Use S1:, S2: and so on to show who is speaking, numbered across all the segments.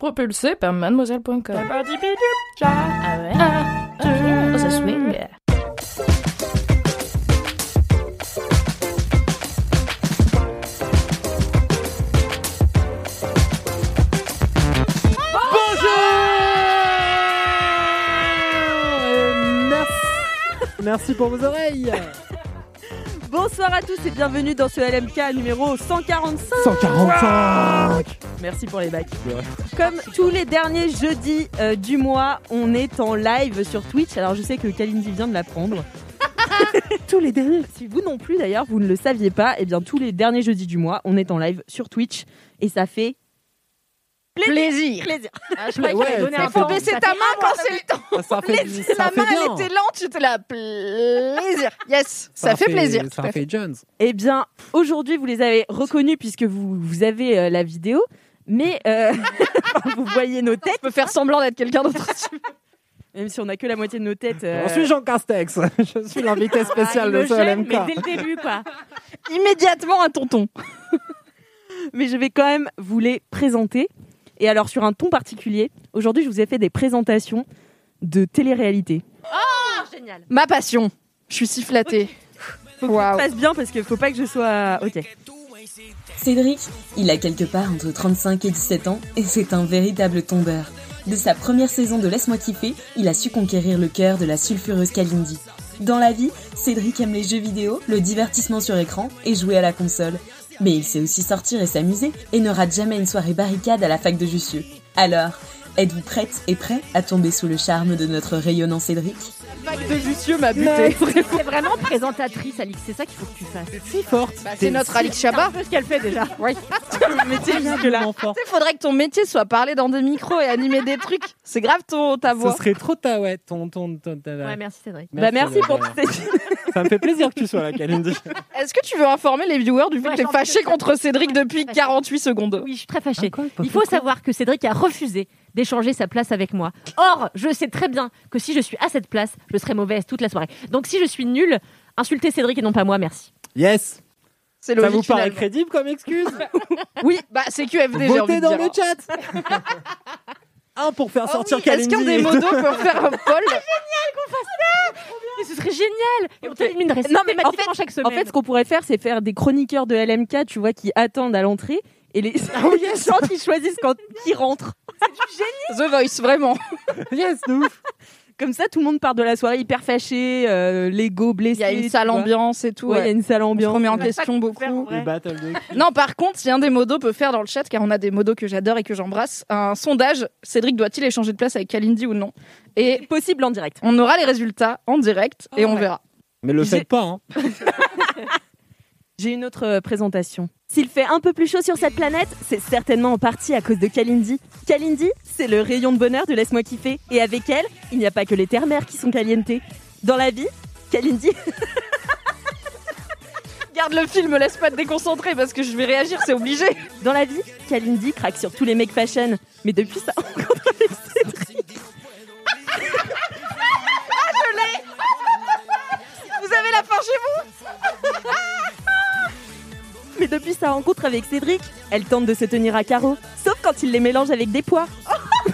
S1: Propulsé par mademoiselle.com. Ah ouais. Oh, ça swing.
S2: Merci pour vos oreilles
S3: Bonsoir à tous et bienvenue dans ce LMK numéro 145.
S2: 145
S3: Merci pour les bacs. Comme tous les derniers jeudis euh, du mois, on est en live sur Twitch. Alors je sais que Kalindi vient de l'apprendre. tous les derniers. Si vous non plus d'ailleurs, vous ne le saviez pas, eh bien tous les derniers jeudis du mois, on est en live sur Twitch et ça fait
S4: Plaisir.
S3: plaisir.
S1: Ah, je croyais
S2: Ouais,
S1: qu'il fallait donner
S2: ça
S1: un
S2: fait-
S4: Faut
S1: temps.
S4: baisser
S1: Ça
S4: ta
S1: fait
S4: main
S1: un
S4: quand
S1: mois, ça
S4: c'est le temps.
S2: Ça fait,
S4: Laisser
S2: ça
S4: la
S2: fait
S4: main,
S2: bien.
S4: elle était lente, j'étais là. Plaisir. Yes, ça, fait, plaisir. tout
S2: Ça
S4: à fait.
S2: fait Jones.
S3: Eh bien, aujourd'hui, vous les avez reconnus puisque vous, vous avez euh, la vidéo, mais euh, vous voyez nos têtes.
S4: Je peux faire semblant d'être quelqu'un d'autre.
S3: Même si on a que la moitié de nos têtes. euh,
S2: Je suis Jean Castex. Je suis l'invité spécial
S3: Ah, il
S2: de
S3: me
S2: ce
S3: gêne,
S2: LMK.
S3: Mais dès le début, quoi.
S4: Immédiatement un tonton.
S3: mais je vais quand même vous les présenter. Et alors, sur un ton particulier, aujourd'hui, je vous ai fait des présentations de télé-réalité.
S4: Ma passion. Je suis si flattée. Waouh.
S3: Passe bien parce qu'il faut pas que je sois. Ok.
S5: Cédric, il a quelque part entre 35 et 17 ans et c'est un véritable tombeur. Dès sa première saison de Laisse-moi kiffer, il a su conquérir le cœur de la sulfureuse Kalindi. Dans la vie, Cédric aime les jeux vidéo, le divertissement sur écran et jouer à la console. Mais il sait aussi sortir et s'amuser et ne rate jamais une soirée barricade à la fac de Jussieu. Alors, êtes-vous prête et prêt à tomber sous le charme de notre rayonnant Cédric
S4: De Jussieu m'a buté.
S1: C'est vraiment présentatrice, Alix. C'est ça qu'il faut que tu fasses.
S2: Si forte.
S4: Bah, c'est notre Alix Chabat.
S1: C'est ce qu'elle fait déjà.
S2: Terriblement forte.
S4: Il faudrait que ton métier soit parler dans des micros et animer des trucs. C'est grave ton, ta
S2: Ce
S4: voix.
S2: serait trop ta ouais, ton ton ton. ta-
S1: Ouais, merci Cédric.
S3: Bah, merci
S2: Adrien.
S3: pour cette.
S2: Ça me fait plaisir que tu sois là, Kalindi.
S4: Est-ce que tu veux informer les viewers du fait
S1: Ouais,
S4: que
S1: j'en
S4: t'es fâché
S1: peux-
S4: contre Cédric depuis 48 secondes
S1: Oui, je suis très fâchée. Il faut savoir que Cédric a refusé d'échanger sa place avec moi. Or, je sais très bien que si je suis à cette place, je serai mauvaise toute la soirée. Donc si je suis nulle, insultez Cédric et non pas moi, merci.
S2: Yes.
S4: C'est
S2: Ça
S4: logique.
S2: vous paraît
S4: finalement.
S2: crédible comme excuse
S4: Oui, bah c'est QFD. j'ai envie
S2: Votez
S4: de
S2: dans
S4: dire.
S2: le chat. Un pour faire
S4: Oh
S2: sortir
S4: oui, Est-ce
S2: Kalindi.
S4: qu'un des modos peut faire un poll
S1: Mais ce serait génial Et on t'éliminerait
S3: Non, mais en
S1: systématiquement chaque semaine.
S3: En fait, ce qu'on pourrait faire, c'est faire des chroniqueurs de LMK, tu vois, qui attendent à l'entrée. Et les,
S4: Ah
S3: les gens qui choisissent quand qui rentre.
S4: The Voice, vraiment.
S2: Yes, de ouf.
S3: Comme ça, tout le monde part de la soirée hyper fâché, euh, l'ego blessé.
S4: Il y a une sale
S3: tu vois.
S4: ambiance et tout.
S3: Ouais, il y a une sale
S4: On se
S3: ambiance.
S4: remet en question beaucoup.
S2: Le battle de.
S4: Non, par contre, si un des modos peut faire dans le chat, car on a des modos que j'adore et que j'embrasse, un sondage Cédric doit-il échanger de place avec Kalindi ou non Et
S3: Possible en direct.
S4: on aura les résultats en direct et on verra.
S2: Mais le
S3: J'ai-
S2: faites pas. Hein.
S3: J'ai une autre euh, présentation. S'il fait un peu plus chaud sur cette planète, c'est certainement en partie à cause de Kalindi. Kalindi, c'est le rayon de bonheur de Laisse-moi kiffer. Et avec elle, il n'y a pas que les terres-mères qui sont calientées. Dans la vie, Kalindi,
S4: Garde le film, laisse pas te déconcentrer parce que je vais réagir, c'est obligé.
S3: dans la vie, Kalindi craque sur tous les mecs fashion. Mais depuis ça,
S4: Vous avez la fin chez vous
S3: mais depuis sa rencontre avec Cédric, elle tente de se tenir à carreau. Sauf quand il les mélange avec des pois.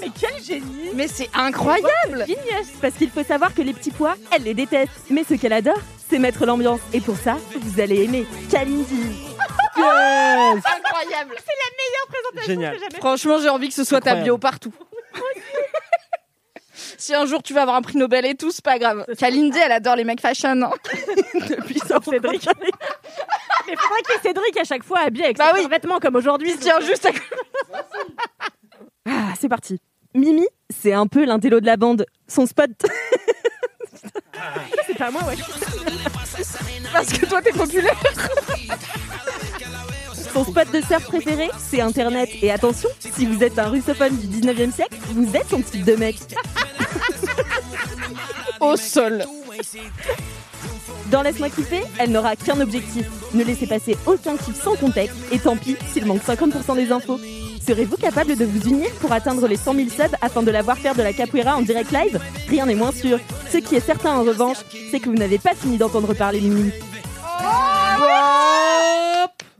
S3: mais quel génie
S4: Mais c'est incroyable
S3: Ignace, Parce qu'il faut savoir que les petits pois, elle les déteste. Mais ce qu'elle adore, c'est mettre l'ambiance. Et pour ça, vous allez aimer Kalindi.
S2: Yes.
S4: Incroyable
S2: Génial.
S4: Franchement, j'ai envie que ce soit ta
S2: Incroyable.
S4: bio partout. si un jour tu vas avoir un prix Nobel et tout, c'est pas grave. Kalindi, elle adore les mecs fashion. hein.
S3: Depuis son Cédric.
S1: Mais faudrait qu'il y ait Cédric à chaque fois habillé avec
S4: Bah
S1: ses
S4: oui.
S1: vêtements comme aujourd'hui.
S4: Il tient juste à
S3: Ah, c'est parti. Mimi, c'est un peu l'intello de la bande. Son spot.
S1: C'est pas moi, ouais.
S4: parce que toi t'es populaire.
S3: Son spot de surf préféré, c'est Internet. Et attention, si vous êtes un russophone du 19e siècle, vous êtes son type de mec.
S4: Au sol.
S3: Dans Laisse-moi kiffer, elle n'aura qu'un objectif. Ne laissez passer aucun kiff sans contexte. Et tant pis s'il manque 50% des infos. Serez-vous capable de vous unir pour atteindre les 100 000 subs afin de la voir faire de la capoeira en direct live Rien n'est moins sûr. Ce qui est certain en revanche, c'est que vous n'avez pas fini d'entendre parler de Mimi.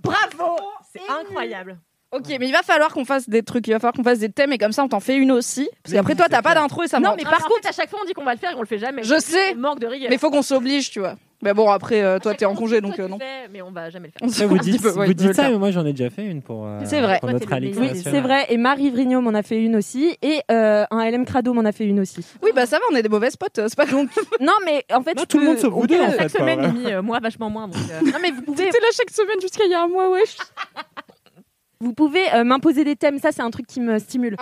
S1: Bravo C'est incroyable.
S4: Ok, mais il va falloir qu'on fasse des trucs, il va falloir qu'on fasse des thèmes et comme ça on t'en fait une aussi. Parce qu'après toi t'as pas d'intro et ça
S1: Non,
S4: m'en-
S1: mais par contre, à chaque fois, on dit qu'on va le faire et on le fait jamais.
S4: Je sais.
S1: On Manque de rigueur.
S4: Mais faut qu'on s'oblige, tu vois. Mais bon, après euh, toi
S1: À chaque
S4: t'es en
S1: fois,
S4: congé
S1: toi,
S4: donc
S1: tu
S4: euh, non.
S1: fais, Mais on va jamais le
S4: On
S1: faire.
S4: se-
S2: vous
S4: un petit
S2: dites,
S4: peu, ouais,
S2: vous
S4: je
S2: dites
S4: veux
S2: ça,
S4: le
S2: mais
S4: faire.
S2: moi j'en ai déjà fait une pour, euh,
S4: C'est vrai.
S2: pour
S1: Toi,
S2: notre
S1: t'es le
S2: Alix.
S1: meilleur.
S3: Oui, c'est vrai. Et Marie Vrigno m'en a fait une aussi. Et euh, un LM Crado m'en a fait une aussi.
S4: Oui, bah ça va, on est des mauvais potes, euh, c'est pas donc.
S3: Non, mais en fait,
S2: Non,
S3: je
S2: tout le
S3: peux-
S2: monde se
S3: on
S2: boude
S3: peut-
S2: en fait.
S1: Chaque
S2: pas
S1: semaine,
S2: vrai.
S1: Mimi, euh, moi, vachement moins. donc, euh, Non, mais vous pouvez.
S4: T'étais là chaque semaine jusqu'à il y a un mois, wesh.
S3: Vous pouvez euh, m'imposer des thèmes. Ça, c'est un truc qui me stimule.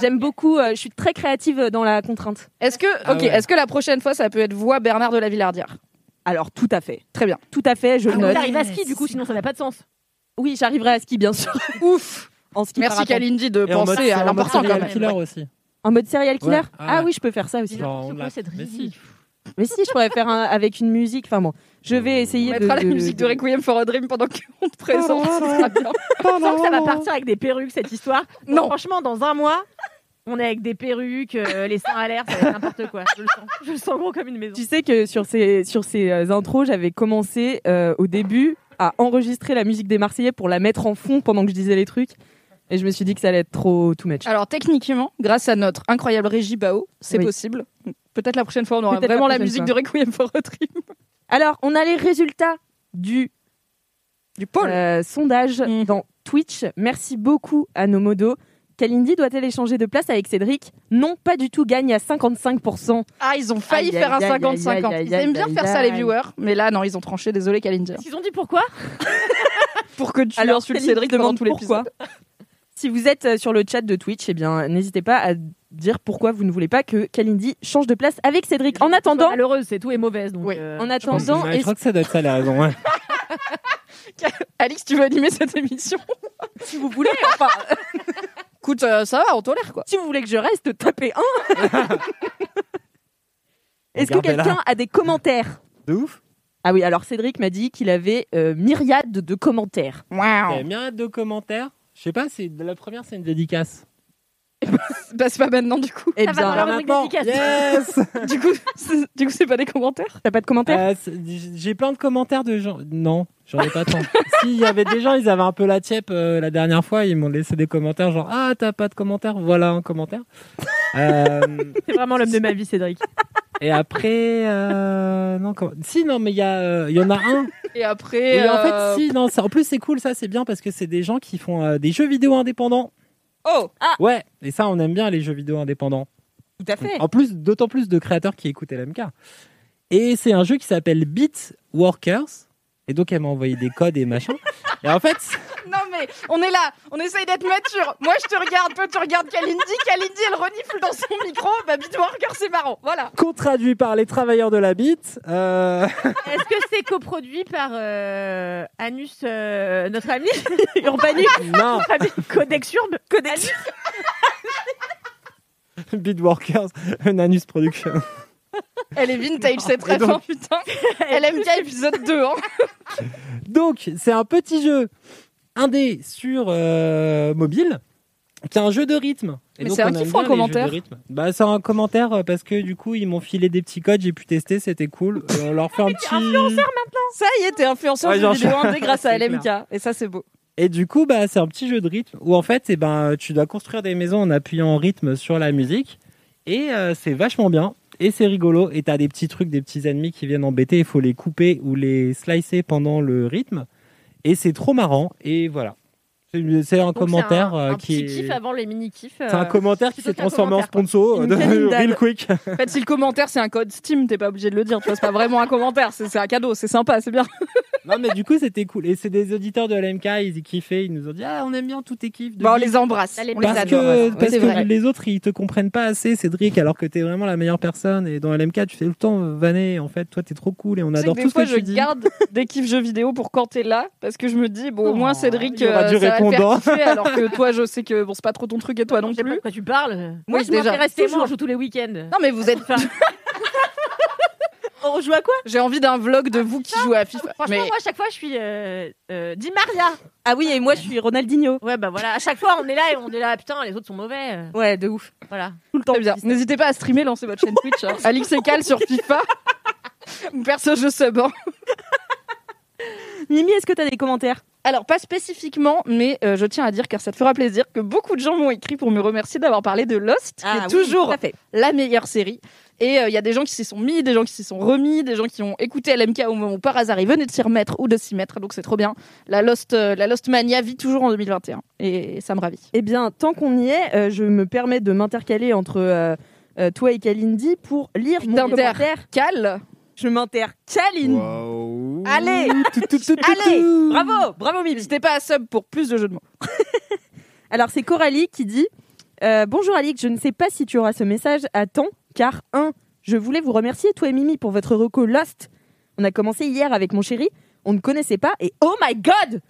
S3: J'aime beaucoup. euh, je suis très créative dans la contrainte.
S4: Est-ce que,
S2: Ah
S4: ok,
S2: ouais.
S4: est-ce que la prochaine fois ça peut être voix Bernard de la Villardière
S3: Alors, tout à fait.
S4: Très bien.
S3: Tout à fait. Je
S1: Ah,
S3: le
S1: vous
S3: note.
S1: arrivez à ski, du coup, sinon ça n'a pas de sens.
S3: Oui, j'arriverai à ski, bien sûr. Ouf En ski
S4: Merci
S3: parapente.
S4: Kalindi de
S2: Et en mode-
S4: penser à
S2: en mode
S4: l'important quand
S2: serial
S4: même.
S2: killer aussi.
S3: En mode serial killer
S2: Ouais.
S3: ah,
S2: Ah ouais.
S3: oui, je peux faire ça aussi.
S2: Genre, on
S1: C'est
S2: l'a-
S1: quoi cette
S2: Mais si.
S1: résille
S3: Mais si, je pourrais faire un, avec une musique. Enfin bon, je vais
S4: On
S3: essayer de...
S4: mettra la
S3: de-
S4: musique de Requiem for a Dream pendant qu'on te présente.
S2: Ah,
S4: ce sera bien.
S1: Je sens que ça va partir avec des perruques cette histoire. Donc,
S4: Non.
S1: Franchement, dans un mois, on est avec des perruques, euh, les seins à l'air, ça va être n'importe quoi. Je le sens. Je le sens gros comme une maison.
S3: Tu sais que sur ces, sur ces euh, intros, j'avais commencé euh, au début à enregistrer la musique des Marseillais pour la mettre en fond pendant que je disais les trucs. Et je me suis dit que ça allait être trop too much.
S4: Alors techniquement, grâce à notre incroyable régie Bao, c'est
S3: Oui.
S4: possible. Peut-être la prochaine fois, on aura
S3: Peut-être
S4: vraiment
S3: la
S4: la,
S3: prochaine
S4: musique
S3: fois.
S4: de Requiem for a Dream
S3: Alors, on a les résultats du
S4: du Paul.
S3: euh, sondage
S4: Mhm.
S3: dans Twitch. Merci beaucoup à nos modos. Kalindi doit-elle échanger de place avec Cédric Non, pas du tout. Gagne à 55%.
S4: Ah, ils ont failli
S3: Aïe, aïe,
S4: faire un
S3: aïe, aïe,
S4: 50-50.
S3: aïe,
S4: Ils
S3: aïe,
S4: aiment bien
S3: aïe,
S4: faire ça, les
S3: aïe.
S4: viewers. Mais là, non, ils ont tranché. Désolé, Kalindi.
S1: Ils ont dit pourquoi
S4: Pour que tu
S3: Alors,
S4: insultes
S3: Céline
S4: Cédric
S3: te
S4: pendant
S3: demande
S4: tout l'épisode.
S3: Si vous êtes euh, sur le chat de Twitch, eh bien, n'hésitez pas à dire pourquoi vous ne voulez pas que Kalindi change de place avec Cédric. En attendant,
S1: Malheureuse, c'est tout est mauvaise. Donc,
S4: Oui.
S1: euh,
S3: en
S2: Je pense-
S3: attendant,
S2: mais je
S3: est-ce
S2: crois que ça doit être ça la raison. ouais.
S4: Alix, tu veux animer cette émission
S3: si vous voulez, enfin,
S4: Écoute, euh, ça va, on tolère quoi.
S3: si vous voulez que je reste, tapez un. Est-ce que
S2: Regardez-la.
S3: quelqu'un a des commentaires
S2: De ouf.
S3: Ah oui, alors Cédric m'a dit qu'il avait euh, myriade de commentaires.
S2: Il
S1: Ah.
S2: y
S4: Waouh.
S2: a Eh bien de commentaires. Je sais pas, c'est la première, c'est une dédicace.
S4: Bah, c'est pas maintenant du coup.
S3: Eh
S1: Ça va dans
S3: bien,
S1: la rubrique dédicace.
S2: Yes
S4: Du coup, c'est- du coup, c'est pas des commentaires.
S3: t'as pas de commentaires
S2: Euh, c'est- j- J'ai plein de commentaires de gens. Non, j'en ai pas tant. S'il y avait des gens, ils avaient un peu la tiep euh, la dernière fois, ils m'ont laissé des commentaires genre Ah, t'as pas de commentaires Voilà un commentaire. Euh,
S1: c'est vraiment l'homme de ma vie, Cédric.
S2: et après, euh, non, comment- si, non, mais il y, a, euh, il y en a un.
S4: Et après.
S2: Et en fait,
S4: euh,
S2: si, non, ça- en plus, c'est cool, ça, c'est bien parce que c'est des gens qui font euh, des jeux vidéo indépendants.
S4: Oh
S2: Ouais, et ça, on aime bien les jeux vidéo indépendants.
S3: Ah, Tout à fait.
S2: En plus, d'autant plus de créateurs qui écoutent LMK. Et c'est un jeu qui s'appelle Beat Workers. Et donc, elle m'a envoyé des codes et machin. Et en fait,
S4: Non mais on est là, on essaye d'être mature. Moi je te regarde, toi tu regardes Kalindi, Kalindi elle renifle dans son micro, bah Bitworker c'est marrant, voilà.
S2: co-traduit par les travailleurs de la bite, euh,
S1: Est-ce que c'est coproduit par euh, Anus, euh, notre ami
S3: Urbanus,
S2: non,
S1: Notre ami Codex Urbe Codex
S2: Beat Workers, Nanus Production.
S4: Elle est vintage cette
S2: Et
S4: ref,
S2: donc-
S4: hein, putain. LMK épisode 2, hein.
S2: Donc, c'est un petit jeu indé sur euh, mobile qui est un jeu de rythme. Et
S4: Mais
S2: donc,
S4: c'est un
S2: on aime
S4: kiff ou
S2: bien les jeux
S4: un
S2: de
S4: commentaire
S2: rythme. Bah, c'est un commentaire euh, parce que du coup, ils m'ont filé des petits codes, j'ai pu tester, c'était cool. Et on leur fait un petit.
S4: Ça y est, t'es influenceur
S2: Ouais,
S4: du
S2: genre,
S4: vidéo indé grâce à
S2: c'est
S4: LMK, et ça c'est beau.
S2: Et du coup, bah, c'est un petit jeu de rythme où en fait, eh ben, tu dois construire des maisons en appuyant en rythme sur la musique. Et euh, c'est vachement bien. Et c'est rigolo. Et t'as des petits trucs, des petits ennemis qui viennent embêter. Il faut les couper ou les slicer pendant le rythme. Et c'est trop marrant. Et voilà. C'est c'est un
S1: Donc, c'est
S2: commentaire
S1: un,
S2: euh,
S1: un
S2: qui.
S1: petit kiff avant les euh, mini kifs.
S2: C'est un commentaire qui
S1: plutôt
S2: s'est
S1: qu'un
S2: transformé en
S1: commentaire,
S2: sponsor euh,
S4: Une
S2: de
S4: Kalindad.
S2: Real Quick.
S4: En fait, si le commentaire c'est un code Steam, t'es pas obligé de le dire. Tu vois, c'est pas vraiment un commentaire, c'est c'est un cadeau, c'est sympa, c'est bien.
S2: Non, mais du coup, c'était cool. Et c'est des auditeurs de LMK, ils kiffaient, ils nous ont dit Ah, on aime bien tout tes kiffs. de
S4: Bah, on
S2: geek.
S4: les embrasse,
S1: Ça, les
S4: on les
S2: Parce
S4: adore.
S2: que,
S4: Ouais,
S2: parce
S4: c'est
S2: que
S4: vrai.
S2: les autres, ils te comprennent pas assez, Cédric, alors que t'es vraiment la meilleure personne. Et dans LMK, tu fais tout le temps euh, vanner. En fait, toi, t'es trop cool et on
S4: Tu sais que
S2: adore tout
S4: des
S2: ce que
S4: fois, je
S2: tu dis.
S4: garde des kiffs jeux vidéo pour quand t'es là, parce que je me dis, bon, au moins,
S2: Oh,
S4: Cédric,
S2: il y aura
S4: euh,
S2: du
S4: ça va le
S2: répondant.
S4: faire kiffer, alors que toi, je sais que bon, c'est pas trop ton truc et toi non
S1: Je sais pas
S4: plus.
S1: de quoi tu parles.
S4: Moi,
S1: Moi,
S4: Oui, je
S1: je
S4: déjà. m'intéresse
S1: m'intéresse
S4: tellement, Toujours.
S1: tellement, je
S4: je
S1: joue tous les week-ends.
S4: Non, mais vous êtes.
S3: On rejoue à quoi
S4: J'ai envie d'un vlog de vous qui jouez à FIFA.
S1: Franchement,
S4: Mais
S1: moi, à chaque fois, je suis euh, euh, Di Maria.
S3: Ah oui, et moi je suis Ronaldinho.
S1: Ouais, bah voilà, à chaque fois, on est là et on est là, Ah, putain, les autres sont mauvais. euh,
S3: Ouais, de ouf.
S1: Voilà.
S3: Tout le temps.
S4: très bien. N'hésitez pas à streamer, lancer votre chaîne Twitch. hein. Alix et Cal sur FIFA. Mon perso, je sub. hein.
S3: Mimi, est-ce que t'as des commentaires
S4: Alors, pas spécifiquement, mais euh, je tiens à dire, car ça te fera plaisir, que beaucoup de gens m'ont écrit pour me remercier d'avoir parlé de Lost, qui est toujours
S3: fait.
S4: la meilleure série. Et euh, il y a des gens qui s'y sont mis, des gens qui s'y sont remis, des gens qui ont écouté LMK au moment où par hasard ils venaient de s'y remettre ou de s'y mettre, donc c'est trop bien. La Lost, euh, la Lost Mania vit toujours en 2021 et ça me ravit.
S3: Eh bien, tant qu'on y est, euh, je me permets de m'intercaler entre euh, euh, toi et Kalindi pour lire mon
S4: T'inter-
S3: commentaire.
S4: Cal,
S3: Je m'intercaline. Allez
S4: allez,
S3: Bravo Bravo Mimi
S4: n'hésitez pas à sub pour plus de jeux de mots.
S3: Alors, c'est Coralie qui dit euh, Bonjour Alix, je ne sais pas si tu auras ce message à temps, car 1. Je voulais vous remercier, toi et Mimi, pour votre reco Lost. On a commencé hier avec mon chéri, on ne connaissait pas, et oh my god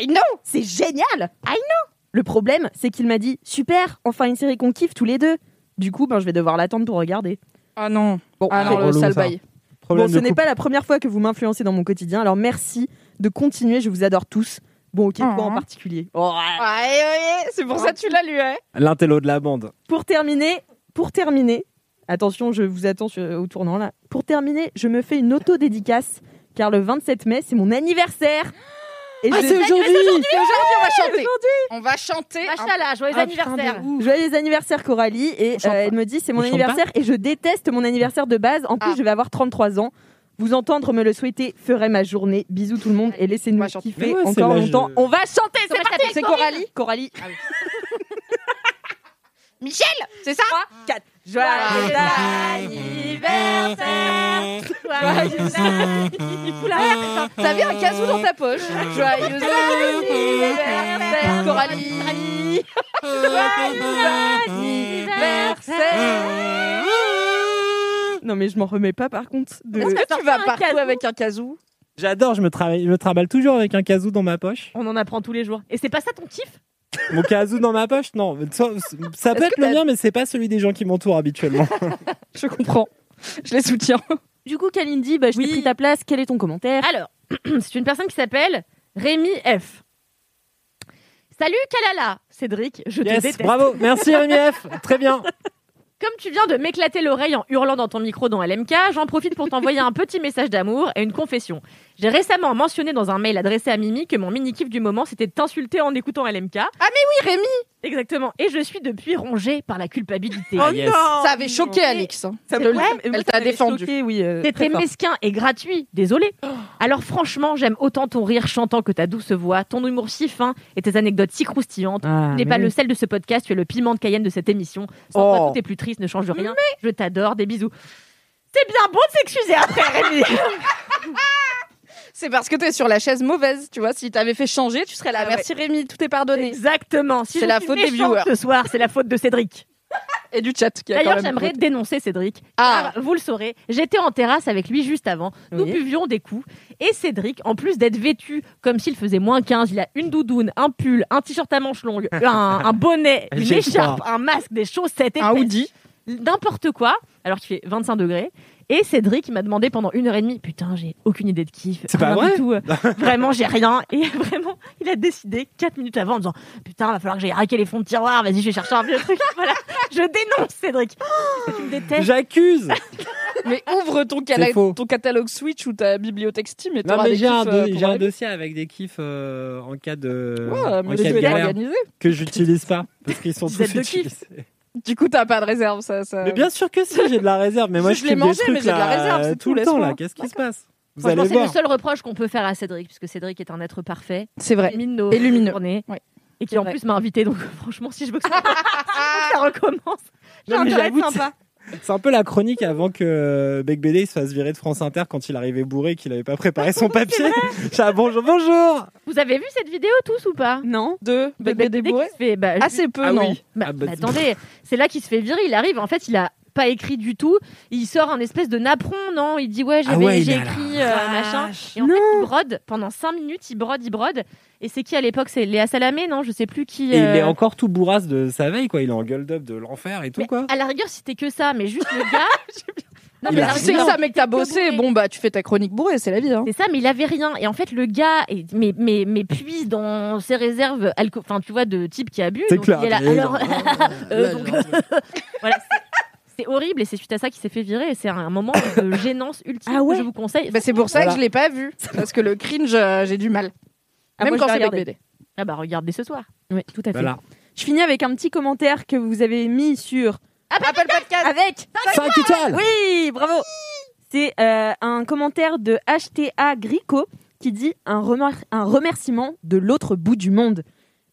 S3: I know C'est génial I know Le problème, c'est qu'il m'a dit Super, enfin une série qu'on kiffe tous les deux. Du coup, ben, je vais devoir l'attendre pour regarder.
S4: Ah non,
S3: Bon,
S4: ah
S2: c'est
S4: non, le
S2: Oh, relou,
S4: sale
S2: ça.
S4: bail.
S2: Problème
S3: bon,
S2: de
S3: ce n'est
S2: couple.
S3: pas la première fois que vous m'influencez dans mon quotidien, alors merci de continuer, je vous adore tous. Bon, ok,
S4: Oh.
S3: quoi en particulier Oh, ouais.
S4: Ouais, ouais, c'est pour ça que tu l'as lu, hein.
S2: L'intello de la bande.
S3: Pour terminer, pour terminer, attention, je vous attends sur- au tournant là. Pour terminer, je me fais une auto-dédicace car le 27 mai, c'est mon anniversaire. Et je-
S4: Et aujourd'hui, on va chanter. On va chanter. un-
S1: Machala, joyeux
S2: Ah, putain,
S1: anniversaire.
S2: de ouf.
S3: Joyeux anniversaire Coralie et
S2: On chante
S3: euh,
S2: pas.
S3: elle me dit c'est
S2: On
S3: mon
S2: chante
S3: anniversaire et je déteste mon anniversaire de base. En plus
S4: Ah.
S3: je vais avoir 33 ans. Vous entendre me le souhaiter ferait ma journée. Bisous tout le monde et
S4: On
S3: laissez-nous
S4: va chanter.
S2: Mais
S3: kiffer
S2: ouais, c'est
S3: encore
S2: l'âge-
S3: longtemps. On va chanter, c'est
S1: va
S3: parti.
S1: chanter,
S3: C'est Coralie, Coralie.
S4: Michel, c'est ça
S3: 4.
S1: Joyeux
S3: anniversaire.
S4: T'as vu hein. un casou dans ta poche Joyeux anniversaire, Coralie Joyeux anniversaire
S3: Non mais je m'en remets pas par contre de
S4: Est-ce que tu vas
S1: un
S4: partout
S1: casou
S4: avec un casou
S2: J'adore, je me, travaille, je me travaille toujours avec un casou dans ma poche.
S1: On en apprend tous les jours. Et c'est pas ça ton kiff
S2: Mon casou dans ma poche, non. Ça, ça peut
S4: Est-ce
S2: être
S4: que
S2: le
S4: t'as-
S2: mien, mais c'est pas celui des gens qui m'entourent habituellement.
S4: Je comprends. Je les soutiens.
S3: Du coup, Kalindi, bah, je t'ai
S1: Oui.
S3: pris ta place. Quel est ton commentaire
S1: Alors, c'est une personne qui s'appelle Rémi F. Salut Kalala, Cédric, je te
S2: yes,
S1: déteste.
S2: bravo. Merci Rémi F. Très bien.
S1: Comme tu viens de m'éclater l'oreille en hurlant dans ton micro dans LMK, j'en profite pour t'envoyer un petit message d'amour et une confession. J'ai récemment mentionné dans un mail adressé à Mimi que mon mini-kiff du moment c'était de t'insulter en écoutant LMK.
S4: Oui, Rémi
S1: Exactement. Et je suis depuis rongée par la
S4: Oh
S1: culpabilité.
S2: Ah, yes.
S4: Ça avait choqué Alix. hein.
S3: Ça
S4: Je
S3: me-
S4: le-
S3: ça-
S4: Elle
S3: ça
S4: t'a
S3: m'avait
S4: défendu.
S3: choqué, oui, euh, très
S1: C'était
S3: fort.
S1: mesquin et gratuit, désolé. Alors franchement, j'aime autant ton rire chantant que ta douce voix, ton humour si fin et tes anecdotes si croustillantes.
S3: Ah,
S1: tu n'es
S3: mais
S1: pas
S3: oui.
S1: le sel de ce podcast, tu es le piment de Cayenne de cette émission. Sans
S2: Oh.
S1: toi, tout est plus triste, ne change rien. Je t'adore, des bisous. C'est bien bon de s'excuser après, Rémi.
S4: C'est parce que t'es sur la chaise mauvaise, tu vois. Si t'avais fait changer, tu serais là.
S1: Ah ouais.
S4: Merci Rémi, tout est pardonné.
S1: Exactement. Si
S4: C'est
S1: je
S4: la
S1: suis
S4: faute des
S1: méchante
S4: viewers.
S1: Ce soir, c'est la faute de Cédric.
S4: Et du chat qui a quand
S1: D'ailleurs,
S4: même
S1: j'aimerais
S4: voté.
S1: dénoncer Cédric.
S4: Ah.
S1: Car, vous le saurez, j'étais en terrasse avec lui juste avant. Nous
S3: Oui.
S1: buvions des coups. Et Cédric, en plus d'être vêtu comme s'il faisait moins 15, il a une doudoune, un pull, un t-shirt à manches longues, un, un bonnet, une
S2: J'ai
S1: écharpe, un masque, des chaussettes,
S4: Un
S1: épaisses,
S4: hoodie.
S1: n'importe quoi, alors qu'il fait 25 degrés. Et Cédric il m'a demandé pendant une heure et demie, putain, j'ai aucune idée de kiff.
S2: C'est pas
S1: rien
S2: vrai
S1: du tout, euh, Vraiment, j'ai rien. Et vraiment, il a décidé 4 minutes avant en disant, putain, va falloir que j'aille raquer les fonds de tiroir, vas-y, je vais chercher un vieux truc. Voilà, je dénonce Cédric. Tu me détestes.
S2: J'accuse.
S4: Mais ouvre ton, cala-
S2: C'est faux.
S4: ton catalogue Switch ou ta bibliothèque Steam et
S2: Non,
S4: t'auras
S2: mais
S4: des
S2: j'ai un,
S4: kiffs,
S2: do-
S4: euh,
S2: j'ai
S4: pour
S2: un
S4: Rémi.
S2: dossier avec des kiffs euh, en cas de,
S4: Ouais,
S2: en
S4: mais
S2: cas
S4: je
S2: de
S4: vais
S2: galère
S4: l'organiser.
S2: que j'utilise pas parce qu'ils sont
S1: Vous
S2: tous
S1: êtes de kiff.
S2: utilisés.
S4: Du coup, t'as pas de réserve, ça. ça...
S2: Mais bien sûr que si, j'ai de la réserve. Mais moi,
S4: Je
S2: je,
S4: l'ai
S2: kiffe
S4: mangé,
S2: des trucs,
S4: mais j'ai de la
S2: là,
S4: réserve, c'est
S2: tout
S4: tout,
S2: le temps là.
S4: laisse-moi.
S2: Qu'est-ce qui se passe Vous
S1: Franchement,
S2: allez
S1: c'est le
S2: voir.
S1: seul reproche qu'on peut faire à Cédric, puisque Cédric est un être parfait,
S4: C'est vrai.
S1: illumine nos
S4: Et lumineux.
S1: journées.
S4: Ouais.
S1: et qui
S3: C'est
S1: en
S3: vrai.
S1: plus m'a invité. Donc franchement, si je veux que ça, si je veux que ça recommence, j'ai
S2: Non, mais
S1: intérêt à
S2: j'avoue,
S1: être sympa.
S2: C'est un peu la chronique avant que euh, Beck BD se fasse virer de France Inter quand il arrivait bourré et qu'il n'avait pas préparé son papier. Ah, bonjour, bonjour
S1: Vous avez vu cette vidéo tous ou pas
S3: Non
S4: Deux,
S1: Dès
S4: bébé
S1: qu'il
S4: débourré.
S1: se fait- bah,
S4: Assez peu,
S2: Ah
S4: non.
S2: oui.
S1: Bah,
S2: Ah bah,
S1: bah,
S2: dis-
S1: attendez, c'est là qu'il se fait virer. Il arrive, en fait, il a pas écrit du tout. Il sort un espèce de napperon, non Il dit ouais, j'ai
S2: Ah ouais,
S1: j'ai
S2: il a la
S1: écrit euh,
S4: Ah,
S1: machin. Et en fait, il brode pendant 5 minutes, il brode, il brode. Et c'est qui à l'époque C'est Léa Salamé, non Je sais plus qui.
S2: Et il
S1: euh,
S2: est encore tout bourrasse de sa veille, quoi. Il est en gueule d'up de l'enfer et tout,
S1: mais
S2: quoi.
S1: à la rigueur, c'était que ça, mais juste le gars. Non,
S2: Il
S1: mais
S2: a
S3: Ah
S1: à la
S4: Ah, Tu sais que
S1: rigueur,
S4: ça, mec, t'as bossé.
S1: bourré.
S4: Bon, bah, tu fais ta chronique bourrée, c'est la vie. Hein.
S1: C'est ça, mais il avait rien. Et en fait, le gars, est, mais, mais, mais puise dans ses réserves, alco- enfin, tu vois, de type qui a bu.
S2: C'est
S1: donc
S2: clair.
S1: il est là,
S2: Et
S1: alors,
S2: genre,
S1: euh, donc- voilà, c'est- c'est horrible et c'est suite à ça qu'il s'est fait virer. Et c'est un moment de gênance ultime
S3: Ah ouais
S1: que je vous conseille.
S4: Bah, c'est pour ça
S2: Voilà.
S4: que je l'ai pas vu. Parce que le cringe, euh, j'ai du mal.
S3: Ah,
S4: Même
S3: moi,
S4: quand
S3: je vais
S4: c'est Big
S3: regarder.
S4: BD.
S1: Ah bah regardez ce soir.
S3: Oui, tout à fait.
S2: Voilà.
S3: Je finis avec un petit commentaire que vous avez mis sur
S4: Apple Podcast.
S3: avec.
S2: 5 étoiles
S3: Oui, bravo. C'est euh, un commentaire de HTA Grico qui dit un, remar- un remerciement de l'autre bout du monde.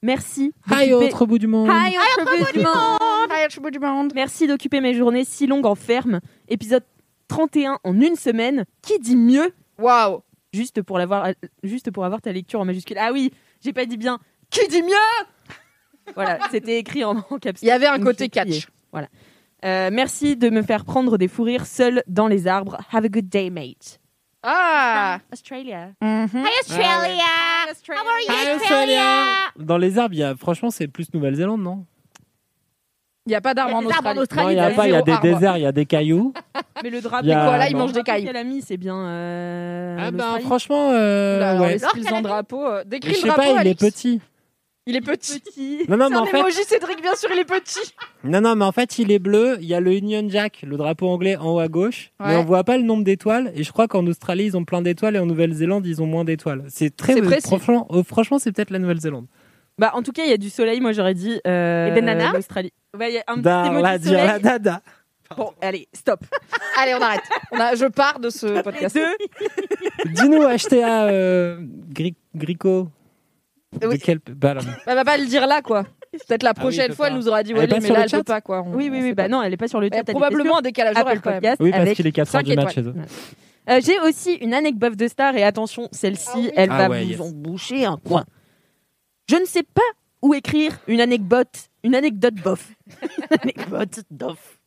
S3: Merci.
S2: Hi,
S3: d'occuper-
S2: autre bout du monde
S3: Hi, autre bout du monde.
S4: Hi, Archibald du monde.
S3: Merci d'occuper mes journées si longues en ferme. Épisode 31 en une semaine. Qui dit mieux
S4: Waouh.
S3: juste pour l'avoir juste pour avoir ta lecture en majuscule. Ah oui, j'ai pas dit bien. Qui dit mieux Voilà, c'était écrit en, en caps.
S4: Il y avait un
S3: Donc,
S4: côté
S3: j'ai crié.
S4: catch.
S3: Euh, merci de me faire prendre des fous rires seul dans les arbres. Have a good day, mate.
S4: Ah.
S3: Australia.
S4: Mhm.
S3: Ah,
S2: Hi, Australia Dans les arbres, il y a, franchement, c'est plus Nouvelle-Zélande, non
S4: Il n'y a pas d'armes en
S1: Il y a des arbres en
S4: Australie.
S2: Non, il y a
S4: t'as
S2: pas, il y a
S4: zéro
S2: des
S4: arbre.
S2: déserts, il y a des cailloux.
S3: Mais le
S1: Ah,
S3: drapeau,
S2: Il y a-
S4: Voilà, il mange des cailles.
S3: Elle a mis, c'est bien. euh,
S2: Ah ben,
S3: l'Australie.
S2: franchement, euh,
S4: Là, Bah, alors,
S2: ouais.
S4: les skills en drapeau. euh,
S2: Je
S4: Décris le
S2: sais
S4: drapeau,
S2: pas, il est
S4: Alex.
S2: petit.
S4: Il est petit.
S3: petit.
S2: Non, non, mais en
S4: C'est un
S2: fait,
S4: emoji, Cédric, bien sûr, il est petit.
S2: non, non, mais en fait, il est bleu. Il y a le Union Jack, le drapeau anglais en haut à gauche, mais
S4: Ouais.
S2: on voit pas le nombre d'étoiles. Et je crois qu'en Australie, ils ont plein d'étoiles et en Nouvelle-Zélande, ils ont moins d'étoiles. C'est très
S4: C'est précis.
S2: franchement, oh, franchement, c'est peut-être la Nouvelle-Zélande.
S3: Bah, en tout cas, il y a du soleil. Moi, j'aurais dit. euh,
S1: Et des nanas
S3: L'Australie. Ouais, il y a un petit
S2: Dar
S3: émoji
S2: la
S3: de soleil.
S2: dira dada.
S3: Bon, allez, stop.
S4: Allez, on arrête. On a- je pars de ce
S3: Les
S4: podcast.
S3: deux.
S2: Dis-nous, HTA euh, Gri- Grico.
S4: Oui.
S2: De quel bah, là,
S4: Elle va pas le dire là, quoi. Peut-être la
S2: oui,
S4: prochaine
S2: peut
S4: fois,
S2: pas.
S4: elle nous aura dit
S2: Elle est
S4: ouais,
S2: pas
S4: mais
S2: sur
S4: là,
S2: le
S4: elle
S2: chat
S4: peut pas, quoi. On-
S3: Oui, oui, oui.
S4: on sait
S3: Bah
S4: pas.
S3: non, elle est pas sur le
S4: Il y
S3: chat.
S4: a
S3: elle est
S4: probablement un décalage
S3: Apple
S4: horaire quand même.
S3: Podcast
S2: Oui, parce
S3: avec-
S2: qu'il est 4 heures
S4: cinq
S2: du match chez
S4: étoiles.
S2: eux.
S3: Euh, J'ai aussi une anecdote de star et attention, celle-ci, elle
S2: Ah
S3: va
S2: ouais,
S3: vous
S2: yes.
S3: emboucher un coin. Je ne sais pas où écrire une anecdote, une anecdote bof. Une anecdote bof.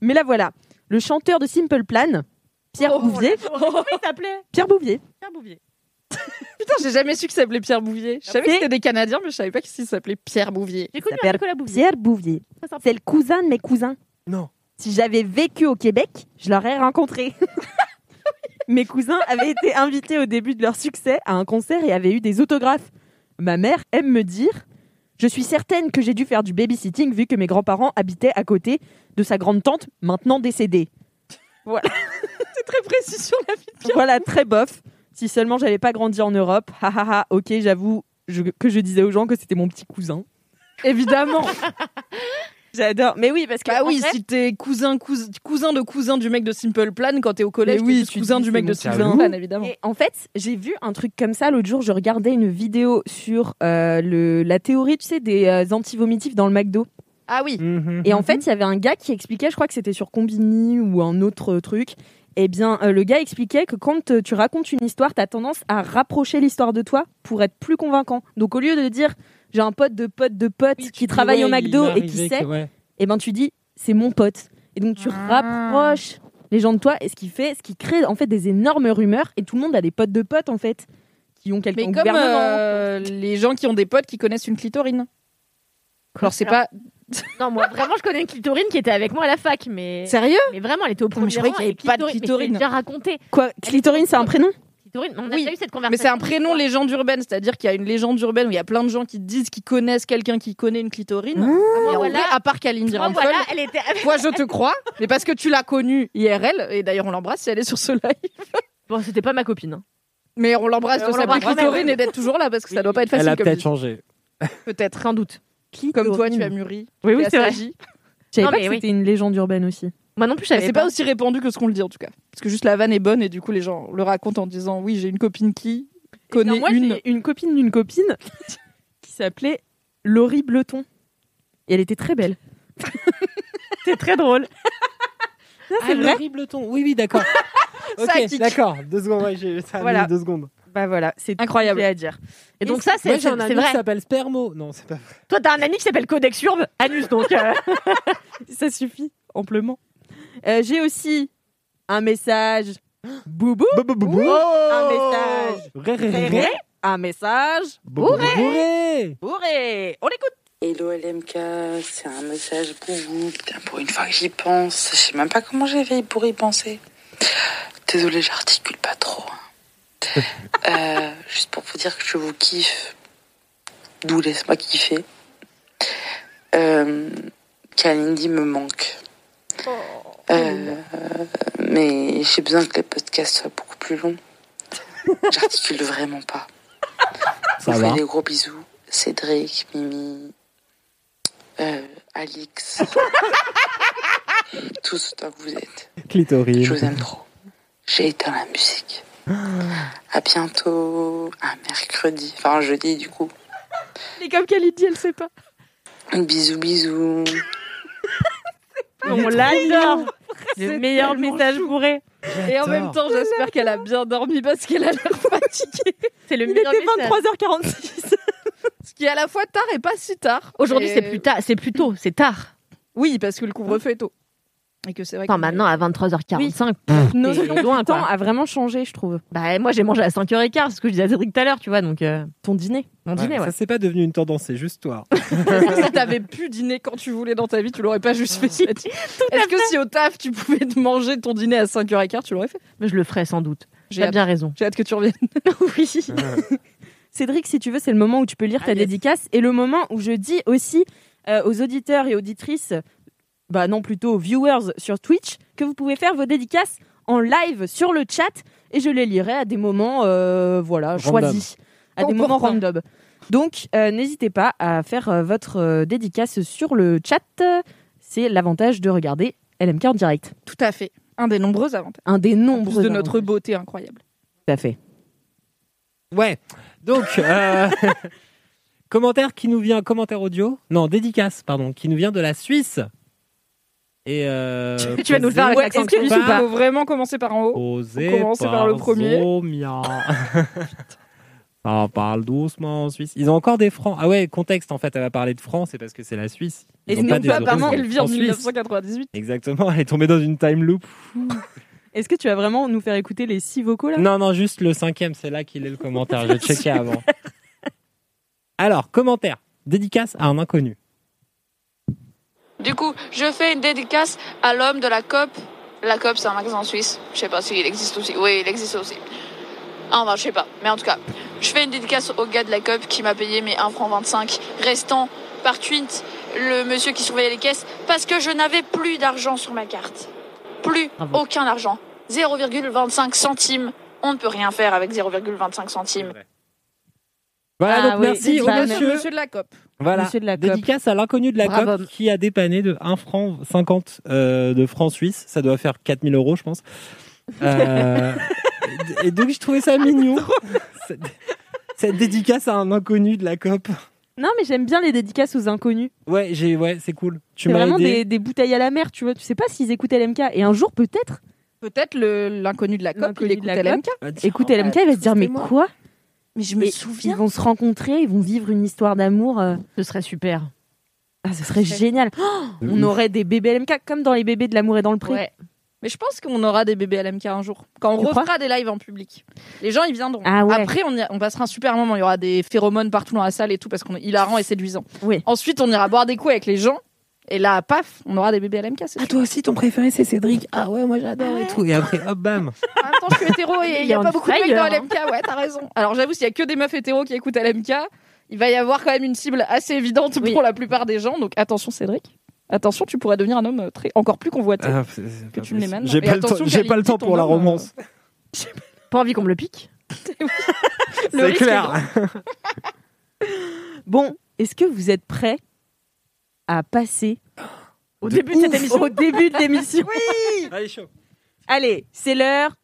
S3: Mais la voilà. Le chanteur de Simple Plan, Pierre
S4: Oh,
S3: Bouvier.
S1: Il s'appelait
S3: Pierre Bouvier.
S1: Pierre Bouvier.
S4: Putain, j'ai jamais su que ça s'appelait Pierre Bouvier. Je savais que
S3: C'est-
S4: c'était des Canadiens, mais je savais pas qu'il s'appelait Pierre Bouvier.
S1: J'ai connu
S3: s'appelle
S1: un Nicolas Bouvier.
S3: Pierre Bouvier.
S1: Très sympa.
S3: C'est le cousin de mes cousins.
S2: Non.
S3: Si j'avais vécu au Québec, je l'aurais rencontré. Mes cousins avaient été invités au début de leur succès à un concert et avaient eu des autographes. Ma mère aime me dire Je suis certaine que j'ai dû faire du babysitting vu que mes grands-parents habitaient à côté de sa grande-tante, maintenant décédée.
S4: C'est très précis sur la vie de Pierre.
S3: Voilà, très bof. Si seulement j'avais pas grandi en Europe. Ha ha ha, ok, j'avoue je- que je disais aux gens que c'était mon petit cousin.
S4: Évidemment.
S3: J'adore. Mais oui, parce que.
S4: Bah
S3: en
S4: oui,
S3: vrai,
S4: si t'es cousin, cousin, cousin de cousin du mec de Simple Plan, quand t'es au collège,
S3: Mais oui,
S4: t'es juste
S3: tu
S4: cousin
S3: dis,
S4: du mec
S3: c'est
S4: de
S3: mon
S4: Simple
S2: cousin.
S4: Plan, évidemment.
S3: Et en fait, j'ai vu un truc comme ça l'autre jour. Je regardais une vidéo sur euh, le, la théorie, tu sais, des euh, antivomitifs dans le McDo.
S4: Ah oui.
S2: Mhm.
S3: Et en fait, il y avait un gars qui expliquait, je crois que c'était sur Combini ou un autre euh, truc. Eh bien, euh, le gars expliquait que quand euh, tu racontes une histoire, t'as tendance à rapprocher l'histoire de toi pour être plus convaincant. Donc, au lieu de dire j'ai un pote de pote de pote qui travaille au McDo et qui sait, eh ben tu dis c'est mon pote. Et donc tu rapproches les gens de toi et ce qui fait, ce qui crée en fait des énormes rumeurs et tout le monde a des potes de potes en fait qui ont quelqu'un
S4: Mais
S3: au
S4: comme
S3: gouvernement.
S4: euh, les gens qui ont des potes qui connaissent une clitorine. Alors c'est pas
S1: Non, moi vraiment, je connais une clitorine qui était avec moi à la fac, mais,
S4: sérieux.
S1: mais vraiment, elle était au premier
S4: je croyais
S1: rang
S4: qu'il y
S1: et
S4: avait pas de
S1: mais je l'ai
S4: clitorine.
S1: déjà raconté.
S3: Quoi, clitorine c'est un prénom
S1: Clitorine, on a
S4: Oui,
S1: déjà eu cette
S4: Mais
S1: conversation.
S4: c'est un prénom légende urbaine, c'est-à-dire qu'il y a une légende urbaine où il y a plein de gens qui disent qu'ils connaissent quelqu'un qui connaît une clitorine.
S3: Ah.
S4: Et en
S1: voilà.
S4: vrai, à part Kaline
S1: Oh,
S4: Diran
S1: voilà, elle était avec-
S4: Toi, je te crois, mais parce que tu l'as connue IRL, et d'ailleurs on l'embrasse si elle est sur ce live.
S1: Bon, c'était pas ma copine. hein.
S4: Mais on l'embrasse
S1: Euh,
S4: de
S1: on
S4: s'appeler
S1: l'embrasse.
S4: clitorine et d'être toujours là parce que ça doit pas être
S2: Elle
S4: facile
S2: a
S4: comme
S2: peut-être
S4: vie.
S2: changé.
S4: peut-être.
S1: Sans doute.
S4: Comme toi, tu as mûri.
S1: Oui,
S4: tu as
S1: c'est vrai.
S4: sagi.
S3: Je savais
S1: Non,
S3: pas
S1: mais
S3: que
S1: oui.
S3: c'était une légende urbaine aussi.
S1: Moi non plus, je
S4: Mais
S1: savais
S4: C'est
S1: pas.
S4: pas aussi répandu que ce qu'on le dit en tout cas. Parce que juste la vanne est bonne et du coup les gens
S1: Eh
S4: le racontent en disant oui j'ai une copine qui connaît
S3: Non, moi,
S4: une.
S3: j'ai une copine d'une copine qui s'appelait Laurie Bleuton. Et elle était très belle. c'est très drôle. Non, c'est
S2: Ah,
S3: vrai
S2: l'horrible ton. Oui, oui, d'accord.
S4: Ça
S2: ok,
S4: kick.
S2: d'accord. Deux secondes, ouais, j'ai- ça a mis
S3: Voilà.
S2: deux secondes.
S3: Bah voilà, c'est
S4: Incroyable.
S3: tout ce que j'ai à dire.
S1: Et donc,
S3: Et
S1: ça,
S2: Moi,
S1: c'est
S2: j'ai
S1: c'est
S2: un ami qui
S1: vrai.
S2: s'appelle Spermo. Non, c'est pas vrai.
S1: Toi, t'as un ami qui s'appelle Codex Urbe, Anus, donc. euh,
S3: Ça suffit amplement. Euh, j'ai aussi un message. Boubou, un message.
S2: Oh Ré, ré, ré,
S3: Ré,
S2: ré.
S3: un message.
S2: Bourré. Bourré.
S3: Bourré. On l'écoute.
S6: Hello LMK, c'est un message pour vous. Putain, pour une fois que j'y pense, je sais même pas comment j'ai fait pour y penser. Désolée, j'articule pas trop. hein. Euh, juste pour vous dire que je vous kiffe. D'où laisse-moi kiffer. Euh, Kalindi me manque. Euh, euh, mais j'ai besoin que les podcasts soient beaucoup plus longs. J'articule vraiment pas. Je
S2: Ça
S6: vous
S2: va.
S6: fais des gros bisous. Cédric, Mimi, euh, Alix. Et tous autant que vous êtes. Je vous
S2: Clitorine.
S6: aime trop. J'ai éteint la musique. À bientôt. À mercredi. Enfin, jeudi, du coup.
S3: Et comme qu'elle dit, elle sait pas.
S6: Bisous, bisous.
S1: on l'adore. Le meilleur
S4: tellement
S1: message bourré.
S4: Et en même temps, j'espère qu'elle a bien dormi parce qu'elle a l'air fatiguée.
S1: C'est le
S3: Il
S1: meilleur
S3: était
S1: message.
S3: 23h46.
S4: Ce qui est à la fois tard et pas si tard.
S1: Aujourd'hui,
S4: Et-
S1: c'est plus tard, c'est plus tôt, c'est tard.
S4: Oui, parce que le couvre-feu est tôt. Et que c'est vrai
S1: Enfin,
S4: que-
S1: maintenant, à 23h45.
S3: Nos
S1: C'est loin,
S3: du temps
S1: quoi.
S3: a vraiment changé, je trouve.
S1: Bah, moi, j'ai mangé à 5h15, c'est ce que je disais à Cédric tout à l'heure, tu vois, donc. euh,
S3: Ton dîner.
S1: Mon dîner, ouais.
S2: Ça, c'est pas devenu une tendance, c'est juste toi.
S4: si t'avais pu dîner quand tu voulais dans ta vie, tu l'aurais pas juste fait. cette- Est-ce que si au taf, tu pouvais te manger ton dîner à 5h15, tu l'aurais fait
S1: Mais je le ferai sans doute.
S4: J'ai
S1: T'as
S4: hâte,
S1: bien raison.
S4: j'ai hâte que tu reviennes.
S1: oui.
S3: Cédric, si tu veux, c'est le moment où tu peux lire ta
S1: Ah, yes.
S3: dédicace et le moment où je dis aussi euh, aux auditeurs et auditrices, bah non plutôt aux viewers sur Twitch, que vous pouvez faire vos dédicaces en live sur le chat et je les lirai à des moments, euh, voilà,
S2: Random.
S3: choisis, à des
S4: Opportun.
S3: moments random. Donc euh, n'hésitez pas à faire euh, votre euh, dédicace sur le chat. C'est l'avantage de regarder LMK en direct.
S4: Tout à fait. Un des nombreux avantages.
S3: Un des nombreux
S4: de
S3: avantages.
S4: notre beauté incroyable.
S3: Tout à fait.
S2: Ouais. Donc, euh, commentaire qui nous vient, commentaire audio, non, dédicace, pardon, qui nous vient de la Suisse. Et euh,
S1: Tu vas nous faire
S2: posée-
S1: avec
S4: Ouais,
S1: l'accent
S4: est-ce que-
S1: suisse
S2: ou pas
S4: faut vraiment commencer par en haut
S2: Posé
S4: On commence par le premier.
S2: Zomia. Ça parle doucement en Suisse. Ils ont encore des francs. Ah ouais, contexte en fait, elle va parler de francs, c'est parce que c'est la Suisse. Ils
S3: Et
S2: ont
S3: non,
S2: pas
S3: pas
S2: des euros
S3: apparemment,
S4: Apparemment,
S2: en-
S4: elle vit en
S2: en Suisse.
S4: 1998.
S2: Exactement, elle est tombée dans une time loop.
S3: Est-ce que tu vas vraiment nous faire écouter les six vocaux là
S2: Non, non, juste le cinquième, c'est là qu'il est le commentaire. J'ai checké avant. Alors, commentaire. Dédicace à un inconnu.
S7: Du coup, je fais une dédicace à l'homme de la COP. La COP, c'est un magasin suisse. Je sais pas s'il existe aussi. Oui, il existe aussi. Ah, bah, je sais pas. Mais en tout cas, je fais une dédicace au gars de la COP qui m'a payé mes 1 franc 25 restant par Twint, le monsieur qui surveillait les caisses, parce que je n'avais plus d'argent sur ma carte. Plus
S1: Bravo.
S7: aucun argent. 0,25 centimes. On ne peut rien faire avec 0,25 centimes.
S2: Voilà,
S3: Ah
S2: donc
S3: oui,
S4: bah,
S2: merci au
S3: dédicace.
S2: monsieur.
S4: de la COP.
S2: Voilà.
S3: Monsieur de la COP.
S2: Dédicace à l'inconnu de la
S1: Bravo.
S2: COP qui a dépanné de 1 franc 50 euh, de francs suisses. Ça doit faire 4000 euros, je pense. Euh, et donc, je trouvais ça mignon. Cette, cette dédicace à un inconnu de la COP.
S3: Non, mais j'aime bien les dédicaces aux inconnus.
S2: Ouais, j'ai, ouais, c'est cool. Tu
S3: C'est
S2: m'as
S3: vraiment
S2: aidé.
S3: des, des bouteilles à la mer, tu vois. Tu sais pas s'ils écoutent LMK. Et un jour, peut-être,
S4: Peut-être le- l'inconnu de la COP,
S3: L'inconnu
S4: il
S3: de
S4: écoute
S3: la COP.
S4: LMK.
S2: Ah, tiens,
S3: écoute LMK,
S2: bah,
S3: il va se dire Mais
S2: écoutez-moi.
S3: quoi
S4: Mais je
S3: Et Ils vont se rencontrer, ils vont vivre une histoire d'amour. euh,
S1: Ce serait super.
S3: Ah, ce serait génial. Oh,
S2: De
S3: on
S2: ouf.
S3: aurait des bébés LMK, comme dans les bébés de l'amour et dans le pré.
S1: Ouais.
S4: Mais je pense qu'on aura des bébés LMK un jour. Quand on
S3: Tu
S4: refera des lives en public. Les gens, ils viendront.
S3: Ah ouais.
S4: Après, on, y- on passera un super moment. Il y aura des phéromones partout dans la salle et tout parce qu'on est hilarant et séduisant.
S3: Oui.
S4: Ensuite, on ira boire des coups avec les gens. Et là, paf, on aura des bébés LMK. c'est
S2: Ah,
S4: sûr.
S2: toi aussi, ton préféré, c'est Cédric. Ah ouais, moi j'adore et tout. Et après, hop, bam.
S4: En même temps, je suis hétéro et il n'y
S1: Il est
S4: a pas
S1: on
S4: beaucoup de mecs
S1: fire,
S4: dans
S1: hein.
S4: LMK. Ouais, t'as raison. Alors, j'avoue, s'il y a que des meufs hétéros qui écoutent LMK, il va y avoir quand même une cible assez évidente
S1: Oui.
S4: pour la plupart des gens. Donc, attention, Cédric. Attention, tu pourrais devenir un homme euh, très, encore plus convoité.
S2: Ah, c'est- c'est pas
S4: tu me les
S2: possible.
S4: mènes.
S2: J'ai
S4: Et
S2: pas, le temps-
S4: attention,
S2: j'ai pas le
S4: qualité,
S2: temps
S4: ton
S2: pour la
S4: homme, euh,
S2: romance.
S1: Pas envie qu'on me le pique.
S4: le
S2: C'est
S4: risque est
S2: clair.
S3: Bon, est-ce que vous êtes prêts à passer
S1: Au début de cette
S3: Ouf,
S1: émission.
S3: au début de l'émission
S2: Allez, chaud.
S3: Allez, c'est l'heure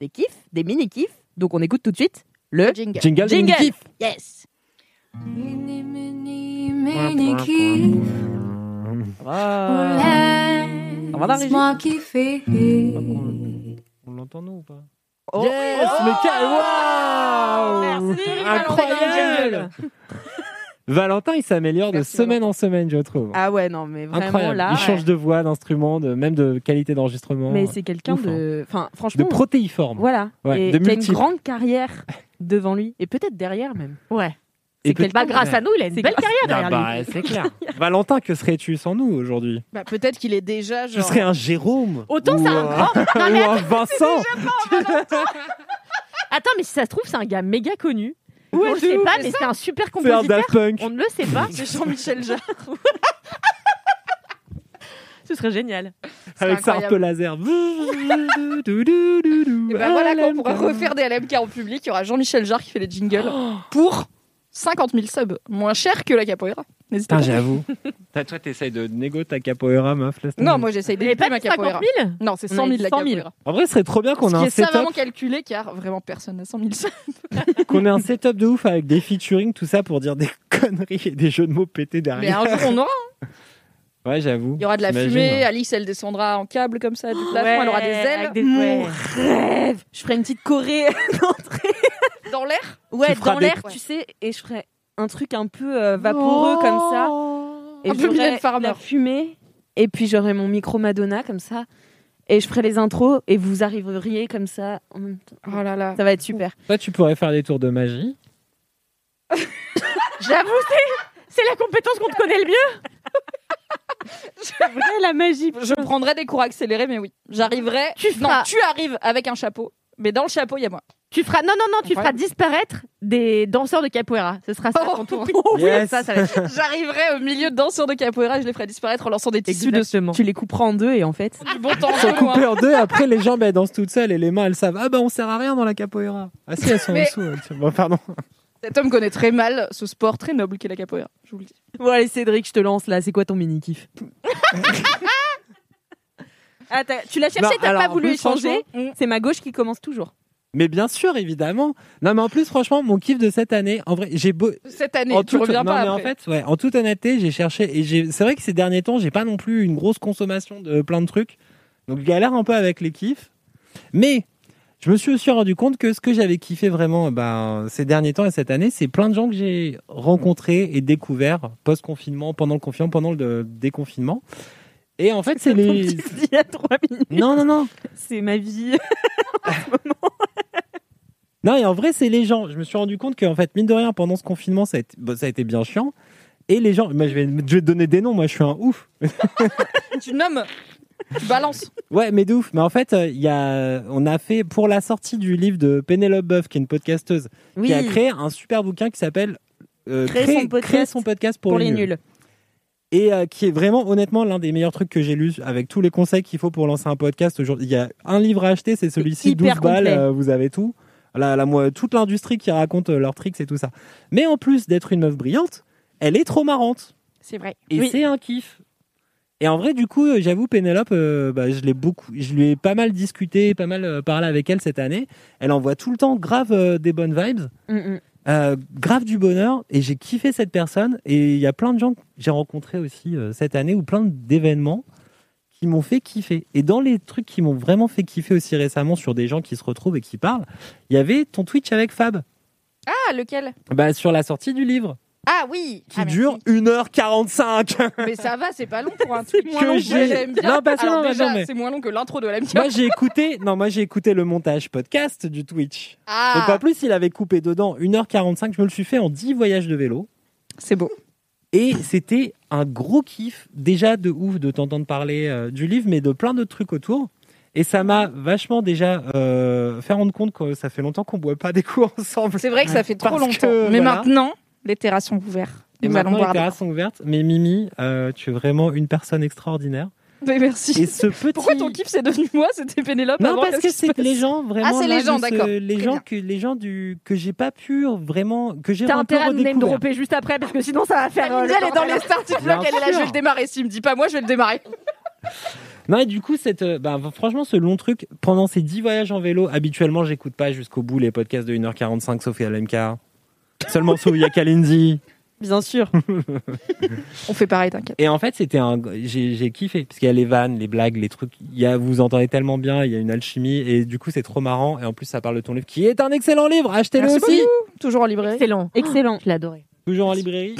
S3: des kiffs, des mini-kiffs. Donc on écoute tout de suite le
S4: Jingle.
S2: Jingle,
S3: jingle.
S2: kiff.
S3: Yes Euh, On va dans la régie.
S8: Laisse-moi kiffer.
S2: On l'entend nous ou pas
S3: Oh,
S2: Yes, mais quel- waouh
S1: Merci,
S2: Incroyable Valentin, il s'améliore de
S4: Merci,
S2: semaine en semaine, je trouve.
S3: Ah ouais, non, mais vraiment
S2: Incroyable.
S3: là.
S2: il change de voix, d'instrument, de, même de qualité d'enregistrement,
S3: Mais
S2: euh,
S3: c'est quelqu'un
S2: Ouf,
S3: de. Enfin,
S2: de
S3: franchement.
S2: protéiforme.
S3: Voilà.
S2: Ouais,
S3: et
S2: de
S3: qui a une
S2: multiple.
S3: grande carrière devant lui. Et peut-être derrière même.
S1: Ouais.
S2: Et
S3: quelqu'un
S1: Bah, grâce à nous, il a une
S3: C'est
S1: belle
S3: grâce-
S1: carrière
S2: Ah
S1: derrière lui.
S2: bah, c'est clair. Valentin, que serais-tu sans nous aujourd'hui
S4: Bah, peut-être qu'il est déjà
S2: Je
S4: genre.
S2: serais un Jérôme.
S1: Autant
S2: ou
S1: c'est un
S2: un-
S1: grand. Non, mais
S2: ou un Vincent.
S1: Attends, mais si ça se trouve, c'est un gars méga connu.
S3: Ouais,
S1: on le
S3: de
S1: sait
S3: ouf,
S1: pas,
S3: c'est
S1: mais c'est un super
S2: C'est un
S1: compositeur.
S2: Daft Punk.
S1: On ne le sait pas.
S4: C'est Jean-Michel Jarre.
S1: Ce serait génial.
S2: Avec sa harpe
S4: incroyable.
S2: laser. Et
S4: Et ben voilà quoi, on
S2: Ah,
S4: pourra refaire des LMK en public. Il y aura Jean-Michel Jarre qui fait les jingles pour 50 000 subs. Moins cher que la capoeira. N'hésitez
S2: Putain,
S4: pas.
S2: Ah, j'avoue. T'as- Toi, t'essayes de négo ta capoeira, meuf. laisse
S4: Non,
S2: tomber.
S4: moi j'essaye
S1: Il n'y avait
S4: d'éviter
S1: pas
S4: ma
S1: de 50
S4: capoeira.
S1: 000
S4: Non, c'est
S3: On
S4: 100
S3: a
S4: 000
S3: dit
S4: la
S3: 100 000.
S4: capoeira.
S2: En vrai, ce serait trop bien qu'on ait
S4: Ce qui
S2: un
S4: est savamment
S2: setup,
S4: calculé car vraiment personne n'a 100 000 subs.
S2: qu'on ait un setup de ouf avec des featuring, tout ça pour dire des conneries et des jeux de mots pétés
S4: Mais
S2: derrière.
S4: un jour on aura.
S2: Ouais, j'avoue.
S4: Il y aura de la
S2: T'imagines, hein.
S4: fumée.
S2: ouais.
S4: Alix elle descendra en câble comme ça du plafond. elle aura des ailes
S1: avec des- ouais.
S3: Rêve Je ferais une petite Corée d'entrée.
S4: euh, dans l'air.
S3: Ouais,
S2: Tu feras
S3: dans
S2: des-
S3: l'air, tu sais. Et je ferais un truc un peu euh, vaporeux comme ça. Et
S4: Oh. Un peu
S3: j'aurais
S4: Mylène Farmer.
S3: la fumée. Et puis j'aurais mon micro Madonna comme ça. Et je ferai les intros et vous arriveriez comme ça en même temps.
S4: Oh là là.
S3: Ça va être super.
S2: Toi, tu pourrais faire des tours de magie.
S1: J'avoue, c'est- c'est la compétence qu'on te connaît le mieux.
S3: Vrai la magie.
S4: Je prendrai des cours accélérés, mais oui. J'arriverai.
S1: Tu
S4: Non,
S1: feras-
S4: tu arrives avec un chapeau. Mais dans le chapeau, il y a moi.
S1: Tu feras non non non, tu feras
S4: Incroyable.
S1: disparaître des danseurs de capoeira. Ce sera ça
S4: Oh,
S1: ton tour.
S2: Yes.
S1: ça, ça va être
S4: J'arriverai au milieu de danseurs de capoeira et je les ferai disparaître en lançant des tissus de
S1: Exactement.
S3: Tu les couperas en deux et en fait.
S4: du bon temps. hein.
S2: Ils sont coupés
S1: hein.
S2: en deux, après les jambes elles dansent toutes seules et les mains elles savent Ah bah on sert à rien dans la capoeira. Ah si, elles sont en
S4: Mais-
S2: dessous. elles. Bon, pardon.
S4: Cet homme connaît très mal ce sport très noble qu'est la capoeira. Je vous le dis.
S3: Bon allez Cédric, je te lance là. C'est quoi ton mini kiff Ah, t'as- tu l'as cherché,
S2: Non,
S3: t'as
S2: Bah, alors,
S3: pas
S2: en
S3: voulu
S2: plus,
S3: échanger.
S4: franchement,
S3: C'est ma gauche qui commence toujours.
S2: Mais bien sûr, évidemment. Non, mais en plus, franchement, mon kiff de cette année, en vrai, j'ai beau.
S4: Cette année,
S2: En
S4: tu
S2: toute-
S4: reviens
S2: non,
S4: pas
S2: mais en
S4: après.
S2: fait, ouais, en toute honnêteté, j'ai cherché et j'ai- c'est vrai que ces derniers temps, j'ai pas non plus une grosse consommation de plein de trucs. Donc je galère un peu avec les kiffs. Mais je me suis aussi rendu compte que ce que j'avais kiffé vraiment ben, ces derniers temps et cette année, c'est plein de gens que j'ai rencontrés et découverts post-confinement, pendant le confinement, pendant le déconfinement. Et en fait, c'est
S3: Ton
S2: les.
S3: petit dit il y a trois minutes.
S2: Non, non, non.
S3: C'est ma vie.
S2: Non, et en vrai, c'est les gens. Je me suis rendu compte qu'en fait, mine de rien, pendant ce confinement, ça a été, bon, ça a été bien chiant. Et les gens, moi, je, vais, je vais te donner des noms, moi je suis un ouf.
S4: Tu nommes, tu balances.
S2: Ouais, mais de ouf. Mais en fait, euh, il y a, on a fait, pour la sortie du livre de Pénélope Boeuf, qui est une podcasteuse,
S3: Oui.
S2: qui a créé un super bouquin qui s'appelle euh,
S3: Créer son podcast
S2: Créer son podcast pour, les nuls. Et euh, qui est vraiment, honnêtement, l'un des meilleurs trucs que j'ai lu avec tous les conseils qu'il faut pour lancer un podcast aujourd'hui. Il y a un livre à acheter, c'est celui-ci,
S3: hyper
S2: 12 balles,
S3: complet.
S2: euh, vous avez tout. La, la, moi, toute l'industrie qui raconte euh, leurs tricks et tout ça. Mais en plus d'être une meuf brillante, elle est trop marrante.
S1: C'est vrai.
S2: Et
S1: Oui.
S2: c'est un kiff. Et en vrai, du coup, euh, j'avoue, Pénélope, euh, bah, je l'ai beaucoup, je lui ai pas mal discuté, pas mal euh, parlé avec elle cette année. Elle envoie tout le temps grave euh, des bonnes vibes,
S3: Mm, mm.
S2: euh, grave du bonheur. Et j'ai kiffé cette personne. Et il y a plein de gens que j'ai rencontrés aussi euh, cette année ou plein d'événements qui m'ont fait kiffer. Et dans les trucs qui m'ont vraiment fait kiffer aussi récemment sur des gens qui se retrouvent et qui parlent, il y avait ton Twitch avec Fab
S4: Ah, lequel
S2: bah, sur la sortie du livre
S4: Ah oui.
S2: qui dure 1h45.
S4: Mais ça va, c'est pas long pour un truc.
S2: que j'ai-
S4: j'aime bien.
S2: Non, pas ça,
S4: Alors
S2: non,
S4: déjà,
S2: non, mais-
S4: c'est moins long que l'intro de l'MK.
S2: Moi j'ai écouté, non moi j'ai écouté le montage podcast du Twitch. Donc en
S4: Ah,
S2: plus il avait coupé dedans 1h45, je me le suis fait en 10 voyages de vélo
S4: c'est beau.
S2: et c'était un gros kiff déjà de ouf de t'entendre parler euh, du livre mais de plein d'autres trucs autour. Et ça m'a vachement déjà euh, fait rendre compte que ça fait longtemps qu'on boit pas des coups ensemble.
S4: C'est vrai que ça fait trop
S2: Parce
S4: longtemps.
S2: que,
S4: Mais
S2: voilà.
S4: maintenant, les terrasses sont ouvertes.
S2: Et
S4: Nous allons
S2: maintenant les
S4: boire. des-
S2: terrasses sont ouvertes. Mais Mimi, euh, tu es vraiment une personne extraordinaire.
S4: Mais merci.
S2: Et ce petit...
S4: Pourquoi ton kiff c'est devenu moi C'était Pénélope.
S2: Non,
S4: avant,
S2: parce
S4: qu'est-ce
S2: que
S4: qui se
S2: c'est
S4: passe
S2: les gens vraiment.
S4: Ah, c'est
S2: là
S4: les
S2: de
S4: gens,
S2: ce-
S4: d'accord.
S2: Les
S4: Très
S2: gens
S4: bien.
S2: que les gens du que j'ai pas pu vraiment que j'ai
S1: T'as
S2: un peu
S1: intérêt à nous name
S2: redécouvert.
S1: dropper juste après parce que sinon ça va faire. euh,
S4: Camille,
S1: le
S4: elle est dans
S1: bordel.
S4: les starting
S2: Bien
S4: blocks, elle est là,
S2: sûr.
S4: je vais le démarrer. S'il me dit pas moi, je vais le démarrer.
S2: Non et du coup cette euh, bah, franchement ce long truc pendant ces 10 voyages en vélo habituellement j'écoute pas jusqu'au bout les podcasts de 1h45 sauf à LMK. Seul morceau, il y a Kalindi.
S3: Bien sûr.
S4: On fait pareil, t'inquiète.
S2: Et en fait, c'était un. J'ai j'ai kiffé parce qu'il y a les vannes, les blagues, les trucs. Il y a, vous entendez tellement bien. Il y a une alchimie et du coup, c'est trop marrant. Et en plus, ça parle de ton livre, qui est un excellent livre. Achetez-le
S4: Merci
S2: aussi.
S4: beaucoup. Toujours en librairie.
S1: Excellent.
S3: Excellent.
S1: Je l'adorais.
S2: Toujours en librairie.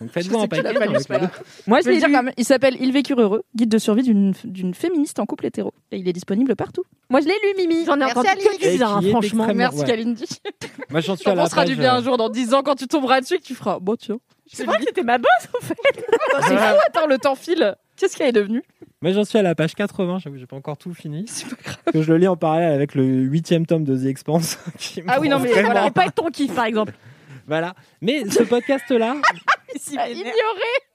S2: Donc
S4: Je
S2: faites-vous
S4: sais
S2: un
S4: que tu l'as
S2: paquet.
S4: pas lu,
S2: avec
S4: c'est pas
S2: le-
S4: grave.
S3: Moi,
S4: Je
S3: je
S4: vais
S3: l'ai
S4: dire
S3: lu.
S4: quand même, il s'appelle Il vécure heureux, guide de survie d'une d'une féministe en couple hétéro. Et il est disponible partout.
S3: Moi, je l'ai lu, Mimi.
S1: J'en ai
S4: Merci,
S1: entendu
S4: Ali.
S1: que
S2: Et
S1: du bien,
S2: qui est
S1: franchement.
S2: extrêmement-
S4: Merci
S2: ouais.
S4: Kalindi.
S2: Moi, j'en suis
S4: T'en
S2: à la
S4: penseras
S2: page,
S4: du bien
S2: euh,
S4: un jour, dans 10 ans, quand tu tomberas dessus, que tu feras Bon, tiens.
S1: Je crois que c'était ma bosse en fait.
S4: Bah, C'est fou, attends, le temps file. Qu'est-ce qu'elle est devenue
S2: Moi, j'en suis à la page 80. J'avoue, j'ai pas encore tout fini. Que je le lis en parallèle avec le huitième tome de The Expanse. qui me
S4: Ah oui, non,
S2: rend
S4: mais
S2: vraiment-
S4: voilà.
S1: Faut pas être ton kiff par exemple.
S2: Voilà. Mais ce podcast-là,
S4: Ah, Ignorée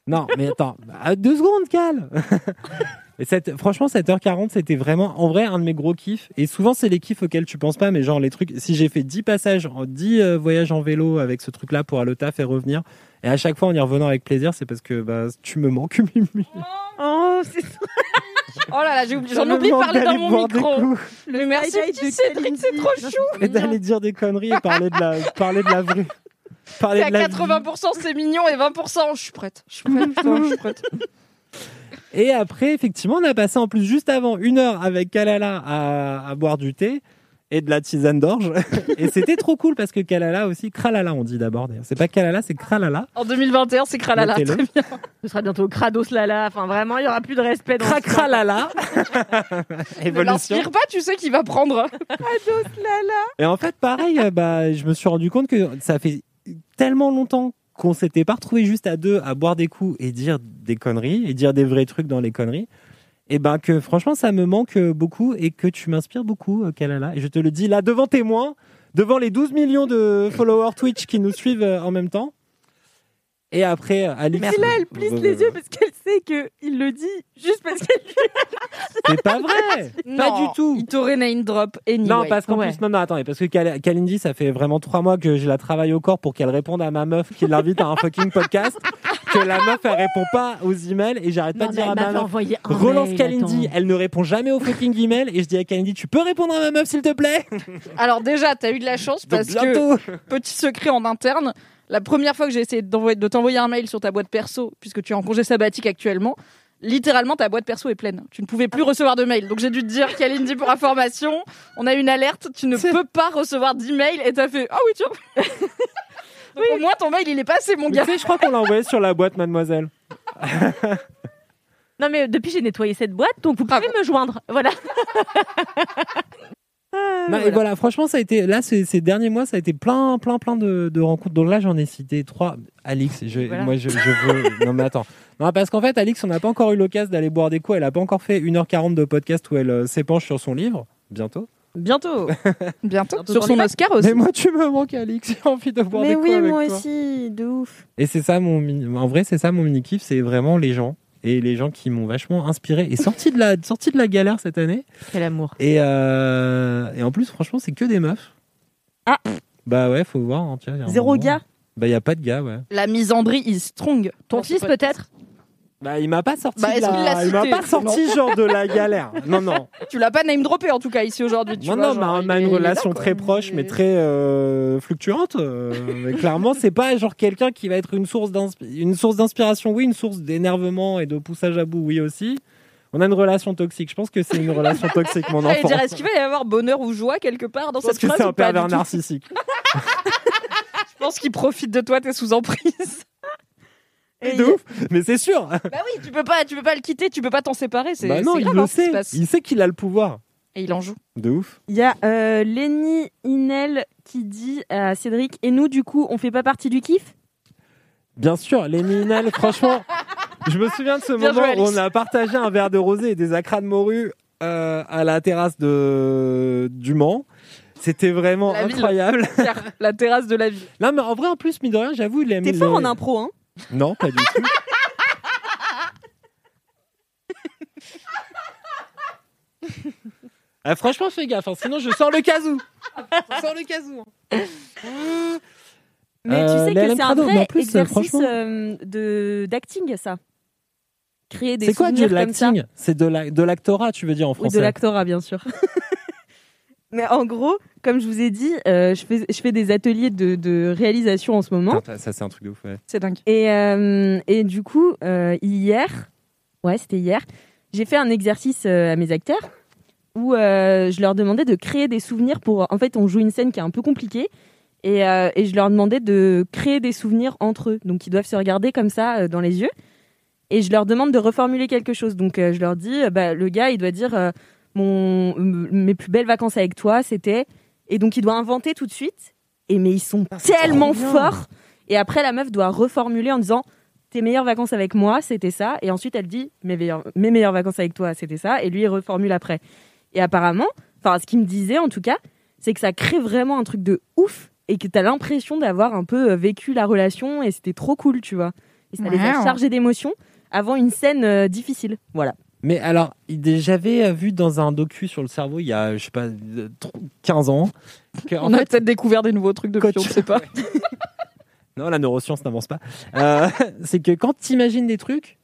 S2: Non, mais attends, bah, deux secondes, Cal Et cette, franchement, 7h40, c'était vraiment, en vrai, un de mes gros kiffs. Et souvent, c'est les kiffs auxquels tu penses pas, mais genre les trucs. Si j'ai fait 10 passages, en- 10 euh, voyages en vélo avec ce truc-là pour aller au taf et revenir, et à chaque fois en y revenant avec plaisir, c'est parce que bah, tu me manques, Mimi.
S1: Oh, c'est
S4: Oh là là, j'ai oublié-
S2: Ça
S4: j'en
S2: me
S4: oublie de
S2: manque
S4: parler
S2: d'aller
S4: dans mon
S2: boire des
S4: micro.
S2: coups
S4: Le merci
S3: highlight
S4: petit
S3: de
S4: Cédric,
S3: Kalindi.
S4: c'est trop chou.
S2: Et d'aller dire des conneries et parler de la, parler de la vraie. Parler
S4: T'es
S2: de
S4: à
S2: la vie.
S4: 80%, c'est mignon, et 20%, je suis prête. Je suis prête, putain, je suis prête.
S2: Et après, effectivement, on a passé en plus juste avant une heure avec Kalala à, à boire du thé et de la tisane d'orge. et c'était trop cool parce que Kalala aussi, Kralala on dit d'abord d'ailleurs. C'est pas Kalala, c'est Kralala.
S4: En 2021, c'est cralala.
S2: Notez-le.
S4: Très bien.
S1: Ce sera bientôt Krados Lala. Enfin, vraiment, il y aura plus de respect. Dans ce-
S2: Krakralala.
S4: Ne
S2: Évolution.
S4: l'inspire pas, tu sais qu'il va prendre.
S2: Et en fait, pareil, euh, bah, je me suis rendu compte que ça fait tellement longtemps qu'on s'était pas retrouvés juste à deux à boire des coups et dire des conneries et dire des vrais trucs dans les conneries. Et ben que franchement, ça me manque euh, beaucoup et que tu m'inspires beaucoup, euh, Kalala. Et je te le dis là devant témoin, devant les 12 millions de followers Twitch qui nous suivent euh, en même temps. Et après, euh, Alix.
S3: Merci. Là, elle plisse les yeux parce qu'elle sait qu'il le dit juste parce qu'elle
S2: C'est pas vrai! Pas
S4: Non,
S2: du tout.
S4: Il t'aurait name drop anyway.
S2: Non, parce qu'en
S1: ouais.
S2: plus, non, non, attendez, parce que Kal- Kalindi, ça fait vraiment trois mois que je la travaille au corps pour qu'elle réponde à ma meuf qui l'invite à un fucking podcast, que la meuf, elle répond pas aux emails et j'arrête pas
S1: Non,
S2: de
S1: mais
S2: dire ah bah, à ma
S1: elle m'avait
S2: meuf.
S1: envoyé un
S2: Relance
S1: mail,
S2: Kalindi,
S1: attends.
S2: elle ne répond jamais aux fucking emails et je dis à Kalindi, tu peux répondre à ma meuf s'il te plaît
S4: Alors déjà, t'as eu de la chance
S2: euh, Donc
S4: parce que,
S2: bientôt
S4: petit secret en interne, la première fois que j'ai essayé d'envoyer- de t'envoyer un mail sur ta boîte perso, puisque tu es en congé sabbatique actuellement, littéralement ta boîte perso est pleine. Tu ne pouvais plus recevoir de mail. Donc j'ai dû te dire, Kalindi, pour information, on a une alerte, tu ne peux pas recevoir d'email et t'as fait, ah oui, tiens. Donc au moins ton mail, il est passé, mon
S2: Mais
S4: gars.
S2: tu sais, je crois qu'on l'a envoyé sur la boîte, mademoiselle.
S1: Non, mais euh, depuis, j'ai nettoyé cette boîte, donc
S2: Ah
S1: vous pouvez me joindre. Voilà.
S2: Non, et Ah, voilà, franchement, ça a été, là, ces, ces derniers mois, ça a été plein, plein, plein de, de rencontres. Donc là, j'en ai cité trois. Alix, je,
S1: Voilà.
S2: moi, je, je veux. non, mais attends. Non, parce qu'en fait, Alix, on n'a pas encore eu l'occasion d'aller boire des coups. Elle n'a pas encore fait 1h40 de podcast où elle euh, s'épanche sur son livre. Bientôt.
S4: Bientôt. Bientôt.
S1: Bientôt
S4: Sur
S1: dans
S4: son
S1: les
S4: Oscar aussi.
S2: Mais moi, tu me manques, Alix. J'ai envie de boire des
S3: Mais
S2: coups
S3: oui,
S2: avec
S3: moi
S2: toi.
S3: aussi, de ouf.
S2: Et c'est ça, mon. mini- En vrai, c'est ça, mon mini-kiff. C'est vraiment les gens. Et les gens qui m'ont vachement inspiré et sorti de la, sorti de la galère cette année.
S1: Quel amour.
S2: Et, euh, et en plus, franchement, c'est que des meufs.
S3: Ah.
S2: Bah ouais, faut voir. hein, tiens, y a un
S3: Zéro
S2: moment.
S3: gars.
S2: Bah y a pas de gars, ouais.
S4: La misandrie is strong.
S1: Ton fils, peut-être
S2: Bah il m'a pas sorti.
S4: Bah,
S2: de
S4: est-ce
S2: la-
S4: qu'il l'a
S2: Il m'a
S4: cité
S2: pas sorti genre de la galère. Non non.
S4: Tu l'as pas name droppé en tout cas ici aujourd'hui. tu
S2: non
S4: vois,
S2: non,
S4: genre,
S2: on
S4: il
S2: a une
S4: est- il est là,
S2: relation
S4: quoi.
S2: très proche mais très euh, fluctuante. euh, mais clairement, c'est pas genre quelqu'un qui va être une source d'inspi- une source d'inspiration, oui, une source d'énervement et de poussage à bout, oui aussi. On a une relation toxique. Je pense que c'est une relation toxique, mon
S4: J'allais
S2: enfant.
S4: dire, est-ce qu'il va y avoir bonheur ou joie quelque part dans
S2: Je pense
S4: cette
S2: que
S4: phrase
S2: c'est
S4: ou
S2: un
S4: pas du
S2: pervers
S4: tout
S2: narcissique.
S4: Je pense qu'il profite de toi, t'es sous emprise.
S2: Et de ouf. Mais c'est sûr.
S4: bah oui, tu peux pas, tu peux pas le quitter, tu peux pas t'en séparer. C'est
S2: Bah non,
S4: c'est
S2: il
S4: grave,
S2: le
S4: hein, ce qui se
S2: sait.
S4: passe.
S2: Il sait qu'il a le pouvoir.
S4: Et il en joue.
S2: De ouf.
S3: Il y a euh, Lenny Inel qui dit à Cédric Et nous, du coup, on fait pas partie du kiff
S2: Bien sûr, les Minel, franchement, je me souviens de ce
S4: Bien
S2: moment
S4: joué,
S2: où
S4: Alice.
S2: on a partagé un verre de rosé et des acras de morue euh, à la terrasse de du Mans. C'était vraiment
S4: La ville.
S2: incroyable.
S4: Pierre, la terrasse de la ville.
S2: Non, mais en vrai, en plus, mine de rien, j'avoue, il aime.
S3: T'es
S2: les-
S3: fort en impro, hein
S2: Non, pas du tout. Ah, franchement, fais gaffe, hein, sinon je sors le casou. Je sors le casou. hein.
S3: Mais
S2: Euh,
S3: tu
S2: les
S3: sais que
S2: LM
S3: c'est un
S2: Crado, mais en
S3: vrai
S2: plus, euh,
S3: exercice
S2: franchement-
S3: euh, de d'acting, ça. Créer des
S2: C'est quoi du
S3: souvenirs comme ça.
S2: l'acting C'est de la- de l'actorat, tu veux dire en
S3: Oui,
S2: français
S3: de l'actorat, bien sûr. Mais en gros, comme je vous ai dit, euh, je, fais, je fais des ateliers de, de réalisation en ce moment.
S2: Putain, Ça, c'est un truc de ouf, ouais.
S4: C'est dingue.
S3: Et, euh, et du coup, euh, hier, ouais, c'était hier, j'ai fait un exercice euh, à mes acteurs où euh, je leur demandais de créer des souvenirs pour. En fait, on joue une scène qui est un peu compliquée et, euh, et je leur demandais de créer des souvenirs entre eux. Donc, ils doivent se regarder comme ça euh, dans les yeux et je leur demande de reformuler quelque chose. Donc, euh, je leur dis, euh, bah, le gars, il doit dire euh, mon, m- mes plus belles vacances avec toi, c'était. Et donc, il doit inventer tout de suite. Et mais ils sont tellement forts. Et après, la meuf doit reformuler en disant tes meilleures vacances avec moi, c'était ça. Et ensuite, elle dit mes, meilleures- mes meilleures vacances avec toi, c'était ça. Et lui, il reformule après. Et apparemment, enfin, ce qu'il me disait en tout cas, c'est que ça crée vraiment un truc de ouf et que t'as l'impression d'avoir un peu euh, vécu la relation et c'était trop cool, tu vois. Et ça les a
S4: Wow.
S3: chargés d'émotions avant une scène euh, difficile. Voilà.
S2: Mais alors, il- j'avais euh, vu dans un docu sur le cerveau il y a, je sais pas, euh, tr- 15 ans. que, en
S4: On a
S2: fait-
S4: peut-être découvert des nouveaux trucs depuis,
S2: Coach.
S4: on ne sait pas.
S2: non, la neuroscience n'avance pas. Euh, c'est que quand tu imagines des trucs,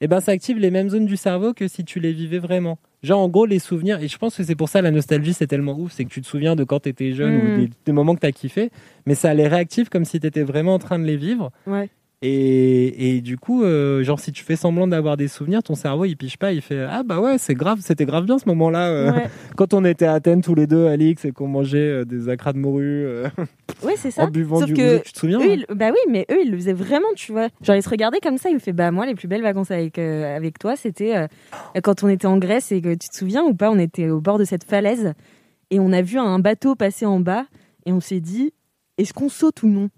S2: eh ben, ça active les mêmes zones du cerveau que si tu les vivais vraiment. Genre, en gros, les souvenirs, et je pense que c'est pour ça la nostalgie, c'est tellement ouf, c'est que tu te souviens de quand tu étais jeune
S3: Mm.
S2: ou des, des moments que tu as kiffé, mais ça les réactive comme si tu étais vraiment en train de les vivre.
S3: Ouais.
S2: Et, et du coup, euh, genre, si tu fais semblant d'avoir des souvenirs, ton cerveau, il pige pas, il fait Ah bah ouais, c'est grave, c'était grave bien ce moment-là. euh,
S3: Ouais,
S2: Quand on était à Athènes tous les deux, Alix, et qu'on mangeait euh, des acras de morue euh,
S3: Ouais, c'est ça.
S2: en buvant
S3: Sauf
S2: du
S3: que
S2: ouzo, tu te souviens
S3: Eux, ils- bah oui, mais eux, ils le faisaient vraiment, tu vois. Genre, ils se regardaient comme ça, ils me faisaient, bah moi, les plus belles vacances avec, euh, avec toi, c'était euh, quand on était en Grèce et que tu te souviens ou pas, on était au bord de cette falaise et on a vu un bateau passer en bas et on s'est dit, est-ce qu'on saute ou non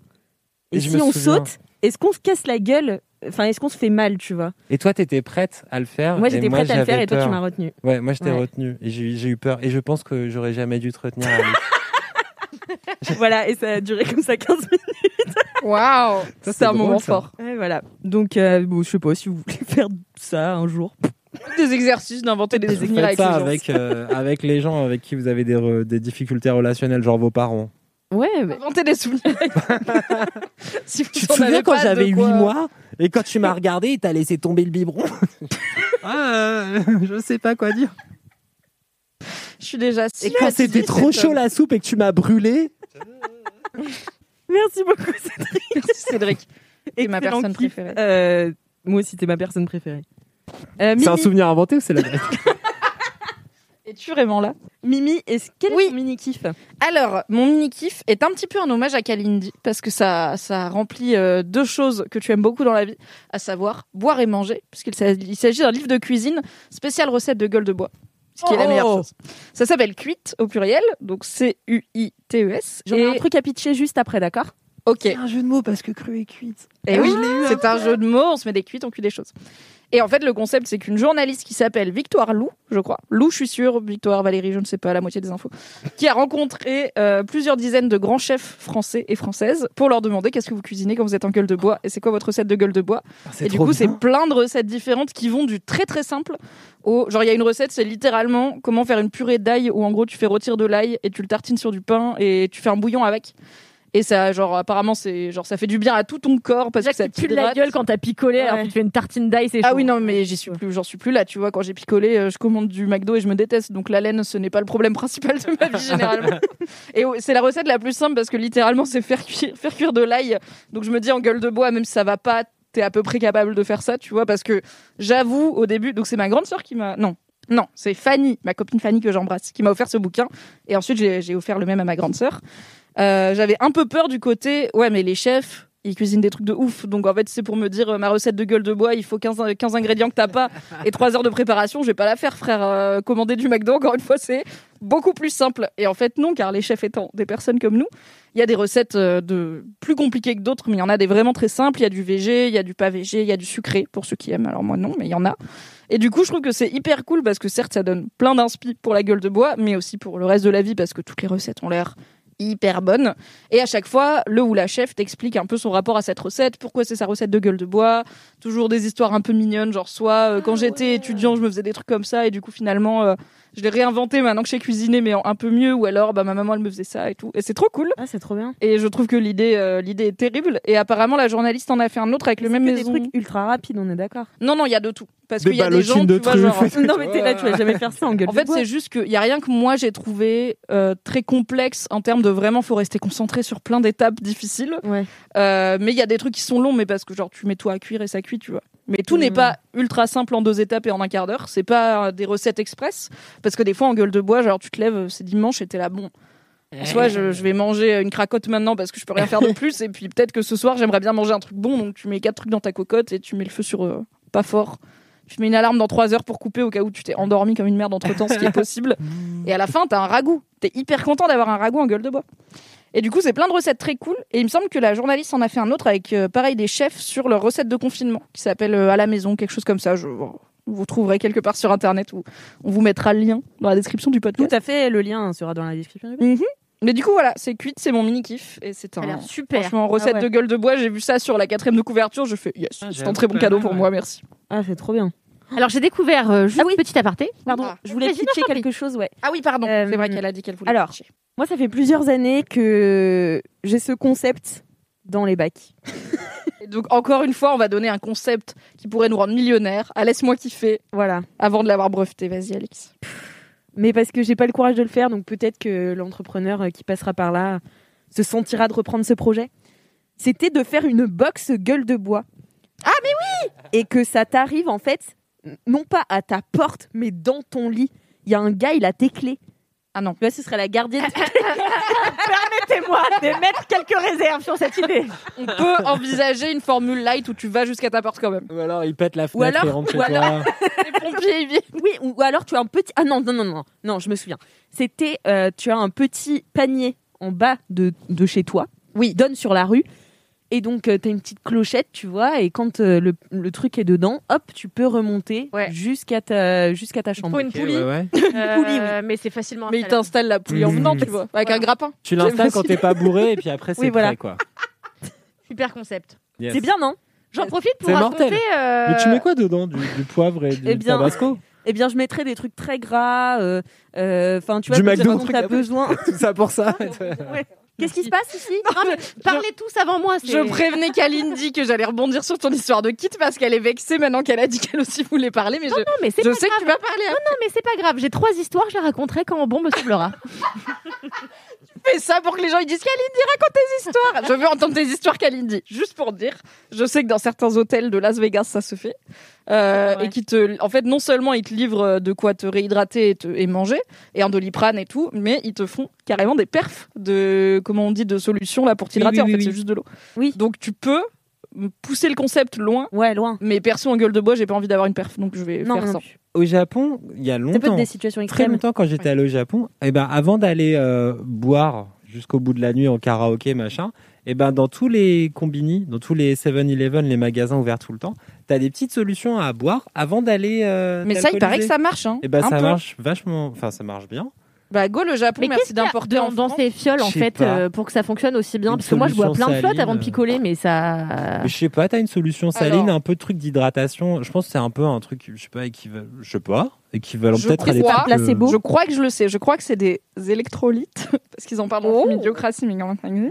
S3: Et,
S2: Et je
S3: si
S2: me
S3: on
S2: souviens.
S3: saute, est-ce qu'on se casse la gueule Enfin, est-ce qu'on se fait mal, tu vois
S2: Et toi, t'étais prête à le faire.
S3: Moi,
S2: et
S3: j'étais prête à le faire
S2: j'avais
S3: et toi, tu
S2: peur.
S3: m'as retenu.
S2: Ouais, moi, je t'ai
S3: Ouais.
S2: retenu. Et j'ai j'ai eu peur. Et je pense que j'aurais jamais dû te retenir. Alix.
S3: voilà, et ça a duré comme ça 15 minutes.
S4: Waouh
S2: Ça,
S4: C'est un
S2: drôle,
S4: moment
S2: ça.
S4: fort.
S3: Ouais, voilà. Donc, euh, bon, je sais pas si vous voulez faire ça un jour.
S4: Des exercices, d'inventer des
S2: Faites
S4: souvenirs avec
S2: ça
S4: les gens.
S2: avec, euh, avec les gens avec qui vous avez des, re- des difficultés relationnelles, genre vos parents.
S3: Ouais, mais-
S4: Inventer des souvenirs. si vous
S2: Tu te
S4: en
S2: souviens
S4: avez
S2: quand
S4: pas, de
S2: j'avais 8
S4: quoi-
S2: mois et quand tu m'as regardé et t'as laissé tomber le biberon Ah, euh, je sais pas quoi dire.
S4: Je suis déjà
S2: Et quand c'était trop chaud la soupe et que tu m'as brûlé,
S3: merci beaucoup. C'était
S4: Merci Cédric. T'es ma
S3: excellent
S4: personne
S3: kiff.
S4: préférée.
S3: Euh, moi aussi, t'es ma personne préférée. Euh, Mimi,
S2: c'est un souvenir inventé ou c'est la
S4: Es-tu vraiment là
S3: Mimi, est-ce quel
S4: Oui.
S3: est ton mini kiff
S4: Alors, mon mini-kiff est un petit peu un hommage à Kalindi, parce que ça, ça remplit euh, deux choses que tu aimes beaucoup dans la vie, à savoir boire et manger, puisqu'il s'a- il s'agit d'un livre de cuisine spécial recette de gueule de bois, ce qui est la
S3: Oh
S4: meilleure chose. Ça s'appelle Cuite au pluriel, donc C-U-I-T-E-S.
S3: J'en
S4: E et-
S3: ai un truc à pitcher juste après, d'accord
S4: Ok.
S2: un jeu de mots parce que cru et cuite. Ah,
S4: Et oui, c'est un jeu de mots, on se met des cuites, on cuit des choses. Et en fait, le concept, c'est qu'une journaliste qui s'appelle Victoire Lou, je crois, Lou, je suis sûre, Victoire, Valérie, je ne sais pas, la moitié des infos, qui a rencontré euh, plusieurs dizaines de grands chefs français et françaises pour leur demander qu'est-ce que vous cuisinez quand vous êtes en gueule de bois et c'est quoi votre recette de gueule de bois.
S2: Ah,
S4: Et du coup, c'est plein de recettes différentes qui vont du très très simple au. Genre, il y a une recette, c'est littéralement comment faire une purée d'ail où en gros, tu fais rôtir de l'ail et tu le tartines sur du pain et tu fais un bouillon avec. Et ça, genre, apparemment, c'est genre, ça fait du bien à tout ton corps parce
S1: Déjà
S4: que ça
S1: que tu pue de la
S4: t'hydrate.
S1: gueule quand t'as picolé alors
S4: Ouais.
S1: que tu fais une tartine d'ail, c'est
S4: Ah
S1: chaud.
S4: oui, non, mais j'y suis plus, j'en suis plus là, tu vois. Quand j'ai picolé, euh, je commande du McDo et je me déteste. Donc la laine, ce n'est pas le problème principal de ma vie généralement. et ouais, c'est la recette la plus simple parce que littéralement, c'est faire cuire, faire cuire de l'ail. Donc je me dis en gueule de bois, même si ça va pas, t'es à peu près capable de faire ça, tu vois. Parce que j'avoue, au début, donc c'est ma grande sœur qui m'a. Non. Non, c'est Fanny, ma copine Fanny que j'embrasse, qui m'a offert ce bouquin. Et ensuite, j'ai j'ai offert le même à ma grande sœur. Euh, J'avais un peu peur du côté, ouais, mais les chefs, ils cuisinent des trucs de ouf. Donc en fait, c'est pour me dire, euh, ma recette de gueule de bois, il faut 15, in- 15 ingrédients que t'as pas et 3 heures de préparation, je vais pas la faire, frère. Euh, commander du McDo, encore une fois, c'est beaucoup plus simple. Et en fait, non, car les chefs étant des personnes comme nous, il y a des recettes euh, de plus compliquées que d'autres, mais il y en a des vraiment très simples. Il y a du végé, il y a du pas végé, il y a du sucré, pour ceux qui aiment. Alors moi, non, mais il y en a. Et du coup, je trouve que c'est hyper cool parce que certes, ça donne plein d'inspi pour la gueule de bois, mais aussi pour le reste de la vie parce que toutes les recettes ont l'air hyper bonnes. Et à chaque fois, le ou la chef t'explique un peu son rapport à cette recette, pourquoi c'est sa recette de gueule de bois,
S3: Ah
S4: toujours des histoires un peu mignonnes, genre soit euh, quand j'étais étudiant, je me faisais des trucs comme ça, et du coup, finalement, euh, Je l'ai réinventé maintenant que je sais cuisiner, mais en un peu mieux. Ou alors, bah, ma maman, elle me faisait ça et tout. Et c'est trop cool.
S3: Ah, c'est trop bien.
S4: Et je trouve que l'idée, euh, l'idée est terrible. Et apparemment, la journaliste en a fait un autre avec le même
S3: que
S4: maison.
S3: des trucs ultra rapides, on est d'accord.
S4: Non, non, il y a de tout. Parce
S2: Des
S4: qu'il y a des gens,
S2: ballotines de
S4: tu vois, genre,
S2: truffes.
S3: non, mais t'es là, tu vas jamais faire ça en gueule.
S4: en fait, c'est juste qu'il n'y a rien que moi j'ai trouvé euh, très complexe en termes de vraiment, faut rester concentré sur plein d'étapes difficiles.
S3: Ouais.
S4: Euh, mais il y a des trucs qui sont longs, mais parce que genre tu mets toi à cuire et ça cuit, tu vois. Mais tout n'est
S3: Mhm.
S4: pas ultra simple en deux étapes et en un quart d'heure. C'est pas euh, des recettes express. Parce que des fois, en gueule de bois, genre tu te lèves, c'est dimanche et t'es là, bon. Soit je, je vais manger une cracotte maintenant parce que je peux rien faire de plus. Et puis peut-être que ce soir, j'aimerais bien manger un truc bon. Donc tu mets quatre trucs dans ta cocotte et tu mets le feu sur euh, pas fort. Tu mets une alarme dans trois heures pour couper au cas où tu t'es endormi comme une merde entre temps, ce qui est possible. Et à la fin, t'as un ragoût. T'es hyper content d'avoir un ragoût en gueule de bois. Et du coup, c'est plein de recettes très cool. Et il me semble que la journaliste en a fait un autre avec, euh, pareil, des chefs sur leurs recettes de confinement, qui s'appelle euh, À la maison, quelque chose comme ça. Je, vous trouverez quelque part sur Internet ou on vous mettra le lien dans la description du
S3: Tout
S4: podcast.
S3: à fait, le lien hein, sera dans la description.
S4: Mhm. Mais du coup, voilà, c'est cuite, c'est mon mini-kiff. Et c'est
S1: Ça a
S4: un.
S1: l'air super.
S4: Franchement, recette
S3: Ah ouais.
S4: de gueule de bois, j'ai vu ça sur la quatrième de couverture, je fais yes, c'est un
S2: j'avoue
S4: très bon
S2: que-
S4: cadeau pour
S2: ouais.
S4: moi, merci.
S3: Ah, c'est trop bien.
S1: Alors j'ai découvert, euh, juste
S3: Ah oui.
S1: petit aparté,
S3: Pardon,
S4: Ah.
S3: je voulais
S1: Vas-y, non,
S3: pitcher
S1: tant pis.
S3: quelque chose, ouais.
S4: Ah oui, pardon,
S3: Euh,
S4: c'est vrai qu'elle a dit qu'elle voulait.
S3: alors,
S4: pitcher.
S3: Moi, ça fait plusieurs années que j'ai ce concept dans les bacs.
S4: Et donc encore une fois, on va donner un concept qui pourrait nous rendre millionnaires. Ah, laisse-moi kiffer
S3: Voilà.
S4: avant de l'avoir breveté, vas-y Alex.
S3: Mais parce que j'ai pas le courage de le faire, donc peut-être que l'entrepreneur euh, qui passera par là se sentira de reprendre ce projet. C'était de faire une box gueule de bois. Ah, mais oui Et que ça t'arrive, en fait, n- non pas à ta porte, mais dans ton lit. Il y a un gars, il a tes clés.
S4: Ah non.
S3: Tu vois, ce serait la gardienne. Permettez-moi de mettre quelques réserves sur cette idée.
S4: On peut envisager une formule light où tu vas jusqu'à ta porte quand même.
S2: Ou alors il pète la fenêtre
S3: alors-
S2: et rentre chez
S3: ou
S2: toi.
S4: Les pompiers, ils viennent.
S3: Oui, ou ou alors tu as un petit. Ah non, non, non, non, non, je me souviens. C'était, euh, tu as un petit panier en bas de, de chez toi. Oui. Donne sur la rue. Et donc, tu as une petite clochette, tu vois, et quand euh, le, le truc est dedans, hop, tu peux remonter
S1: Ouais.
S3: jusqu'à ta, jusqu'à ta
S1: il
S3: chambre.
S1: faut une poulie.
S3: Une poulie, oui.
S1: Euh, Mais c'est facilement
S4: Mais ils
S1: installable.
S4: t'installent la poulie en
S2: Mmh.
S4: venant, tu vois, avec un grappin.
S2: Tu l'installes quand t'es pas bourré et puis après c'est
S3: Oui, voilà.
S2: prêt quoi.
S1: super concept.
S2: Yes.
S3: C'est bien, non
S1: J'en profite pour
S2: C'est
S1: raconter.
S2: mortel.
S1: euh,
S2: Mais tu mets quoi dedans du, du poivre et du
S3: Eh bien,
S2: tabasco
S3: Eh bien, je mettrais des trucs très gras. Enfin, euh, euh, tu vois,
S2: Du McDo.
S3: dont- dont t'as besoin.
S2: Tout ça pour ça
S3: Qu'est-ce qui se passe ici
S1: Non, mais parlez tous avant moi. c'est-
S4: Je prévenais Kalindi que j'allais rebondir sur ton histoire de kit parce qu'elle est vexée maintenant qu'elle a dit qu'elle aussi voulait parler, mais je,
S1: Non, mais c'est
S4: je
S1: pas
S4: sais
S1: grave.
S4: que tu vas parler.
S1: Non, mais c'est pas grave. J'ai trois histoires, je les raconterai quand bon me semblera.
S4: Fais ça pour que les gens ils disent Kalindi, raconte tes histoires. Je veux entendre tes histoires, Kalindi. Juste pour dire, je sais que dans certains hôtels de Las Vegas, ça se fait. Euh,
S3: Ouais.
S4: Et qui te, en fait, non seulement ils te livrent de quoi te réhydrater et, te- et manger, et un doliprane et tout, mais ils te font carrément des perfs de, comment on dit, de solutions là pour t'hydrater.
S2: oui,
S4: en
S2: oui,
S4: fait,
S2: oui.
S4: c'est juste de l'eau.
S3: Oui.
S4: Donc tu peux pousser le concept loin,
S3: Ouais, loin.
S4: mais perso en gueule de bois, j'ai pas envie d'avoir une perf, donc je vais
S3: Non,
S4: faire
S3: non
S4: ça.
S3: plus.
S2: Au Japon, il y a
S3: Ça peut être
S2: longtemps,
S3: des situations
S2: très
S3: extrêmes.
S2: longtemps quand j'étais allé au Japon, et ben avant d'aller euh, boire jusqu'au bout de la nuit en karaoké machin, et ben dans tous les combini, dans tous les 7-Eleven, les magasins ouverts tout le temps, t'as des petites solutions à boire avant d'aller. euh,
S4: Mais ça, il paraît que
S2: t'alcooliser.
S4: ça marche. Hein,
S2: Eh ben,
S4: un
S2: ça
S4: peu.
S2: marche vachement, enfin ça marche bien.
S4: Bah go le Japon,
S1: Mais
S4: merci
S1: qu'est-ce qu'il y a
S4: d'importer en
S1: dans, dans
S4: France.
S1: ces fioles en
S2: Je sais
S1: fait
S2: pas.
S1: euh, pour que ça fonctionne aussi bien
S2: Une
S1: Parce que moi je bois
S2: solution
S1: plein de flottes
S2: saline,
S1: avant de
S2: euh.
S1: picoler, mais ça.
S2: Mais Je sais pas, t'as une solution saline,
S4: Alors-
S2: un peu de truc d'hydratation. Je pense que c'est un peu un truc, je sais pas, équivalent, je sais pas, équivalent
S4: Je
S2: peut-être à des
S4: crois-
S2: trucs, euh,
S3: placebo.
S4: Je crois que je le sais. Je crois que c'est des électrolytes parce qu'ils en parlent en médiocratie, mais quand même.
S3: Mmh.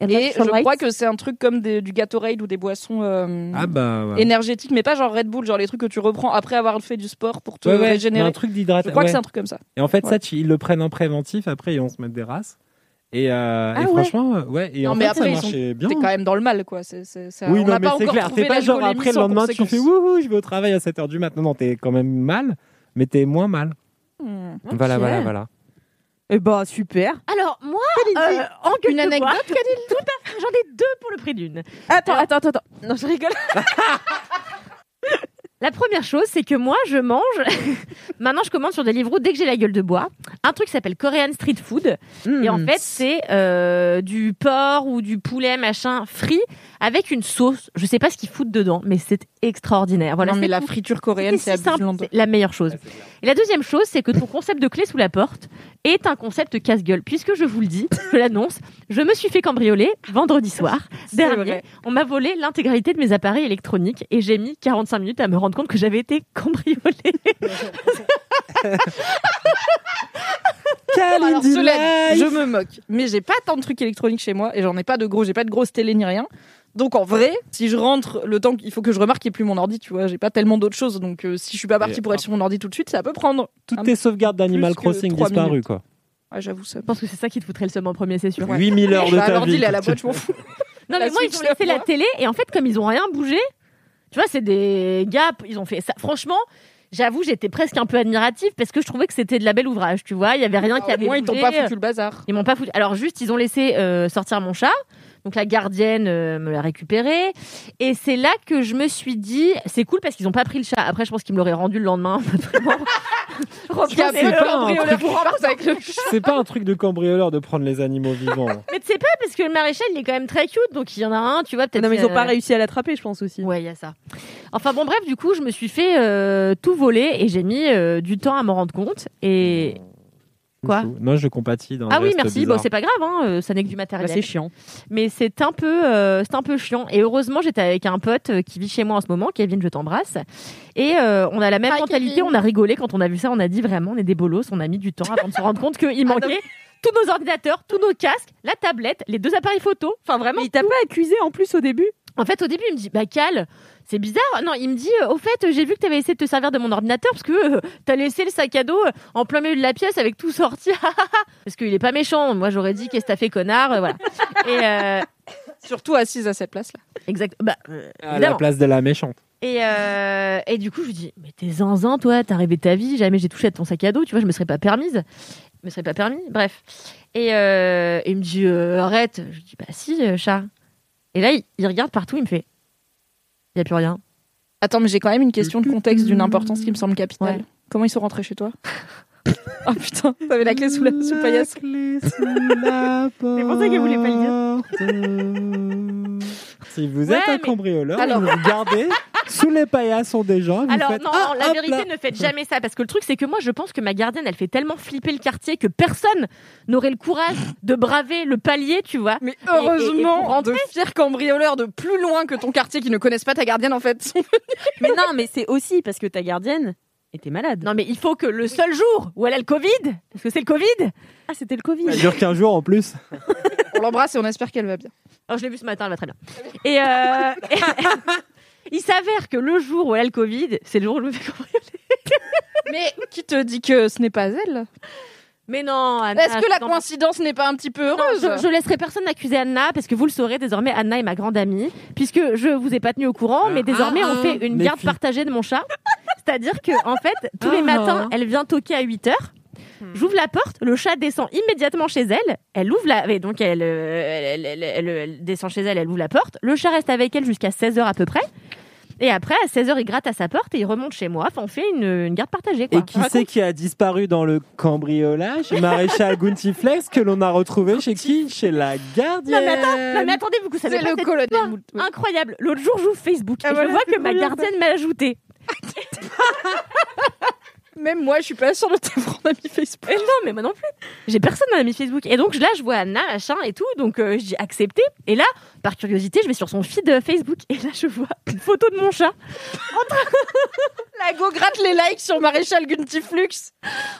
S4: Oh. Et je
S3: Sunlight.
S4: crois que c'est un truc comme des- du Gatorade ou des boissons euh,
S2: Ah bah ouais.
S4: énergétiques, mais pas genre Red Bull, genre les trucs que tu reprends après avoir fait du sport pour te
S2: Ouais, ouais, mais
S4: régénérer.
S2: un truc
S4: Je
S2: d'hydratation.
S4: crois que c'est un truc comme ça.
S2: Et en fait,
S4: Ouais.
S2: ça, tu- ils le prennent en préventif, après, ils vont se mettre des races. Et, euh,
S3: Ah
S2: et
S3: ouais.
S2: franchement, euh, ouais, et
S4: Non,
S2: en
S4: mais
S2: fait,
S4: après,
S2: ça
S4: ils
S2: marchait bien.
S4: T'es quand même dans le mal, quoi. C'est, c'est- c'est-
S2: Oui,
S4: on
S2: non,
S4: n'a
S2: mais
S4: pas
S2: c'est
S4: encore
S2: clair.
S4: trouvé
S2: C'est pas genre
S4: l'alcoolémie
S2: après le
S4: sans
S2: lendemain, tu
S4: conséquence.
S2: fais wouhou, je vais au travail à 7h du matin. Non, t'es quand même mal, mais t'es moins mal.
S4: Hmm.
S2: Voilà,
S3: Ok.
S2: voilà, voilà.
S3: Eh ben, super.
S1: Alors moi, euh, en
S4: Une
S1: gueule de bois,
S4: anecdote,
S1: Tout à fait. J'en ai deux pour le prix d'une.
S3: Attends,
S1: Alors-
S3: attends, attends, attends.
S4: Hmm.
S3: Non, je rigole.
S1: La première chose, c'est que moi, je mange. Maintenant, je commande sur Deliveroo dès que j'ai la gueule de bois. Un truc qui s'appelle Korean Street Food. Et en
S4: Hmm.
S3: Mmh.
S1: fait, c'est euh, du porc ou du poulet, machin, frit, avec une sauce. Je sais pas ce qu'ils foutent dedans, mais c'est extraordinaire. Voilà,
S4: non, mais
S1: c'est
S4: la
S1: tout.
S4: friture coréenne,
S1: C'était
S4: c'est
S1: si simple,
S4: abulant.
S1: c'est la meilleure chose. Et la deuxième chose, c'est que ton concept de clé sous la porte est un concept casse-gueule. Puisque je vous le dis, je l'annonce, je me suis fait cambrioler vendredi soir
S4: C'est
S1: dernier.
S4: vrai.
S1: On m'a volé l'intégralité de mes appareils électroniques et j'ai mis 45 minutes à me rendre compte que j'avais été cambriolée.
S4: Alors,
S2: Kalindi
S4: cela dit, je
S2: Life
S4: me moque. Mais j'ai pas tant de trucs électroniques chez moi et j'en ai pas de gros, j'ai pas de grosse télé ni rien. Donc en vrai, si je rentre, le temps qu'il faut que je remarque qu'il n'y a plus mon ordi, tu vois, j'ai pas tellement d'autres choses. Donc euh, si je suis pas partie
S2: Et- ah.
S4: pour être sur mon ordi tout de suite, ça peut prendre.
S2: Toutes tes sauvegardes d'Animal
S4: Plus que
S2: Crossing
S4: trois
S2: disparues,
S4: minutes.
S2: quoi.
S4: Ouais, j'avoue ça.
S1: Je pense que c'est ça qui te foutrait le seum en premier, c'est sûr.
S2: 8000 heures de
S4: Bah,
S2: ta
S4: l'ordi,
S2: vie.
S4: il est à la boîte, je m'en fous.
S1: Non, mais
S4: La
S1: moi, ils ont
S4: Switch,
S1: laissé
S4: la
S1: la
S4: fois.
S1: télé et en fait, comme ils ont rien bougé, tu vois, c'est des gaps, ils ont fait ça. Franchement, j'avoue, j'étais presque un peu admirative parce que je trouvais que c'était de la belle ouvrage, tu vois. Il y avait
S2: Ah,
S3: Ah
S1: rien qui
S4: Au
S1: avait
S4: moins, ils t'ont
S1: bougé.
S4: pas foutu le bazar.
S1: Ils m'ont pas foutu. Alors juste, ils ont laissé euh, sortir mon chat. Donc la gardienne euh, me l'a récupéré. Et c'est là que je me suis dit, c'est cool parce qu'ils ont pas pris le chat. Après, je pense qu'ils me l'auraient rendu le lendemain.
S4: Il y a
S1: Reprendre-
S2: c'est pas un
S4: cambrioleur qui rentre avec le chat.
S2: C'est pas un truc de cambrioleur de prendre les animaux vivants.
S1: Mais tu sais pas, parce que le maréchal, il est quand même très cute. Donc il y en a un, tu vois, peut-être.
S3: Non, mais ils ont
S1: euh,
S3: pas réussi à l'attraper, je pense aussi.
S1: Ouais, il y a ça. Enfin bon, bref, du coup, je me suis fait euh, tout voler et j'ai mis euh, du temps à m'en rendre compte. Et Quoi
S2: Non, je compatis dans le
S1: ah oui,
S2: geste
S1: merci.
S2: Mmh. bizarre.
S1: Bon, c'est pas grave, hein, euh, ça n'est que du
S3: Bah,
S1: matériel.
S3: c'est chiant.
S1: mais c'est un peu euh, c'est un peu chiant et heureusement j'étais avec un pote euh, qui vit chez moi en ce moment Kevin je t'embrasse et euh, on a la même
S7: Hi,
S1: mentalité
S7: Kevin.
S1: on a rigolé quand on a vu ça on a dit vraiment on est des bolos on a mis du temps avant de se rendre compte
S7: Ah,
S1: qu'il manquait tous nos ordinateurs tous nos casques la tablette les deux appareils photo enfin vraiment
S3: Mais il t'a pas accusé en plus au début
S1: en fait, au début, il me dit, bah Cal, c'est bizarre. Non, il me dit, euh, au fait, euh, j'ai vu que t'avais essayé de te servir de mon ordinateur parce que euh, t'as laissé le sac à dos euh, en plein milieu de la pièce avec tout sorti. Ah, parce qu'il est pas méchant. Moi, j'aurais dit, qu'est-ce que t'as fait, connard Euh, Voilà. Et euh,
S4: Surtout assise à cette place-là.
S1: exact. Bah, euh,
S2: À la
S1: évidemment.
S2: place de la méchante.
S1: Et, euh, et du coup, je lui dis, mais t'es zinzin, toi, t'as rêvé ta vie, jamais j'ai touché à ton sac à dos, tu vois, je me serais pas permise. Je me serais pas permis, bref. Et euh, il me dit, euh, arrête. Je lui dis, bah si, euh, chat. Et là, il, il regarde partout, il me fait, il y a plus rien.
S4: Attends, mais j'ai quand même une question de contexte d'une importance qui me semble capitale.
S1: Ouais.
S4: Comment ils sont rentrés chez toi Oh putain, t'avais la clé sous la sous le paillasse.
S2: C'est
S1: pour ça qu'elle voulait pas
S2: le dire. Si vous êtes
S1: Ouais,
S2: un
S1: mais-
S2: cambrioleur,
S1: Alors-
S2: vous regardez, sous les paillassons des gens, et vous
S1: Alors
S2: faites,
S1: non,
S2: ah,
S1: non, la
S2: hop
S1: vérité,
S2: là.
S1: ne faites jamais ça parce que le truc c'est que moi je pense que ma gardienne elle fait tellement flipper le quartier que personne n'aurait le courage de braver le palier, tu vois.
S4: Mais
S1: et- et pour
S4: heureusement,
S1: rentrer.
S4: de fiers cambrioleurs de plus loin que ton quartier qui ne connaissent pas ta gardienne en fait.
S3: Mais non, mais c'est aussi parce que ta gardienne était malade.
S1: Non mais il faut que le seul jour où elle a le Covid, parce que c'est le Covid.
S3: Ah, c'était le
S2: Ça
S3: Covid.
S2: dure qu'un jour en plus.
S4: On l'embrasse et on espère qu'elle va bien.
S1: Alors Oh, je l'ai vu ce matin, elle va très bien. Et euh, il s'avère que le jour où elle a le Covid, c'est le jour où je me fais cambrioler.
S4: Mais qui te dit que ce n'est pas elle
S1: Mais non, Anna.
S4: Est-ce que la
S1: je t'en-
S4: coïncidence n'est pas un petit peu
S1: Non,
S4: heureuse
S1: je, je laisserai personne accuser Anna parce que vous le saurez désormais Anna est ma grande amie puisque je vous ai pas tenu au courant
S2: Ah,
S1: mais désormais on fait une
S2: les
S1: garde
S2: filles.
S1: partagée de mon chat c'est-à-dire que en fait tous les
S2: Ah.
S1: matins elle vient toquer à 8 heures J'ouvre la porte, le chat descend immédiatement chez elle. Elle ouvre la, et donc elle, euh, elle, elle- elle- elle descend chez elle, elle ouvre la porte. Le chat reste avec elle jusqu'à 16 h à peu près. Et après, à 16 h il gratte à sa porte et il remonte chez moi. Enfin, on fait une, une garde partagée. Quoi.
S2: Et qui c'est qui a disparu dans le cambriolage Maréchal Guntiflex que l'on a retrouvé chez qui Chez la gardienne.
S1: Non, mais Non, mais attendez, vous, vous savez
S4: Euh, C'est
S1: pas
S4: le
S1: cette
S4: colonel
S1: histoire.
S4: Moult, oui.
S1: Incroyable. L'autre jour, j'ouvre Facebook
S3: Ah,
S1: et
S3: voilà,
S1: je vois
S3: c'est
S1: que ma
S3: cool, en
S1: gardienne m'a ajouté.
S4: Même moi, je suis pas sûre de t'avoir en ami Facebook.
S1: Et non, mais moi non plus. J'ai personne dans mis Facebook. Et donc là, je vois Anna, machin et tout. Donc euh, je dis accepté. Et là, par curiosité, je vais sur son feed euh, Facebook. Et là, je vois une photo de mon chat
S4: La go gratte les likes sur Maréchal Guntiflux.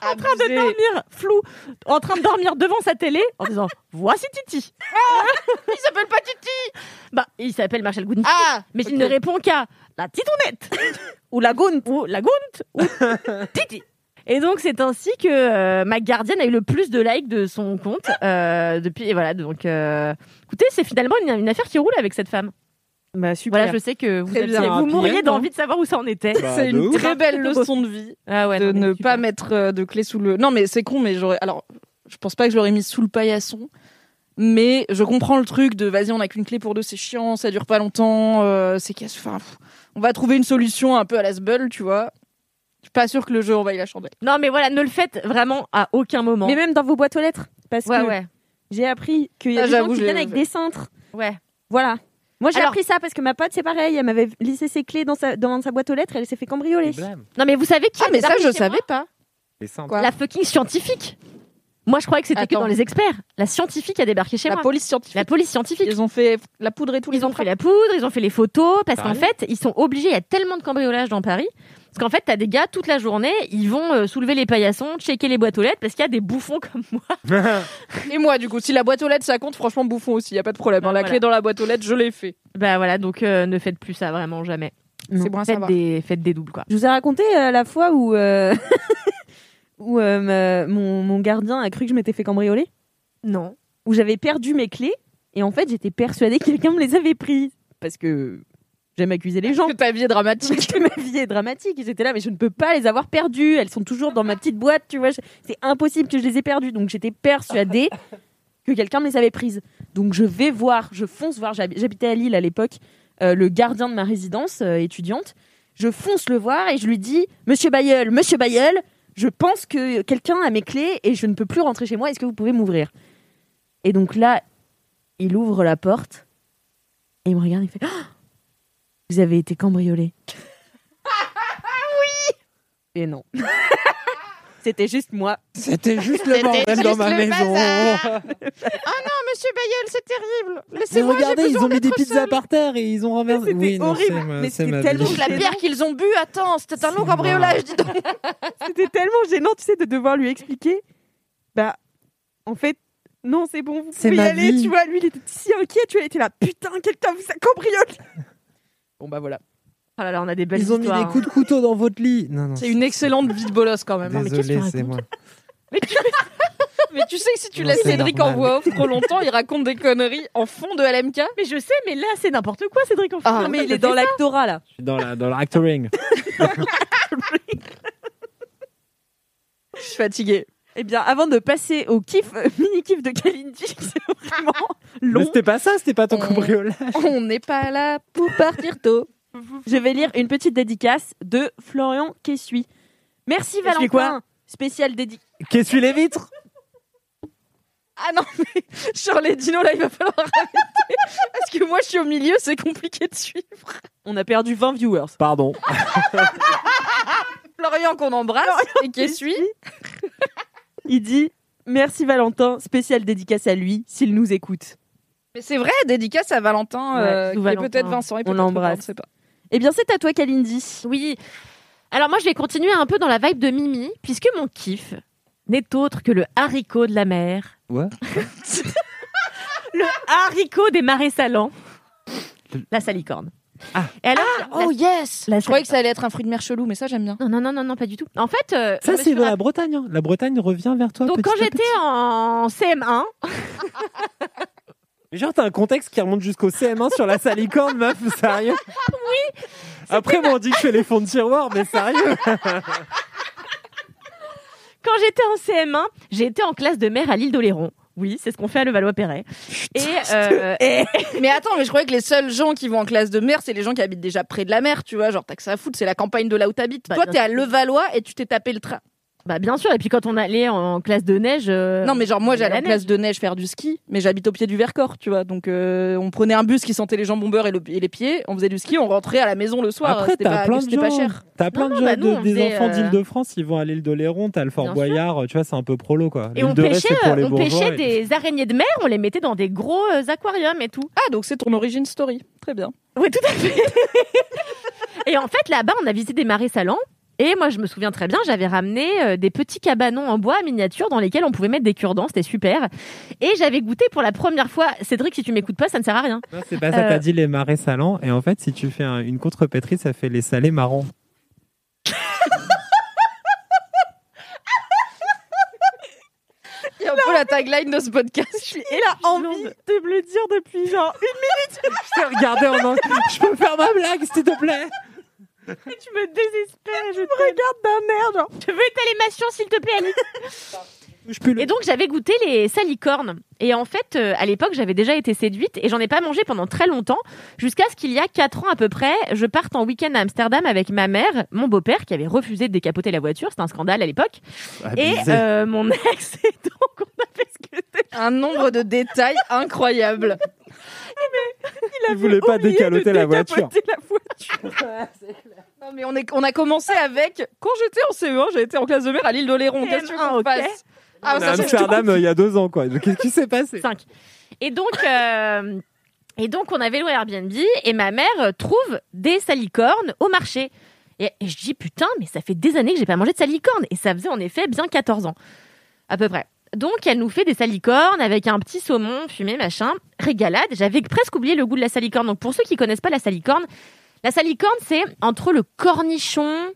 S1: en train de dormir, flou, en train de dormir devant sa télé en disant Voici Titi.
S4: Ah, Il s'appelle pas Titi.
S1: Bah, il s'appelle Marshall Goodney.
S4: Ah
S1: mais
S4: ok.
S1: il ne répond qu'à la titounette ou la gounte ou la gounte ou titi. Et donc c'est ainsi que euh, ma gardienne a eu le plus de likes de son compte euh, depuis et voilà donc euh, écoutez c'est finalement une, une affaire qui roule avec cette femme.
S3: Bah, super.
S1: Voilà je sais que vous
S4: Très
S1: aviez-
S4: bien.
S2: Un
S1: vous mouriez
S2: happy end,
S1: d'envie de savoir où ça en était.
S2: Bah,
S4: C'est
S2: de
S4: une
S2: ouf.
S4: très belle
S1: Bravo.
S4: leçon de vie
S1: Ah ouais,
S4: de
S1: non, mais
S4: ne
S1: super.
S4: pas mettre euh, de clé sous le. Non, mais c'est con, mais j'aurais. Alors, je pense pas que je l'aurais mis sous le paillasson. Mais je comprends le truc de vas-y, on a qu'une clé pour deux, c'est chiant, ça dure pas longtemps, euh, c'est casse. Enfin, pff, on va trouver une solution un peu à la sbeul, tu vois. Je suis pas sûre que le jeu envahit la chandelle.
S1: Non mais voilà ne le faites vraiment à aucun moment.
S3: Mais même dans vos boîtes aux lettres. Parce
S1: ouais
S3: que
S1: ouais
S3: j'ai appris qu'il y a
S4: Ah,
S3: des gens
S4: j'avoue,
S3: qui
S4: je l'ai
S3: viennent avec
S4: fait.
S3: des cintres.
S1: ouais.
S3: Voilà. Moi, j'ai
S1: Alors-
S3: appris ça parce que ma pote, c'est pareil. Elle m'avait laissé ses clés dans sa, dans sa boîte aux lettres. Elle s'est fait cambrioler.
S2: Blâme.
S1: Non mais vous savez qui
S4: Ah,
S1: a
S4: mais ça,
S1: débarqué
S4: je
S1: chez moi
S4: savais pas.
S2: Les saintes.
S4: Quoi
S1: La fucking scientifique. Moi, je croyais que c'était que
S4: Attends.
S1: dans les experts. La scientifique a débarqué chez
S4: La
S1: moi.
S4: police scientifique.
S1: La police scientifique.
S4: Ils ont fait la poudre et tout. les
S1: Ils ont fait
S4: contrats.
S1: la poudre, ils ont fait les photos, parce qu'en
S2: Pareil.
S1: fait, ils sont obligés. Il y a tellement de cambriolages dans Paris. Parce qu'en fait, t'as des gars toute la journée, ils vont euh, soulever les paillassons, checker les boîtes aux lettres, parce qu'il y a des bouffons comme moi.
S4: Et moi, du coup, si la boîte aux lettres ça compte, franchement, bouffon aussi, y a pas de problème. hein.
S1: Ah,
S4: la
S1: voilà.
S4: clé dans la boîte aux lettres, je l'ai fait.
S1: Bah voilà, donc euh, ne faites plus ça vraiment jamais.
S3: Non.
S4: C'est bon à
S1: Faites
S4: savoir.
S1: des, faites des doubles, quoi.
S3: Je vous ai raconté euh, la fois où, euh, où euh, ma- mon, mon gardien a cru que je m'étais fait cambrioler,
S1: Non.
S3: où j'avais perdu mes clés et en fait j'étais persuadée que quelqu'un me les avait prises parce que j'aime accuser les gens.
S4: Que ta vie est dramatique.
S3: Parce que ma vie est dramatique, ils étaient là, mais je ne peux pas les avoir perdues. Elles sont toujours dans ma petite boîte, tu vois. je- C'est impossible que je les ai perdues. Donc j'étais persuadée que quelqu'un me les avait prises. Donc je vais voir, je fonce voir. j'hab- J'habitais à Lille à l'époque, euh, le gardien de ma résidence euh, étudiante. Je fonce le voir et je lui dis Monsieur Bayeul, Monsieur Bayeul, je pense que quelqu'un a mes clés et je ne peux plus rentrer chez moi. Est-ce que vous pouvez m'ouvrir Et donc là, il ouvre la porte et il me regarde et il fait Ah Vous avez été cambriolé. oui Et non. C'était juste moi.
S2: C'était juste le bordel dans ma maison.
S1: Ah
S4: Monsieur Bayel, c'est terrible.
S2: Mais regardez, ils ont mis des pizzas par terre et ils ont renversé.
S3: C'était
S2: Oui, non,
S3: horrible,
S2: c'est ma-
S3: mais
S2: c'est
S3: c'était
S2: ma
S3: tellement
S2: vie.
S4: La bière qu'ils ont bu, attends, c'était un long cambriolage, dis donc.
S3: C'était tellement gênant, tu sais, de devoir lui expliquer. Bah, en fait, non, c'est bon, vous
S2: C'est
S3: pouvez y
S2: ma
S3: aller,
S2: vie.
S3: tu vois. Lui, il était si inquiet, tu vois, il était là, putain, quelqu'un vous a cambriolé. Bon, bah voilà.
S1: Oh là là, on a des belles
S2: Ils ont mis
S1: histoires, hein.
S2: des coups de couteau dans votre lit. Non, non.
S4: C'est une excellente vie de bolos quand même. hein.
S2: Désolé, c'est moi.
S4: Mais tu sais que si tu
S2: Non,
S4: laisses
S2: c'est
S4: Cédric en
S2: normal.
S4: voix off trop longtemps, il raconte des conneries en fond de LMK.
S1: hein. Mais je sais, mais là, c'est n'importe quoi, Cédric Enfant.
S4: Ah,
S3: Non, mais il est dans l'actora, là.
S2: Je suis dans la dans l'actoring.
S4: Je suis fatiguée.
S3: Eh bien, avant de passer au kiff, euh, mini-kiff de Kalindi, c'est vraiment
S2: Mais
S3: long.
S2: c'était pas ça, c'était pas ton
S4: On-
S2: cambriolage.
S4: On n'est pas là pour partir tôt.
S3: Je vais lire une petite dédicace de Florian Kessuy. Merci,
S1: Kessuy
S3: Valentin.
S1: quoi
S3: Spécial dédicace.
S2: Qu'est-ce que les vitres
S4: Ah non, mais sur les dinos là, il va falloir arrêter. Parce que moi, je suis au milieu, c'est compliqué de suivre.
S3: On a perdu 20 viewers.
S2: Pardon.
S4: Florian qu'on embrasse et qui suit.
S3: Il dit Merci, Valentin. Spécial dédicace à lui, s'il nous écoute.
S4: Mais c'est vrai, dédicace à Valentin,
S1: Ouais,
S4: euh,
S1: tout
S4: qui est
S1: Valentin.
S4: peut-être Vincent et
S3: On
S4: peut-être
S3: l'embrasse.
S4: pas, on sait pas.
S3: Eh bien, c'est à toi, Kalindi.
S1: Oui. Alors moi, je vais continuer un peu dans la vibe de Mimi, puisque mon kiff n'est autre que le haricot de la mer.
S2: Quoi
S1: Le haricot des marais salants. La salicorne.
S2: Ah.
S1: Et alors,
S4: Oh yes
S1: la, la
S4: Je croyais que
S1: salicorne.
S4: ça allait être un fruit de mer chelou, mais ça j'aime bien.
S1: Non, non, non, non, pas du tout. En fait, euh, je
S2: Ça
S1: me suis
S2: c'est de
S1: rapp-
S2: la Bretagne. hein. La Bretagne revient vers toi.
S1: Donc
S2: petit
S1: quand
S2: à
S1: j'étais
S2: petit.
S1: en CM1,
S2: Mais genre t'as un contexte qui remonte jusqu'au CM1 sur la salicorne, meuf, sérieux Oui. Après moi on dit que je fais les fonds de tiroir, mais sérieux.
S1: quand j'étais en CM1, j'ai été en classe de mer à l'île d'Oléron. Oui, c'est ce qu'on fait à Levallois-Perret. Et euh,
S2: Eh.
S4: mais attends, mais je croyais que les seuls gens qui vont en classe de mer, c'est les gens qui habitent déjà près de la mer, tu vois. Genre, t'as que ça à foutre, c'est la campagne de là où t'habites.
S1: Bah,
S4: Toi,
S1: bien
S4: t'es à Levallois et tu t'es tapé le train.
S1: bah bien sûr. Et puis quand on allait en classe de neige, euh,
S4: non, mais genre, moi,
S1: il y a
S4: j'allais
S1: la
S4: en classe de neige faire du ski, mais j'habite au pied du Vercors, tu vois. Donc, euh, on prenait un bus qui sentait les jambes bombeurs et, le- et les pieds, on faisait du ski, on rentrait à la maison le soir.
S2: Après
S4: c'était
S2: t'as
S4: pas,
S2: plein de
S4: c'était
S2: gens.
S4: pas cher.
S2: T'as plein
S1: non,
S2: de gens
S1: bah, nous,
S2: de-
S1: on
S2: des
S1: faisait,
S2: enfants
S1: euh,
S2: d'Île-de-France, ils vont à l'île d'Oléron, t'as le Fort
S1: Bien
S2: Boyard, tu vois c'est un peu prolo quoi.
S1: et on
S2: L'île de Ré,
S1: pêchait,
S2: c'est pour les
S1: on pêchait
S2: bourgeois, et-
S1: des araignées de mer, on les mettait dans des gros euh, aquariums et tout.
S4: Ah, donc c'est ton origin story. Très bien.
S1: Oui, tout à fait. et en fait, là-bas, on a visité des marais salants. Et moi, je me souviens très bien, j'avais ramené euh, des petits cabanons en bois à miniature dans lesquels on pouvait mettre des cure-dents. C'était super. Et j'avais goûté pour la première fois. Cédric, si tu m'écoutes pas, ça ne sert à rien.
S2: Non, c'est pas ça,
S1: Euh,
S2: t'as dit les marais salants, et en fait, si tu fais un- une contrepétrie, ça fait les salés marrants.
S4: Il y a un peu la tagline de ce podcast.
S3: Elle a envie de me le dire depuis genre
S2: Putain, regardez, on en- je peux faire ma blague, s'il te plaît
S1: Tu me désespères, je me regarde d'un air, genre. Je veux ta lémation, s'il te plaît, Alice.
S2: Je peux le...
S1: Et donc, j'avais goûté les salicornes. Et en fait, euh, à l'époque, j'avais déjà été séduite et j'en ai pas mangé pendant très longtemps. Jusqu'à ce qu'il y a 4 ans à peu près, je parte en week-end à Amsterdam avec ma mère, mon beau-père, qui avait refusé de décapoter la voiture. C'était un scandale à l'époque. Et
S2: Abusé.
S1: euh, mon ex, et donc on a fait ce que c'était.
S4: Un nombre de détails incroyable.
S2: il voulait pas décaloter la voiture.
S4: Non, mais on, est, on a commencé avec quand j'étais en CE1, E j'ai été en classe de mer à l'île d'Oléron.
S1: CM1,
S4: Qu'est-ce que tu veux qu'on
S1: ok.
S4: fasse Ah,
S2: On est à
S4: ça, c'est-
S2: Amsterdam euh, il y a deux ans, quoi. Donc, Qu'est-ce qui s'est passé
S1: 5. Et donc, euh, et donc, on avait loué Airbnb et ma mère euh, trouve des salicornes au marché. Et, et je dis putain, mais ça fait des années que j'ai pas mangé de salicorne. Et ça faisait en effet bien 14 ans, à peu près. Donc, elle nous fait des salicornes avec un petit saumon fumé, machin, régalade. J'avais presque oublié le goût de la salicorne. Donc, pour ceux qui connaissent pas la salicorne, la salicorne, c'est entre le cornichon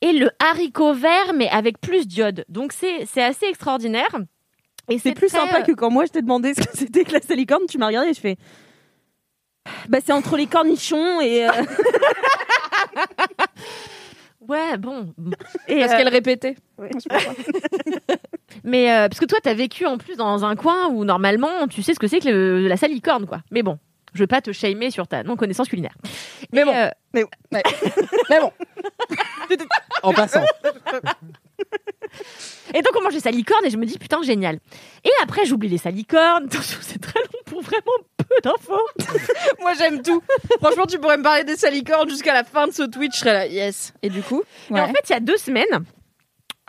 S1: et le haricot vert, mais avec plus d'iode. Donc, c'est c'est assez extraordinaire. Et
S3: C'est plus
S1: très,
S3: sympa
S1: euh,
S3: que quand moi je t'ai demandé ce que c'était que la salicorne, tu m'as regardé et je fais. Bah, c'est entre les cornichons et. euh,
S1: Ouais, bon. Et,
S4: Parce
S1: euh,
S4: qu'elle répétait.
S1: mais euh, parce que toi, t'as vécu en plus dans un coin où normalement, tu sais ce que c'est que le- la salicorne, quoi. Mais bon, je veux pas te shamer sur ta non connaissance culinaire.
S4: Mais bon.
S1: euh,
S4: Mais bon,
S2: En passant.
S1: et donc on mange des salicornes et je me dis putain génial. Et après, j'oublie les salicornes. Attention, c'est très long pour vraiment peu d'infos.
S4: moi j'aime tout. Franchement, tu pourrais me parler des salicornes jusqu'à la fin de ce Twitch, je serais là, yes. Et du coup,
S1: Et
S4: ouais.
S1: en fait, il y a deux semaines,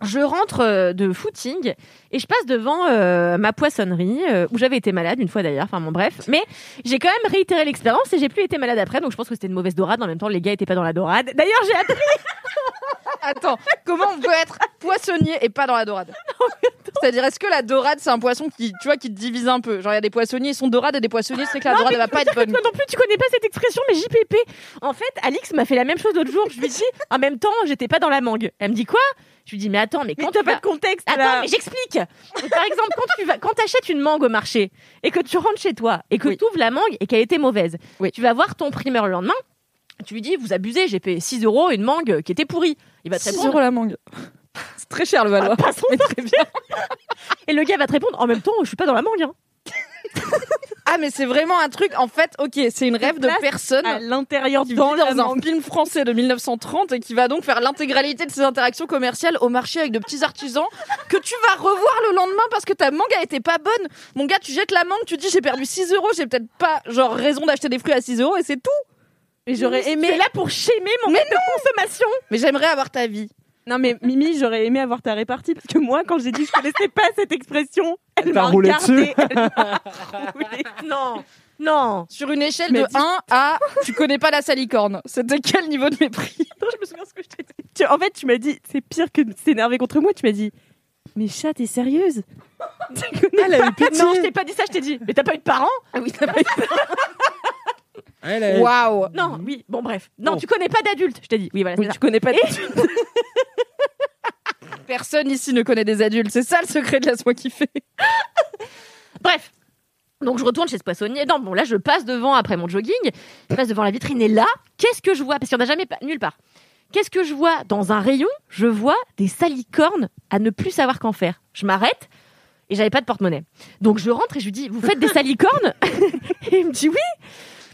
S1: je rentre euh, de footing et je passe devant euh, ma poissonnerie, euh, où j'avais été malade une fois d'ailleurs, enfin bon bref. Mais j'ai quand même réitéré l'expérience et j'ai plus été malade après, donc je pense que c'était une mauvaise dorade. En même temps, les gars étaient pas dans la dorade. D'ailleurs, j'ai appris
S4: attends, comment on peut être poissonnier et pas dans la dorade C'est-à-dire, est-ce que la dorade, c'est un poisson qui, tu vois, qui te divise un peu Genre, il y a des poissonniers, ils sont dorades et des poissonniers, c'est que la dorade, elle va pas être bonne.
S1: toi non plus, tu connais pas cette expression, mais JPP. En fait, Alix m'a fait la même chose l'autre jour. Je lui dis, en même temps, j'étais pas dans la mangue. Elle me dit quoi Je lui dis, mais attends, mais
S3: Mais
S1: quand
S3: t'as
S1: tu
S3: pas
S1: vas-
S3: de contexte
S1: Attends,
S3: là.
S1: mais j'explique. Donc, Par exemple, quand tu vas, quand achètes une mangue au marché et que tu rentres chez toi et que
S4: Oui.
S1: tu ouvres la mangue et qu'elle était mauvaise,
S4: Oui.
S1: tu vas voir ton primeur le lendemain. Tu lui dis, vous abusez, j'ai payé 6 euros une mangue qui était pourrie. Il va te
S4: 6
S1: répondre,
S4: euros la mangue. C'est très cher le Valois.
S1: Ah, pas son
S4: Mais très bien.
S1: et le gars va te répondre, en même temps, je suis pas dans la mangue. hein.
S4: Ah, mais c'est vraiment un truc, en fait, ok, c'est une rêve de
S3: place
S4: personne.
S3: À l'intérieur du
S4: dans,
S3: village.
S4: dans un film français de 1930 et qui va donc faire l'intégralité de ses interactions commerciales au marché avec de petits artisans que tu vas revoir le lendemain parce que ta mangue a été pas bonne. Mon gars, tu jettes la mangue, tu dis j'ai perdu 6 euros, j'ai peut-être pas genre raison d'acheter des fruits à 6 euros et c'est tout.
S3: Et j'aurais
S1: Mais
S3: aimé.
S1: là pour schémer mon
S4: Mais
S1: mode de consommation.
S4: Mais j'aimerais avoir ta vie.
S3: Non, mais Mimi, j'aurais aimé avoir ta répartie parce que moi, quand j'ai dit que je connaissais pas cette expression, elle
S2: t'a
S3: m'a
S2: roulé
S3: regardée,
S2: dessus.
S3: elle m'a roulé.
S1: Non, non.
S4: Sur une échelle
S3: Mais
S4: de
S3: dis-
S4: 1 à tu connais pas la salicorne. C'était quel niveau de mépris
S1: je me souviens ce que je t'ai dit.
S3: Tu- En fait, tu m'as dit, c'est pire que de s'énerver contre moi. Tu m'as dit, mais chat, t'es sérieuse Tu connais
S2: Elle a eu pitié.
S1: Non, je t'ai pas dit ça, je t'ai dit. Mais t'as pas eu de parents
S4: Ah oui,
S2: Elle
S4: Euh,
S2: a-
S4: Waouh
S1: Non, oui, bon bref. Non,
S2: Bon.
S1: tu connais pas d'adulte, je t'ai dit. Oui, voilà,
S3: Oui,
S1: c'est ça.
S3: tu connais pas.
S4: Personne ici ne connaît des adultes. C'est ça le secret de la soie qui fait.
S1: Bref. Donc je retourne chez ce poissonnier. Non, bon là je passe devant après mon jogging, je passe devant la vitrine et là, qu'est-ce que je vois Parce qu'il n'y en a jamais pas, nulle part. Qu'est-ce que je vois dans un rayon Je vois des salicornes à ne plus savoir qu'en faire. Je m'arrête et j'avais pas de porte-monnaie. Donc je rentre et je lui dis "Vous faites des salicornes Et il me dit "Oui,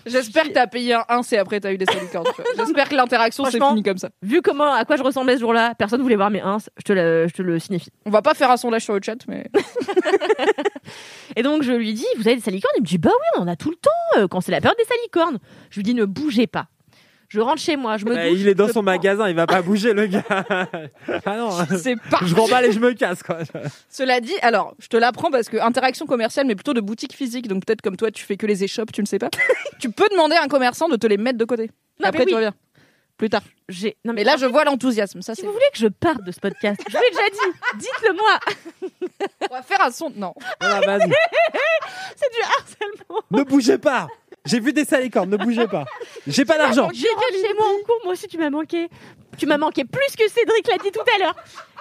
S4: J'espère que t'as payé un 1 et après t'as eu des salicornes. tu vois. J'espère que l'interaction s'est
S1: Franchement,
S4: finie comme ça.
S1: vu comment à quoi je ressemblais ce jour-là, personne voulait voir mes ins, je te le, je te le signifie."
S4: On va pas faire un sondage sur le chat, mais.
S1: Et donc je lui dis, vous avez des salicornes Il me dit, bah oui, on en a tout le temps euh, quand c'est la période des salicornes. Je lui dis, ne bougez pas. Je rentre chez moi, je me
S2: Bah,
S1: douche,
S2: il est dans
S1: je
S2: son
S1: prends-
S2: magasin, il va pas bouger le gars. ah non,
S4: C'est pas.
S2: je remballe et je me casse quoi.
S4: Cela dit, alors, je te l'apprends parce que interaction commerciale, mais plutôt de boutique physique, donc peut-être comme toi, tu fais que les échoppes, tu ne sais pas. tu peux demander à un commerçant de te les mettre de côté.
S1: Non,
S4: Après,
S1: mais oui.
S4: tu reviens. Plus tard.
S1: J'ai... Non,
S4: Mais là, je vois l'enthousiasme. Ça,
S1: si
S4: c'est.
S1: vous voulez que je parte de ce podcast, je vous l'ai déjà dit, dites-le moi.
S4: On va faire un son. Non.
S2: Voilà, vas-y.
S1: C'est du harcèlement.
S2: Ne bougez pas. J'ai vu des salicornes, ne bougez pas. J'ai pas d'argent.
S1: Ah, Je rentre chez moi en cours, moi aussi tu m'as manqué. Tu m'as manqué plus que Cédric l'a dit tout à l'heure.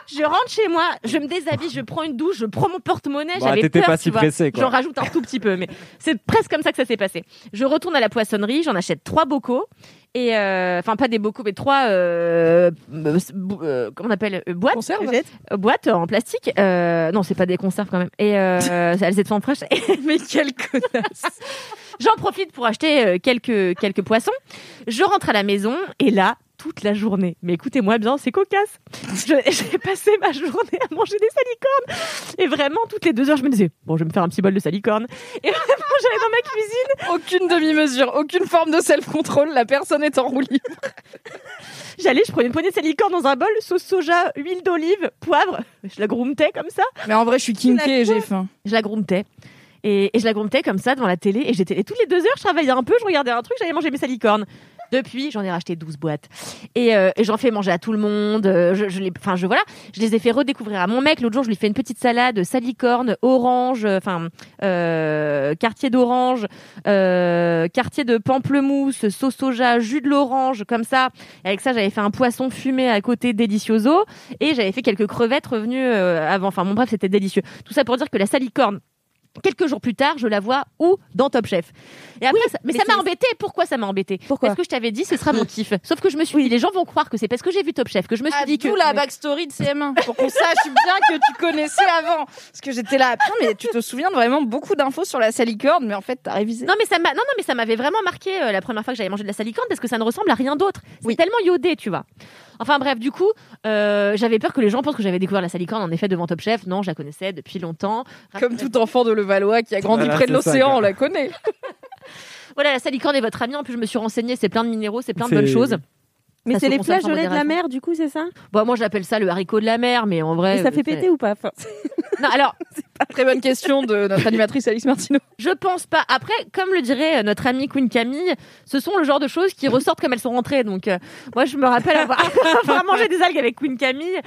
S1: Je rentre chez moi, je me déshabille, je prends une douche, je prends mon porte-monnaie.
S2: Bah,
S1: J'avais
S2: t'étais
S1: peur,
S2: pas
S1: tu
S2: si
S1: vois.
S2: pressé, quoi.
S1: J'en rajoute un tout petit peu, mais c'est presque comme ça que ça s'est passé. Je retourne à la poissonnerie, j'en achète trois bocaux. Et euh, enfin, pas des bocaux, mais trois. Euh, euh, bou- euh, comment on appelle euh, Boîtes
S4: Conserve
S1: euh, Boîtes en plastique. Euh, non, c'est pas des conserves quand même. Et euh, elles étaient en fraîche. mais quelle connasse J'en profite pour acheter euh, quelques, quelques poissons. Je rentre à la maison et là, toute la journée. Mais écoutez-moi bien, c'est cocasse. Je- J'ai passé ma journée à manger des salicornes. Et vraiment, toutes les deux heures, je me disais, bon, je vais me faire un petit bol de salicorne. Et vraiment, j'allais dans ma cuisine.
S4: Aucune demi-mesure, aucune forme de self-control, la personne est en roue libre.
S1: J'allais, je prenais une poignée de salicorne dans un bol, sauce soja, huile d'olive, poivre. Je la groometais comme ça.
S4: Mais en vrai, je suis kinké et j'ai faim.
S1: Je la groometais. Et, et je la groometais comme ça devant la télé. Et j'étais et toutes les deux heures, je travaillais un peu, je regardais un truc, j'allais manger mes salicornes. Depuis, j'en ai racheté 12 boîtes. Et, euh, et j'en fais manger à tout le monde. euh, Je, je les, enfin, je, voilà, je les ai fait redécouvrir à mon mec. L'autre jour, je lui fais une petite salade salicorne, orange, euh, enfin, euh, quartier d'orange, euh, quartier de pamplemousse, sauce soja, jus de l'orange, comme ça. Et avec ça, j'avais fait un poisson fumé à côté délicioso. Et j'avais fait quelques crevettes revenues euh, avant. Enfin, bon, bref, c'était délicieux. Tout ça pour dire que la salicorne, Quelques jours plus tard, je la vois où dans Top Chef. Et après, ça- mais,
S3: mais
S1: ça m'a
S3: c'est-
S1: embêté. Pourquoi ça m'a embêté
S3: Pourquoi
S1: Parce que je t'avais dit, ce sera mon kiff. Sauf que je me suis dit, les gens vont croire que c'est parce que j'ai vu Top Chef que je me suis
S4: Ah,
S1: dit que.
S4: d'où la backstory de CM1 pour qu'on sache bien que tu connaissais avant. Parce que j'étais là, putain, mais tu te souviens de vraiment beaucoup d'infos sur la salicorne, mais en fait, t'as révisé.
S1: Non mais ça m'a non non mais ça m'avait vraiment marqué euh, la première fois que j'avais mangé de la salicorne parce que ça ne ressemble à rien d'autre. C'est
S4: Oui.
S1: tellement iodé, tu vois. Enfin bref, du coup, euh, j'avais peur que les gens pensent que j'avais découvert la salicorne en effet devant Top Chef. Non, je la connaissais depuis longtemps.
S4: Comme tout enfant de Levallois qui a grandi
S2: Voilà,
S4: près de
S2: c'est ça,
S4: l'océan,
S2: quoi.
S4: on la connaît.
S1: Voilà, la salicorne est votre amie. En plus, je me suis renseignée, c'est plein de minéraux, c'est plein de
S2: C'est-
S1: bonnes choses.
S3: Mais
S1: Ça
S3: c'est
S1: se
S3: les
S1: conserve
S3: plages
S1: en
S3: au lait de la
S1: modération.
S3: mer, du coup, c'est ça
S1: Bon, moi, j'appelle ça le haricot de la mer, mais en vrai.
S3: Et ça
S1: euh,
S3: fait péter ou pas Enfin,
S1: Non, alors,
S4: Très bonne question de notre animatrice Alice Martineau.
S1: Je pense pas. Après, comme le dirait euh, notre amie Queen Camille, ce sont le genre de choses qui ressortent comme elles sont rentrées. Donc, euh, moi, je me rappelle avoir, avoir mangé des algues avec Queen Camille.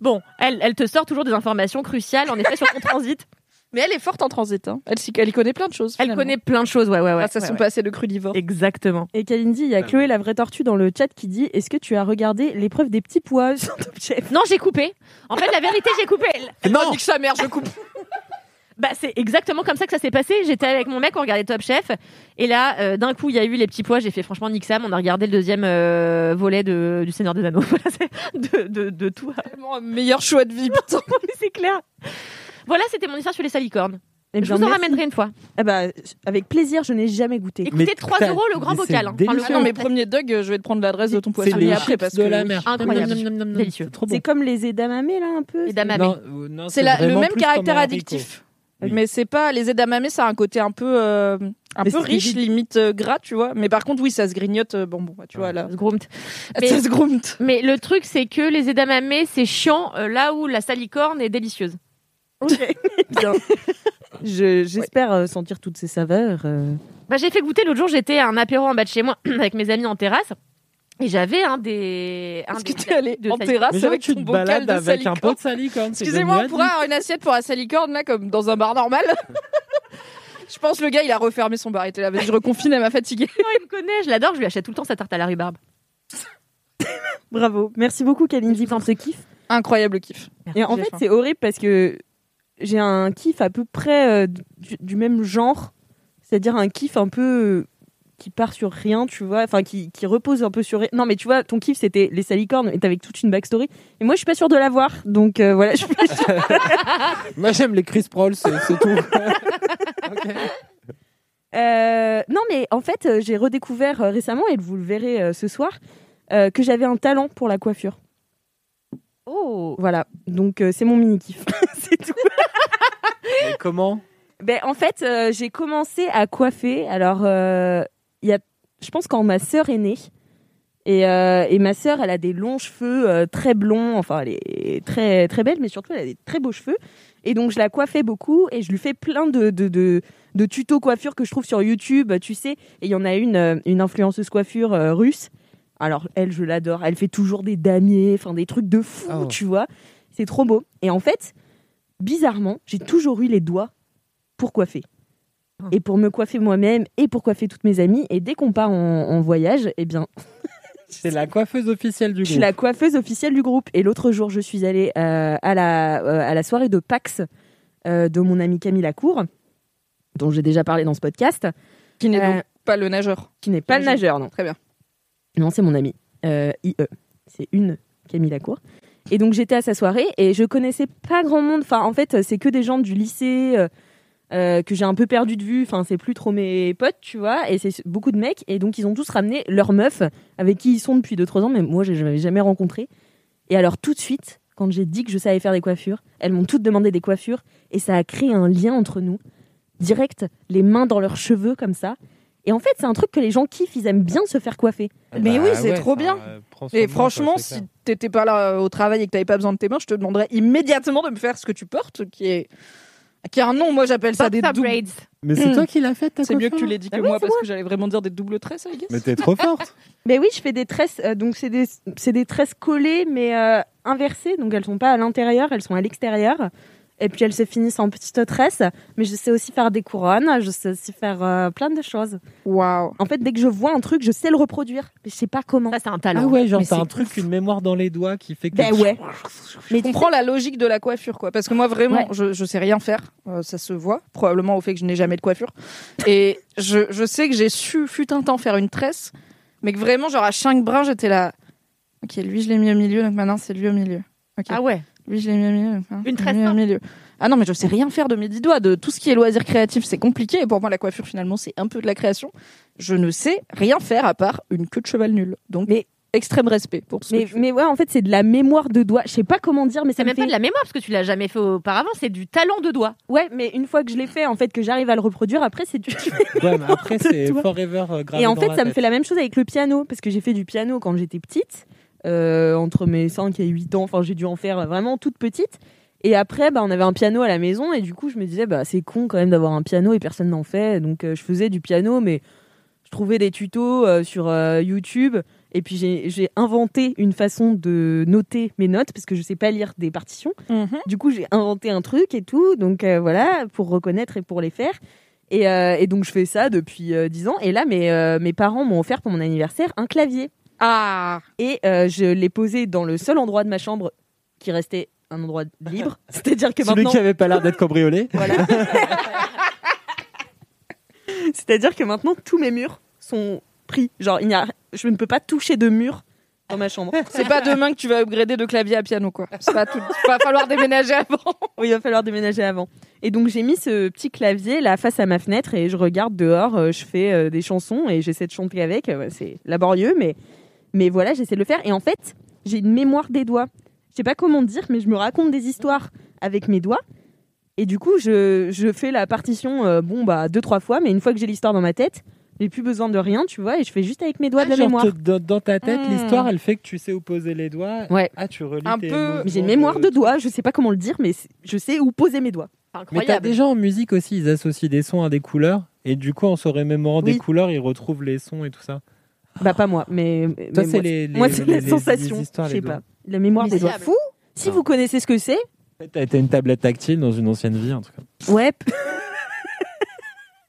S1: Bon, elle, elle te sort toujours des informations cruciales, en effet, sur ton transit.
S4: Mais elle est forte en transit. hein. Elle, s'y- elle connaît plein de choses.
S1: Elle
S4: finalement.
S1: connaît plein de choses, ouais, ouais, ouais.
S4: Grâce à
S1: Ouais,
S4: son
S1: ouais.
S4: passé de crudivore.
S1: Exactement.
S3: Et Kalindi, il y a Chloé la vraie tortue dans le chat qui dit Est-ce que tu as regardé l'épreuve des petits pois sur Top Chef
S1: Non, j'ai coupé. En fait, la vérité, j'ai coupé.
S4: Non, nique sa mère, je coupe.
S1: Bah, c'est exactement comme ça que ça s'est passé. J'étais avec mon mec, on regardait Top Chef, et là, euh, d'un coup, il y a eu les petits pois. J'ai fait franchement Nick Sam. On a regardé le deuxième euh, volet de, du Seigneur des Anneaux. Voilà, c'est de, de, de tout.
S4: Vraiment un meilleur choix de vie, putain.
S1: Mais c'est clair. Voilà, c'était mon histoire sur les salicornes.
S3: Eh
S1: je
S3: bien,
S1: vous en
S3: merci.
S1: ramènerai une fois.
S3: Ah bah, avec plaisir, je n'ai jamais goûté.
S1: Écoutez,
S2: Mais
S1: 3
S2: t'as-
S1: euros le grand
S2: mais c'est
S1: bocal. hein. Enfin, le-
S2: délicieux.
S4: Ah non, mais premier Doug, euh, je vais te prendre l'adresse de ton poisson.
S2: les
S4: Mais après,
S2: chips
S4: parce
S2: de
S4: que
S2: la
S4: oui.
S2: mer.
S1: Incroyable.
S2: Nom, nom, nom, nom.
S1: Délicieux.
S2: C'est Trop bon.
S3: C'est comme les edamame là un peu.
S1: Les damamés.
S2: Non, euh, non,
S4: C'est la- le
S2: vraiment
S4: même
S2: plus comme un
S4: caractère
S2: haricot.
S4: addictif.
S2: Oui.
S4: Mais c'est pas les edamame, ça a un côté un peu euh, un
S2: Mais c'est
S4: peu riche,
S2: rigide.
S4: limite euh, gras, tu vois. Mais par contre, oui, ça se grignote. euh, bon, bon, tu vois là,
S1: Ça se groomed. Mais-
S4: ça se groume.
S1: Mais le truc, c'est que les edamame, c'est chiant euh, là où la salicorne est délicieuse.
S3: Bien. Je- J'espère euh, sentir toutes ces saveurs. euh.
S1: Bah, j'ai fait goûter l'autre jour, j'étais à un apéro en bas de chez moi avec mes amis en terrasse. Et j'avais un des. un
S4: Est-ce que
S1: des-
S4: t'es allé
S1: de
S4: en
S1: salicorne.
S2: Mais
S4: terrasse
S2: genre,
S4: avec
S2: tu
S4: ton
S2: te
S4: bocal
S2: balades
S4: de
S2: avec un pot
S4: salicorne
S2: de salicorne. c'est
S4: Excusez-moi,
S2: bien
S4: on pourrait
S2: dit.
S4: avoir une assiette pour la salicorne là, comme dans un bar normal. Je pense le gars, il a refermé son bar. Il était là, vas-y, je reconfine, elle m'a fatiguée.
S1: Oh, il me connaît, je l'adore, je lui achète tout le temps sa tarte à la rhubarbe.
S3: Bravo. Merci beaucoup, Kalindi, pour ce kiff.
S4: Incroyable kiff.
S3: Et en
S4: J'ai
S3: fait,
S4: faim.
S3: c'est horrible parce que j'ai un kiff à peu près euh, du, du même genre, c'est-à-dire un kiff un peu euh, qui part sur rien, tu vois, enfin qui, qui repose un peu sur rien. Non, mais tu vois, ton kiff c'était les salicornes et t'avais toute une backstory. Et moi, je suis pas sûre de l'avoir, donc euh, voilà. je-
S2: Moi, j'aime les Chris Prolls, c'est c'est tout. Ok.
S3: Euh, non, mais en fait, euh, j'ai redécouvert euh, récemment, et vous le verrez euh, ce soir, euh, que j'avais un talent pour la coiffure.
S1: Oh
S3: Voilà, donc euh, c'est mon mini kiff, c'est tout.
S2: Mais comment
S3: Ben, en fait, euh, j'ai commencé à coiffer. Alors, euh, il y a, je pense quand ma sœur est née. Et, euh, et ma sœur, elle a des longs cheveux euh, très blonds. Enfin, elle est très très belle, mais surtout, elle a des très beaux cheveux. Et donc, je la coiffais beaucoup et je lui fais plein de de, de, de tutos coiffure que je trouve sur YouTube, tu sais. Et il y en a une euh, une influenceuse coiffure euh, russe. Alors, elle, je l'adore. Elle fait toujours des damiers, enfin des trucs de fou,
S2: Oh.
S3: tu vois. C'est trop beau. Et en fait, bizarrement, j'ai toujours eu les doigts pour coiffer. Et pour me coiffer moi-même et pour coiffer toutes mes amies. Et dès qu'on part en, en voyage, eh bien,
S2: C'est la coiffeuse officielle du
S3: je suis
S2: groupe.
S3: la coiffeuse officielle du groupe. Et l'autre jour, je suis allée euh, à, la, euh, à la soirée de Pax euh, de mon amie Camille Lacour, dont j'ai déjà parlé dans ce podcast,
S4: Qui n'est
S3: Euh,
S4: donc pas le nageur.
S3: qui n'est pas le
S4: J'imagine.
S3: nageur, non.
S4: Très bien.
S3: Non, c'est mon amie. Euh, IE. C'est une Camille Lacour. Et donc j'étais à sa soirée et je connaissais pas grand monde. Enfin, en fait, c'est que des gens du lycée. euh, euh, que j'ai un peu perdu de vue. Enfin, c'est plus trop mes potes, tu vois. Et c'est beaucoup de mecs. Et donc, ils ont tous ramené leurs meufs avec qui ils sont depuis 2-3 ans, mais moi, je ne les avais jamais rencontré. Et alors, tout de suite, quand j'ai dit que je savais faire des coiffures, elles m'ont toutes demandé des coiffures. Et ça a créé un lien entre nous. Direct, les mains dans leurs cheveux, comme ça. Et en fait, c'est un truc que les gens kiffent. Ils aiment bien se faire coiffer.
S2: Ah
S4: Mais
S2: bah
S4: oui, c'est trop bien.
S2: euh,
S4: Et franchement, si t'étais pas là euh, au travail et que t'avais pas besoin de tes mains, je te demanderais immédiatement de me faire ce que tu portes, qui est qui a un nom. Moi, j'appelle ça des
S1: Boxer
S4: doubles.
S1: braids.
S2: Mais c'est
S4: Hmm.
S2: toi qui l'as faite, ta
S4: C'est mieux que tu
S2: coiffure
S4: l'aies dit
S3: Ah
S4: que
S3: oui,
S4: moi
S3: c'est
S4: parce que j'allais vraiment dire des doubles tresses, I guess.
S2: Mais t'es trop forte.
S3: Mais oui, je fais des tresses. euh, donc, c'est des, c'est des tresses collées, mais euh, inversées. Donc, elles sont pas à l'intérieur, elles sont à l'extérieur. Et puis, elles se finissent en petites tresses. Mais je sais aussi faire des couronnes, je sais aussi faire euh, plein de choses.
S4: Waouh.
S3: En fait, dès que je vois un truc, je sais le reproduire. Mais je sais pas comment.
S1: Ça, c'est un talent.
S2: Ah ouais, genre
S3: Mais
S2: t'as
S3: c'est
S2: un truc, une mémoire dans les doigts qui fait que.
S3: Ben ouais. Mais
S4: Je comprends la logique de la coiffure, quoi. Parce que moi, vraiment,
S3: Ouais.
S4: je, je sais rien faire. Euh, ça se voit, probablement au fait que je n'ai jamais de coiffure. Et je, je sais que j'ai su, fut un temps, faire une tresse, mais que vraiment, genre à cinq brins, j'étais là. Ok, lui, je l'ai mis au milieu, donc maintenant, c'est lui au milieu. Ok.
S1: Ah ouais.
S4: Lui, je l'ai mis au milieu. donc maintenant,
S1: Une
S4: c'est
S1: tresse
S4: lui au
S1: simple.
S4: milieu. Ah non, mais je sais rien faire de mes dix doigts. De tout ce qui est loisir créatif, c'est compliqué. Et pour moi, la coiffure, finalement, c'est un peu de la création. Je ne sais rien faire à part une queue de cheval nulle. Donc,
S3: Mais-
S4: extrême respect pour ce que
S3: Mais,
S4: tu fais.
S3: mais ouais, en fait, c'est de la mémoire de doigts. Je sais pas comment dire, mais ça
S1: C'est
S3: me
S1: même
S3: fait...
S1: pas de la mémoire parce que tu l'as jamais fait auparavant. C'est du talent de doigt.
S3: Ouais, mais une fois que je l'ai fait, en fait, que j'arrive à le reproduire, après, c'est du...
S2: Ouais, mais après,
S3: de
S2: c'est
S3: toi.
S2: forever euh, gravé
S3: Et en
S2: dans
S3: fait,
S2: la
S3: ça me
S2: tête.
S3: fait la même chose avec le piano, parce que j'ai fait du piano quand j'étais petite, euh, entre mes 5 et 8 ans, enfin j'ai dû en faire vraiment toute petite. Et après, bah, on avait un piano à la maison, et du coup, je me disais, bah, c'est con quand même d'avoir un piano et personne n'en fait. Donc, euh, je faisais du piano, mais je trouvais des tutos euh, sur euh, YouTube. Et puis, j'ai j'ai inventé une façon de noter mes notes, parce que je sais pas lire des partitions. Du coup, j'ai inventé un truc et tout, donc euh, voilà, pour reconnaître et pour les faire. Et, euh, et donc, je fais ça depuis euh, 10 ans. Et là, mes, euh, mes parents m'ont offert pour mon anniversaire un clavier.
S4: Ah
S3: Et euh, je l'ai posé dans le seul endroit de ma chambre qui restait un endroit libre. C'est-à-dire que
S2: Celui
S3: maintenant.
S2: qui avait pas l'air d'être cambriolé.
S3: Voilà. C'est-à-dire que maintenant, tous mes murs sont pris. Genre, il n'y a... je ne peux pas toucher de mur dans ma chambre.
S4: C'est pas demain que tu vas upgrader de clavier à piano, quoi. C'est pas tout. Va falloir déménager avant.
S3: Oui, Oh, il va falloir déménager avant. Et donc j'ai mis ce petit clavier là face à ma fenêtre et je regarde dehors, euh, je fais euh, des chansons et j'essaie de chanter avec. Euh, ouais, C'est laborieux, mais, mais voilà, j'essaie de le faire. Et en fait, j'ai une mémoire des doigts. Je sais pas comment dire, mais je me raconte des histoires avec mes doigts. Et du coup, je, je fais la partition, euh, bon, bah, deux, trois fois, mais une fois que j'ai l'histoire dans ma tête, j'ai plus besoin de rien, tu vois, et je fais juste avec mes doigts de la
S2: Ah, Genre,
S3: mémoire.
S2: te- dans, dans ta tête,
S4: Hmm.
S2: l'histoire, elle fait que tu sais où poser les doigts.
S3: Ouais.
S2: Ah, tu relis
S4: Un
S2: tes
S4: peu-
S2: mouvements
S3: Mais j'ai une mémoire de doigts, je sais pas comment le dire, mais c'est- je sais où poser mes doigts.
S1: C'est
S2: Mais t'as
S1: Incroyable.
S2: des gens en musique aussi, ils associent des sons à des couleurs. Et du coup, en se remémorant des
S3: Oui.
S2: couleurs, ils retrouvent les sons et tout ça.
S3: Bah pas moi, mais,
S2: Toi,
S3: mais
S2: c'est
S3: moi,
S2: les-
S3: moi,
S2: les-
S3: c'est
S2: les-
S3: la
S2: les-
S3: sensation,
S2: les histoires,
S3: je
S2: les
S3: sais
S2: doigts.
S3: pas, la mémoire
S1: Mais
S3: des
S1: c'est
S3: doigts. Fou. Si
S2: Ah.
S3: vous connaissez ce que c'est,
S2: T'as été une tablette tactile dans une ancienne vie, en tout cas.
S3: ouais,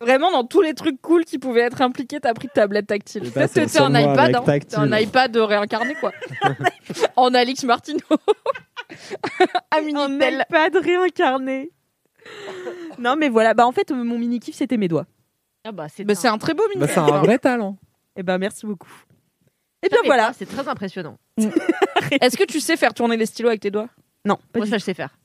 S4: Vraiment, dans tous les trucs cool qui pouvaient être impliqués, t'as pris de tablette tactile.
S2: Eh ben,
S4: Peut-être
S2: c'est
S4: que t'es un
S2: sûrement avec
S4: iPad, hein. T'es un
S2: tactile. Bah,
S4: iPad réincarné, quoi. en Alix Martino. à
S3: un
S4: Minitel.
S3: iPad réincarné. non mais voilà, bah en fait euh, mon mini kiff c'était mes doigts.
S1: Ah bah, c'est
S4: Bah, c'est
S1: un-
S4: un très beau
S2: Bah,
S4: Minitel.
S2: c'est un vrai talent.
S3: Et ben merci beaucoup. Et
S1: Ça
S3: bien
S1: fait
S3: voilà.
S1: pas, C'est très impressionnant.
S4: Est-ce que tu sais faire tourner les stylos avec tes doigts
S3: Non, pas
S1: Moi,
S3: du
S1: ça, je sais faire.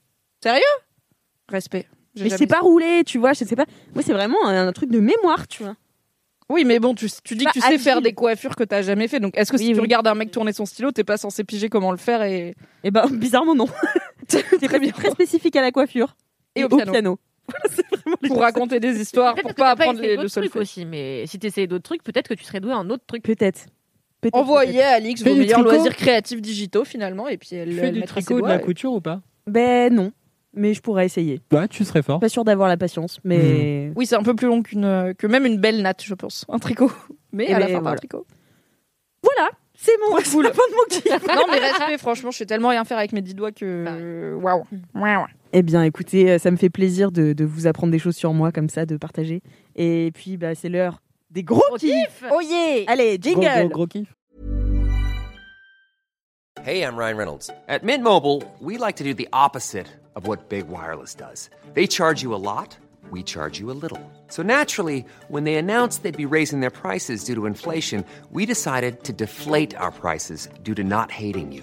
S4: Respect. J'ai
S3: mais je
S4: jamais-
S3: sais pas rouler, tu vois, je sais pas. Moi c'est vraiment un, un truc de mémoire, tu vois.
S4: Oui, mais bon, tu, tu dis que
S3: Pas
S4: tu sais faire
S3: agile.
S4: des coiffures que t'as jamais fait. Donc, est-ce que si
S3: Bah, Oui,
S4: tu
S3: oui.
S4: regardes un mec tourner son stylo, t'es pas censé piger comment le faire et.
S3: Et ben bizarrement non. C'est
S4: Très bien.
S3: très spécifique à la coiffure
S4: Et au piano.
S3: Voilà, c'est vraiment les
S4: Pour
S3: choses.
S4: raconter des histoires,
S1: Peut-être
S4: pour
S1: que t'as
S4: pas
S1: pas
S4: apprendre
S1: essayé
S4: les, le
S1: d'autres trucs
S4: solfège.
S1: aussi, mais si t'essayais d'autres trucs, peut-être que tu serais doué à un autre truc.
S3: peut-être. Peut-être,
S4: Envoyez à Alix
S2: Fais
S4: vos
S2: du
S4: meilleurs
S2: tricot.
S4: loisirs créatifs digitaux finalement et puis elle,
S2: Tu
S4: elle
S2: fais du
S4: mettra ses
S2: tricot ou de
S4: doigts
S2: la
S4: et-
S2: couture ou pas
S3: peut-être. Ben non, mais je pourrais essayer.
S2: Bah, tu serais fort.
S3: Pas sûr d'avoir la patience,
S2: Hmm.
S3: mais
S4: Oui, c'est un peu plus long qu'une euh, que même une belle natte, je pense. Un tricot. Mais
S3: Eh
S4: à la
S3: ben,
S4: fin, pas un
S3: voilà.
S4: tricot.
S3: voilà, c'est mon
S4: Cool.
S3: la fin de mon kiff.
S4: non, mais respect, franchement, je sais tellement rien faire avec mes dix doigts que. Waouh. Ouais, ouais.
S3: Eh bien, écoutez, euh, ça me fait plaisir de, de vous apprendre des choses sur moi comme ça, de partager. Et puis, bah, c'est l'heure des gros kiffs.
S4: Oh yeah
S3: Allez,
S2: Gros,
S3: jingle.
S2: gros, gros kiff.
S9: Hey, I'm Ryan Reynolds. At Mint Mobile, we like to do the opposite of what Big Wireless does. They charge you a lot, we charge you a little. So naturally, when they announced they'd be raising their prices due to inflation, we decided to deflate our prices due to not hating you.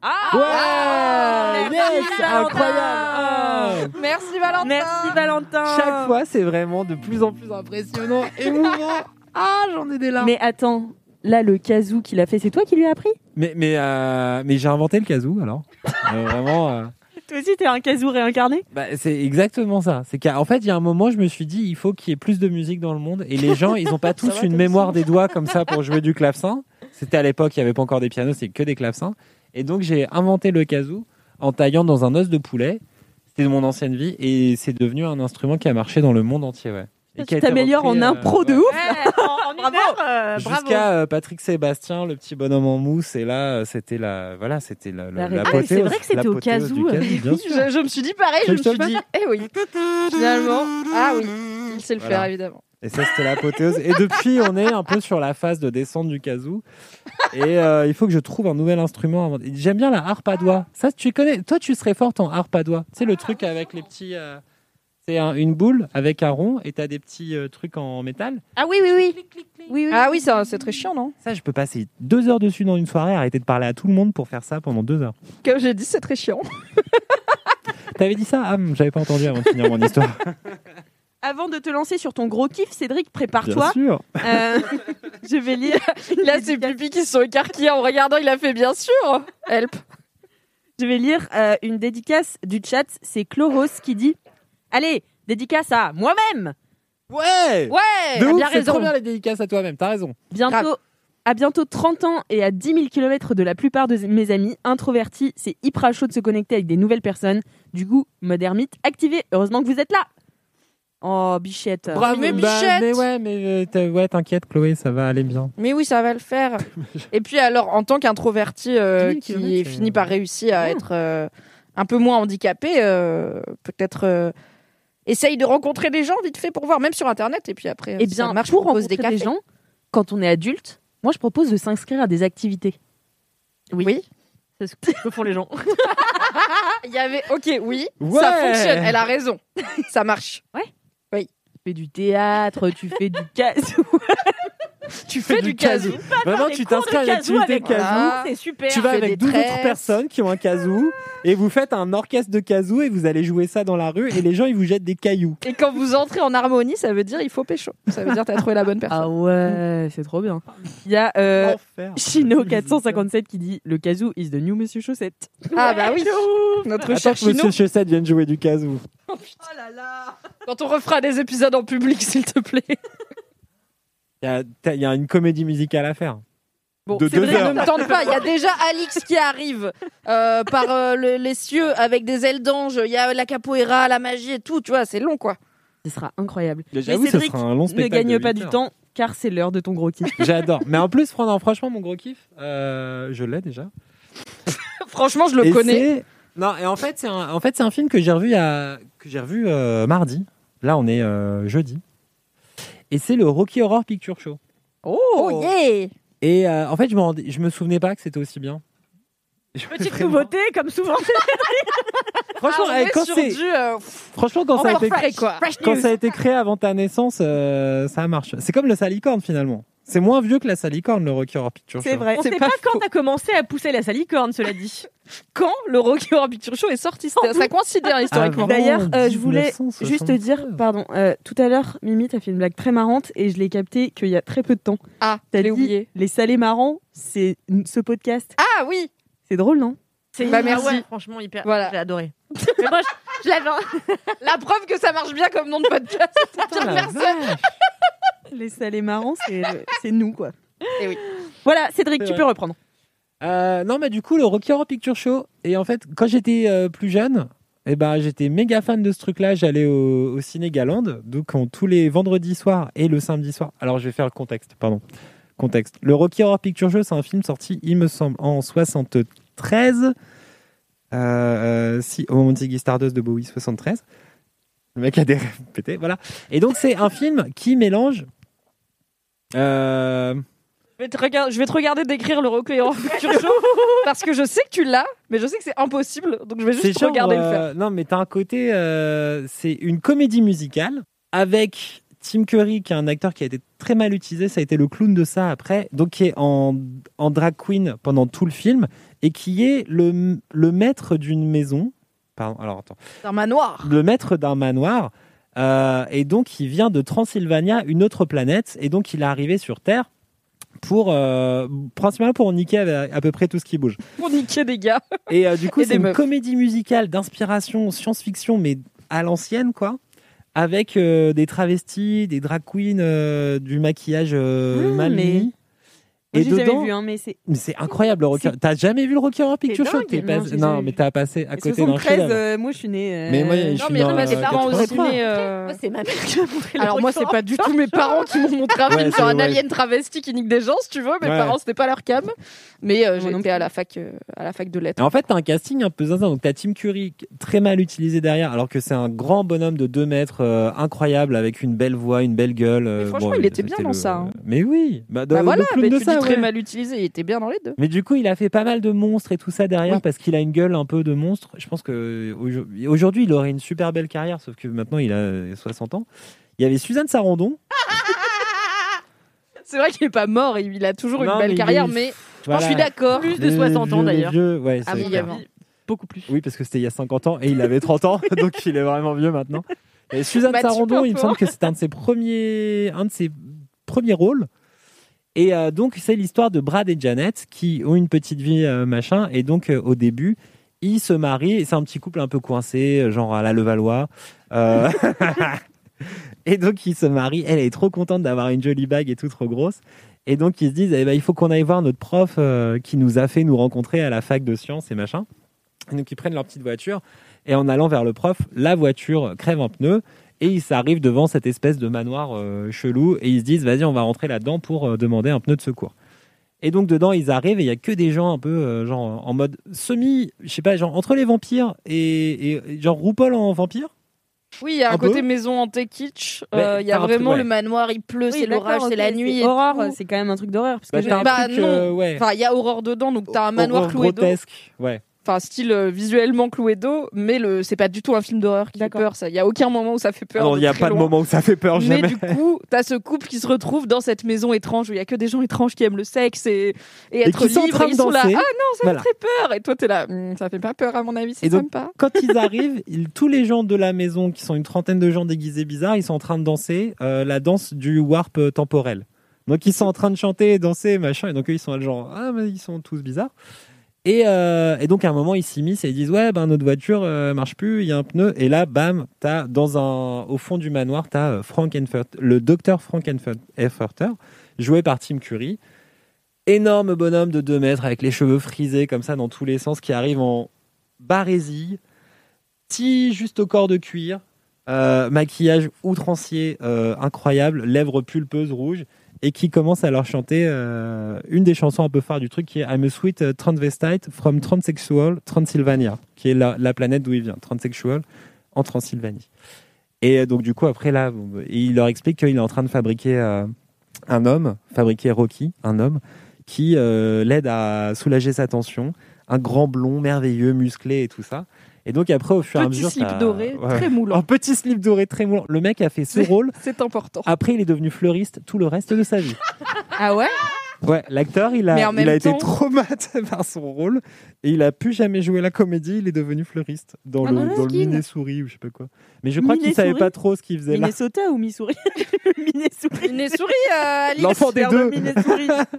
S2: Oh,
S3: Ah,
S2: yes,
S3: Valentin.
S2: incroyable. Oh.
S4: Merci Valentin.
S3: Merci Valentin
S2: Chaque fois, c'est vraiment de plus en plus impressionnant, émouvant. Ah, j'en ai des larmes.
S3: Mais attends, là, le kazoo qu'il a fait, c'est toi qui lui as appris
S2: Mais, mais, euh, mais j'ai inventé le kazoo alors. Euh, vraiment. euh,
S3: Toi aussi, t'es un kazoo réincarné
S2: bah, c'est exactement ça. C'est qu'en fait, il y a un moment, je me suis dit, il faut qu'il y ait plus de musique dans le monde. Et les gens, ils n'ont pas tous une mémoire des doigts comme ça pour jouer du clavecin. C'était à l'époque, il n'y avait pas encore des pianos, c'est que des clavecins. Et donc, j'ai inventé le kazoo en taillant dans un os de poulet. C'était de mon ancienne vie et c'est devenu un instrument qui a marché dans le monde entier. Ouais. Et qui a été
S3: Tu t'améliores en
S2: repris, euh,
S3: impro de
S2: ouais.
S3: ouf
S1: Eh, en, en une heure, euh, bravo.
S2: Jusqu'à euh, Patrick Sébastien, le petit bonhomme en mousse, et là euh, c'était la voilà c'était la, la,
S3: La ré-
S2: la
S3: Ah, mais c'est
S2: l'apothéose-
S1: vrai que c'était au
S2: l'apothéose du
S1: cas où.
S2: Kazoo, bien sûr.
S4: Je, je me suis dit pareil, je me
S2: Je te
S4: suis
S2: le
S4: dit, eh oui. Finalement, ah oui, il sait le
S2: Voilà.
S4: faire évidemment.
S2: Et ça, c'était l'apothéose. Et depuis, on est un peu sur la phase de descente du kazoo. Et euh, il faut que je trouve un nouvel instrument. à inventer. J'aime bien la harpe à doigts. Ça, tu connais. Toi, tu serais forte en harpe à doigts. Tu sais, le truc avec les petits. euh, C'est un- une boule avec un rond et t'as des petits euh, trucs en métal.
S3: Ah oui, oui, oui. Oui, oui.
S4: Ah oui, ça, c'est très chiant, non
S2: Ça, je peux passer deux heures dessus dans une soirée, arrêter de parler à tout le monde pour faire ça pendant deux heures.
S4: Comme j'ai dit, c'est très chiant.
S2: T'avais dit ça Ah, hum, j'avais pas entendu avant de finir mon histoire.
S3: Avant de te lancer sur ton gros kiff, Cédric,
S2: Bien
S3: prépare-toi.
S2: sûr.
S3: Euh, je vais lire.
S4: Là, ses pupilles qui se sont écarquillées en regardant, il a fait bien sûr. Help.
S3: Je vais lire euh, une dédicace du chat. C'est Chloros qui dit Allez, dédicace à moi-même
S2: Ouais.
S4: Ouais.
S2: De ouf,
S3: bien
S2: c'est
S3: raison.
S2: trop bien les dédicaces à toi-même. T'as raison.
S3: Bientôt,
S4: Grave.
S3: à bientôt 30 ans et à 10 000 km de la plupart de mes amis, introvertis, c'est hyper chaud de se connecter avec des nouvelles personnes. Du coup, mode ermite, activé. Heureusement que vous êtes là. Oh, bichette.
S2: Bravo,
S4: Mais
S2: bah,
S4: Bichette
S2: mais ouais, mais euh, t'as- ouais, t'inquiète, Chloé, ça va aller bien.
S4: Mais oui, ça va le faire. Et puis alors, en tant qu'introverti euh,
S2: Oui,
S4: qui
S2: kilomètres, c'est-
S4: finit par réussir à être euh, un peu moins handicapé, euh, peut-être euh, essaye de rencontrer des gens vite fait pour voir, même sur Internet. Et puis après,
S3: Eh
S4: si
S3: bien,
S4: ça marche,
S3: pour
S4: propose
S3: rencontrer
S4: des
S3: des,
S4: cafés.
S3: gens, quand on est adulte, moi je propose de s'inscrire à des activités.
S4: Oui.
S1: C'est ce que font les gens.
S4: Ah, il y avait. Ok, oui.
S2: Ouais.
S4: Ça fonctionne. Elle a raison. ça marche.
S3: Tu fais du théâtre, tu fais du kazoo.
S4: Tu fais du casou.
S2: Vraiment, tu t'inscris à une activité
S4: Voilà.
S2: kazoo.
S1: Ah, C'est super.
S2: Tu vas
S4: fais des
S2: avec 12
S4: tresses.
S2: autres personnes qui ont un kazoo et vous faites un orchestre de kazoo et vous allez jouer ça dans la rue et les gens ils vous jettent des cailloux.
S4: Et quand vous entrez en harmonie, ça veut dire il faut pécho. Ça veut dire t'as trouvé la bonne personne.
S3: Ah ouais, c'est trop bien. Il y a euh,
S2: Enfer.
S3: Chino457 qui dit Le kazoo is the new Monsieur Chaussette.
S4: Ah bah oui. Notre
S2: Attends
S4: cher
S2: que Monsieur
S4: Chino.
S2: Chaussette vienne jouer du kazoo.
S4: Quand on refera des épisodes en public, s'il te plaît.
S2: Il y a- t'as- il y, a une comédie musicale à faire.
S4: Bon,
S2: De
S4: c'est
S2: deux
S4: vrai,
S2: heures.
S4: ne me tente pas. Il y a déjà Alix qui arrive euh, par euh, le- les cieux avec des ailes d'ange. Il y a la capoeira, la magie et tout. Tu vois, c'est long quoi.
S3: Ce sera incroyable.
S2: J'avoue, ce
S3: Cédric
S2: sera un long
S3: Ne
S2: spectacle.
S3: gagne
S2: de
S3: pas
S2: huit
S3: du
S2: heures.
S3: temps car c'est l'heure de ton gros kiff.
S2: J'adore. Mais en plus, Fran- franchement, mon gros kiff, euh, je l'ai déjà.
S4: Franchement, je le
S2: Et
S4: connais.
S2: c'est- Non, et en fait, c'est un, en fait, c'est un film que j'ai revu, à, que j'ai revu euh, mardi. Là, on est euh, jeudi. Et c'est le Rocky Horror Picture Show.
S4: Oh, yeah.
S2: Et euh, en fait, je me, rendais- je me souvenais pas que c'était aussi bien.
S1: Petite
S2: Vraiment.
S1: nouveauté, comme souvent.
S2: Franchement,
S4: Ah, on
S2: eh,
S4: est
S2: quand,
S4: sur
S2: c'est-
S4: du, euh, pff,
S2: franchement, quand ça a
S4: encore
S2: été
S4: frais, quoi.
S2: quand ça a été créé avant ta naissance, euh, ça marche. C'est comme le salicorne finalement. C'est moins vieux que la salicorne, le Rocky Horror Picture Show.
S3: C'est vrai.
S1: On
S4: C'est
S1: sait
S4: pas
S1: pas, quand t'as commencé à pousser la salicorne, cela dit.
S4: Quand le Rocky Horror Picture Show est sorti, c'était- ça considère historiquement.
S2: Avant
S3: D'ailleurs, euh, je voulais
S2: 1969.
S3: Juste te dire, pardon, euh, tout à l'heure, Mimi, t'as fait une blague très marrante et je l'ai capté qu'il y a très peu de temps.
S4: Ah,
S3: T'as
S4: t'as
S3: dit
S4: oublié.
S3: Les salés marrants, c'est ce podcast.
S4: Ah oui.
S3: C'est drôle, non
S1: C'est
S4: Bah,
S1: ah
S4: merci.
S1: ouais, franchement, hyper.
S4: Voilà.
S1: J'ai adoré. Mais moi, je, je l'avais.
S4: La preuve que ça marche bien comme nom de podcast.
S2: Putain, la vache.
S3: Les salés marrants, c'est euh, c'est nous, quoi.
S4: Eh oui.
S3: Voilà, Cédric,
S2: C'est
S3: tu
S2: vrai.
S3: peux reprendre.
S2: Euh, non, mais du coup, le Rocky Horror Picture Show. Et en fait, quand j'étais euh, plus jeune, eh ben, j'étais méga fan de ce truc-là. J'allais au, au Ciné Galande, donc en- tous les vendredis soirs et le samedi soir. Alors, je vais faire le contexte, pardon. Contexte. Le Rocky Horror Picture Show, c'est un film sorti, il me semble, en 73. Euh, euh, si, au moment de Ziggy Stardust de Bowie, 73. Le mec a des rêves pétés, voilà. Et donc, c'est un film qui mélange Euh,
S4: Je vais te, regard- je vais te regarder décrire le recueillant en futur show parce que je sais que tu l'as, mais je sais que c'est impossible, donc je vais
S2: c'est
S4: juste te
S2: genre,
S4: regarder le faire.
S2: euh, Non, mais t'as un côté. euh, c'est une comédie musicale avec Tim Curry, qui est un acteur qui a été très mal utilisé. Ça a été le clown de ça après. Donc, qui est en, en drag queen pendant tout le film et qui est le, le maître d'une maison. Pardon, alors attends.
S4: C'est un manoir.
S2: le maître d'un manoir. euh, et donc, il vient de Transylvania, une autre planète. Et donc, il est arrivé sur Terre pour, euh, principalement pour niquer à, à peu près tout ce qui bouge.
S4: Pour niquer des gars.
S2: Et euh, du coup,
S4: Et des
S2: c'est une
S4: meufs.
S2: comédie musicale d'inspiration science-fiction, mais à l'ancienne, quoi. Avec euh, des travestis, des drag queens, euh, du maquillage euh,
S3: Ah,
S2: mal
S3: mais-
S2: mis.
S3: Moi,
S2: Et
S3: j'ai jamais
S2: dedans,
S3: vu, hein, mais c'est.
S2: mais c'est incroyable le Rocky. T'as jamais vu le Rocky Horror Picture
S3: C'est
S2: Show
S3: dingue.
S2: T'es
S3: Non,
S2: pas-
S3: j'ai
S2: Non,
S3: jamais
S2: mais
S3: vu.
S2: t'as passé à
S3: et
S2: côté d'un
S3: 73,
S2: chef-d'œuvre.
S3: euh, moi je suis née. euh,
S2: Mais moi, je
S4: Non,
S2: suis
S4: mais
S2: dans,
S4: moi, mes
S2: euh,
S4: parents au
S2: 83.
S4: ciné. euh,
S1: Moi, c'est ma mère qui m'a montré le
S4: Alors moi, c'est
S1: record.
S4: pas du tout mes parents qui m'ont montré un
S2: Ouais,
S4: film
S2: c'est-
S4: sur un
S2: ouais.
S4: alien travesti qui nique des gens, si tu veux. Mes
S2: Ouais.
S4: parents, c'était pas leur cam. Mais euh,
S3: Moi non
S4: j'étais
S3: plus.
S4: à la fac, euh, à la fac de lettres.
S2: Et en fait, t'as un casting un peu zinzin. Donc, t'as Tim Curry, très mal utilisé derrière, alors que c'est un grand bonhomme de 2 mètres, euh, incroyable, avec une belle voix, une belle gueule. euh,
S4: Mais franchement, il était bien
S2: c'était
S4: dans
S2: le-
S4: ça, hein.
S2: Mais oui. Bah, dans
S4: bah
S2: le-
S4: voilà,
S2: le clown
S4: mais
S2: de
S4: tu
S2: ça,
S4: dis très
S2: ouais.
S4: mal utilisé. Il était bien dans les deux.
S2: Mais du coup, il a fait pas mal de monstres et tout ça derrière
S4: Oui.
S2: parce qu'il a une gueule un peu de monstre. Je pense que aujourd'hui- aujourd'hui, il aurait une super belle carrière, sauf que maintenant, il a euh, 60 ans. Il y avait Suzanne Sarandon.
S4: C'est vrai qu'il est pas mort. Il il a toujours
S2: Non,
S4: une belle
S2: mais il
S4: carrière,
S2: est-
S4: mais
S2: Voilà.
S4: je suis d'accord.
S1: Plus de
S2: Les
S1: 60 ans
S2: vieux, les
S1: d'ailleurs.
S2: vieux, ouais,
S4: Ah
S2: c'est
S4: oui,
S2: clair.
S4: avant.
S1: Beaucoup plus.
S2: Oui, parce que c'était il y a 50 ans et il avait 30 ans, donc il est vraiment vieux maintenant. Et Suzanne
S4: Bah, tu
S2: Sarandon,
S4: peux
S2: il me
S4: pas.
S2: semble que c'est un de ses premiers, un de ses premiers rôles. Et euh, donc c'est l'histoire de Brad et Janet qui ont une petite vie euh, machin. Et donc euh, au début, ils se marient. et C'est un petit couple un peu coincé, euh, genre à la Levallois. Euh, et donc ils se marient. Elle est trop contente d'avoir une jolie bague et tout trop grosse. Et donc ils se disent, eh ben, il faut qu'on aille voir notre prof euh, qui nous a fait nous rencontrer à la fac de sciences et machin. Et donc ils prennent leur petite voiture et en allant vers le prof, la voiture crève un pneu et ils s'arrivent devant cette espèce de manoir euh, chelou et ils se disent vas-y on va rentrer là-dedans pour euh, demander un pneu de secours. Et donc dedans ils arrivent et il y a que des gens un peu euh, genre en mode semi, je sais pas genre entre les vampires et, et- et genre RuPaul en vampire.
S4: Oui, il y a un,
S2: Un peu.
S4: côté maison hantée kitsch.
S2: Ouais,
S4: euh, Il y a
S2: t'as un truc,
S4: vraiment
S2: ouais.
S4: le manoir, il pleut, c'est l'orage, c'est la nuit. et
S3: Horreur,
S4: tout.
S3: c'est quand même un truc d'horreur. Parce que
S2: Bah,
S3: j'ai-
S2: t'as un
S4: Bah,
S2: truc,
S4: non.
S2: euh, ouais.
S4: Enfin, il y a horreur dedans, donc t'as un manoir
S2: Horror
S4: cloué d'eau.
S2: grotesque, ouais.
S4: Enfin, style euh, visuellement cloué d'eau, mais le... c'est pas du tout un film d'horreur qui fait
S3: D'accord.
S4: peur. ça. Il y a aucun moment où ça fait peur.
S2: non, il n'y a
S4: très
S2: pas de
S4: loin.
S2: moment où ça fait peur
S4: Mais
S2: jamais.
S4: du coup, t'as ce couple qui se retrouve dans cette maison étrange où il y a que des gens étranges qui aiment le sexe et, et être
S2: qui sont en
S4: libres.
S2: train
S4: et
S2: de
S4: ils sont là, ah
S2: danser.
S4: non, ça
S2: Voilà.
S4: fait très peur. Et toi, t'es là, Hum, ça fait pas peur à mon avis, c'est
S2: Et donc-
S4: sympa.
S2: quand ils arrivent, ils- tous les gens de la maison, qui sont une trentaine de gens déguisés bizarres, ils sont en train de danser euh, la danse du warp euh, temporel. Donc ils sont en train de chanter, danser, machin, et donc eux ils sont là, genre, ah mais ils sont tous bizarres. Et, euh, et donc à un moment ils s'immiscent et ils disent ouais ben notre voiture euh, marche plus, il y a un pneu et là bam t'as dans un au fond du manoir t'as euh, Frankenfurter, le docteur Frankenfurter joué par Tim Curry énorme bonhomme de 2 mètres avec les cheveux frisés comme ça dans tous les sens qui arrive en barésie, petit juste au corps de cuir, euh, maquillage outrancier euh, incroyable, lèvres pulpeuses rouges et qui commence à leur chanter euh, une des chansons un peu phares du truc qui est I'm a sweet euh, transvestite from transsexual Transylvania qui est la, la planète d'où il vient, transsexual en Transylvanie. Et euh, donc du coup après là, bon, il leur explique qu'il est en train de fabriquer euh, un homme, fabriquer Rocky, un homme qui euh, l'aide à soulager sa tension. Un grand blond, merveilleux, musclé et tout ça. Et donc après, au fur et à
S4: Petit
S2: mesure,
S4: slip
S2: t'as-
S4: doré,
S2: Ah, Ouais. Oh.
S4: très moulant.
S2: un petit slip doré très moulant. Le mec a fait ce rôle.
S4: C'est important.
S2: Après, il est devenu fleuriste tout le reste de sa vie.
S4: Ah ouais
S2: Ouais, l'acteur, il
S4: Mais
S2: a,
S4: en même
S2: il a
S4: temps-
S2: été traumatisé par son rôle et il a plus jamais joué la comédie. Il est devenu fleuriste dans
S3: Ah,
S2: le,
S3: dans le
S2: dans le
S3: skin.
S2: Minnesota ou je sais pas quoi. Mais je crois qu'il savait
S3: Minnesota
S2: pas trop ce qu'il faisait là.
S3: Minnesota ou Missouri Minnesota.
S4: Une souris, Alice
S2: L'enfant des
S3: Vers le
S2: deux.
S3: Minnesota.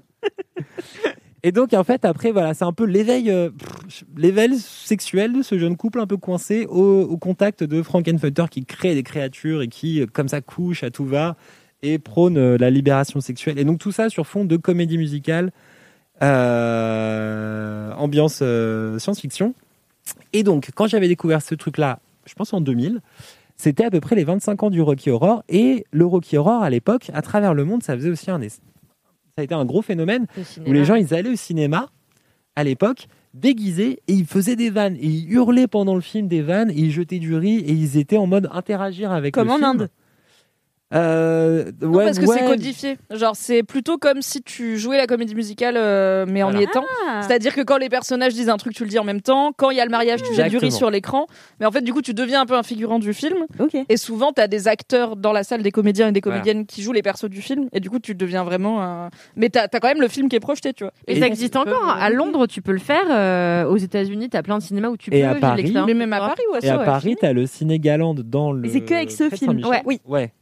S2: Et donc, en fait, après, voilà, c'est un peu l'éveil, euh, pff, l'éveil sexuel de ce jeune couple un peu coincé au, au contact de Frankenfutter qui crée des créatures et qui, euh, comme ça, couche à tout va et prône euh, la libération sexuelle. Et donc, tout ça sur fond de comédie musicale, euh, ambiance euh, science-fiction. Et donc, quand j'avais découvert ce truc-là, je pense en 2000, c'était à peu près les 25 ans du Rocky Horror. Et le Rocky Horror, à l'époque, à travers le monde, ça faisait aussi un... es- Ça a été un gros phénomène où les gens ils allaient au cinéma à l'époque déguisés et ils faisaient des vannes et ils hurlaient pendant le film des vannes et ils jetaient du riz et ils étaient en mode interagir avec
S3: Comme
S2: le
S3: en
S2: film.
S3: Inde.
S2: Euh,
S4: Non,
S2: ouais,
S4: parce que c'est
S2: ouais.
S4: codifié. Genre, c'est plutôt comme si tu jouais la comédie musicale, euh, mais en y étant.
S1: Ah.
S4: C'est-à-dire que quand les personnages disent un truc, tu le dis en même temps. Quand il y a le mariage, tu fais du riz
S2: Exactement.
S4: sur l'écran. Mais en fait, du coup, tu deviens un peu un figurant du film.
S3: Ok.
S4: Et souvent, tu as des acteurs dans la salle, des comédiens et des
S9: Voilà.
S4: comédiennes qui jouent les persos du film. Et du coup, tu deviens vraiment un. Mais t'as as quand même le film qui est projeté, tu vois.
S1: Mais ça existe encore. hein. À Londres, tu peux le faire. euh, aux États-Unis, t'as plein de cinémas où tu
S2: Et
S1: peux.
S2: à
S1: j'ai
S2: Paris.
S1: l'expérience.
S4: Mais même à Paris, ouais,
S2: Et à
S4: ça, ouais.
S2: Paris, t'as le ciné Galande dans le.
S3: Mais c'est que avec ce
S2: près de
S3: film.
S2: Saint-Michel.
S3: Ouais, oui.
S2: Ouais.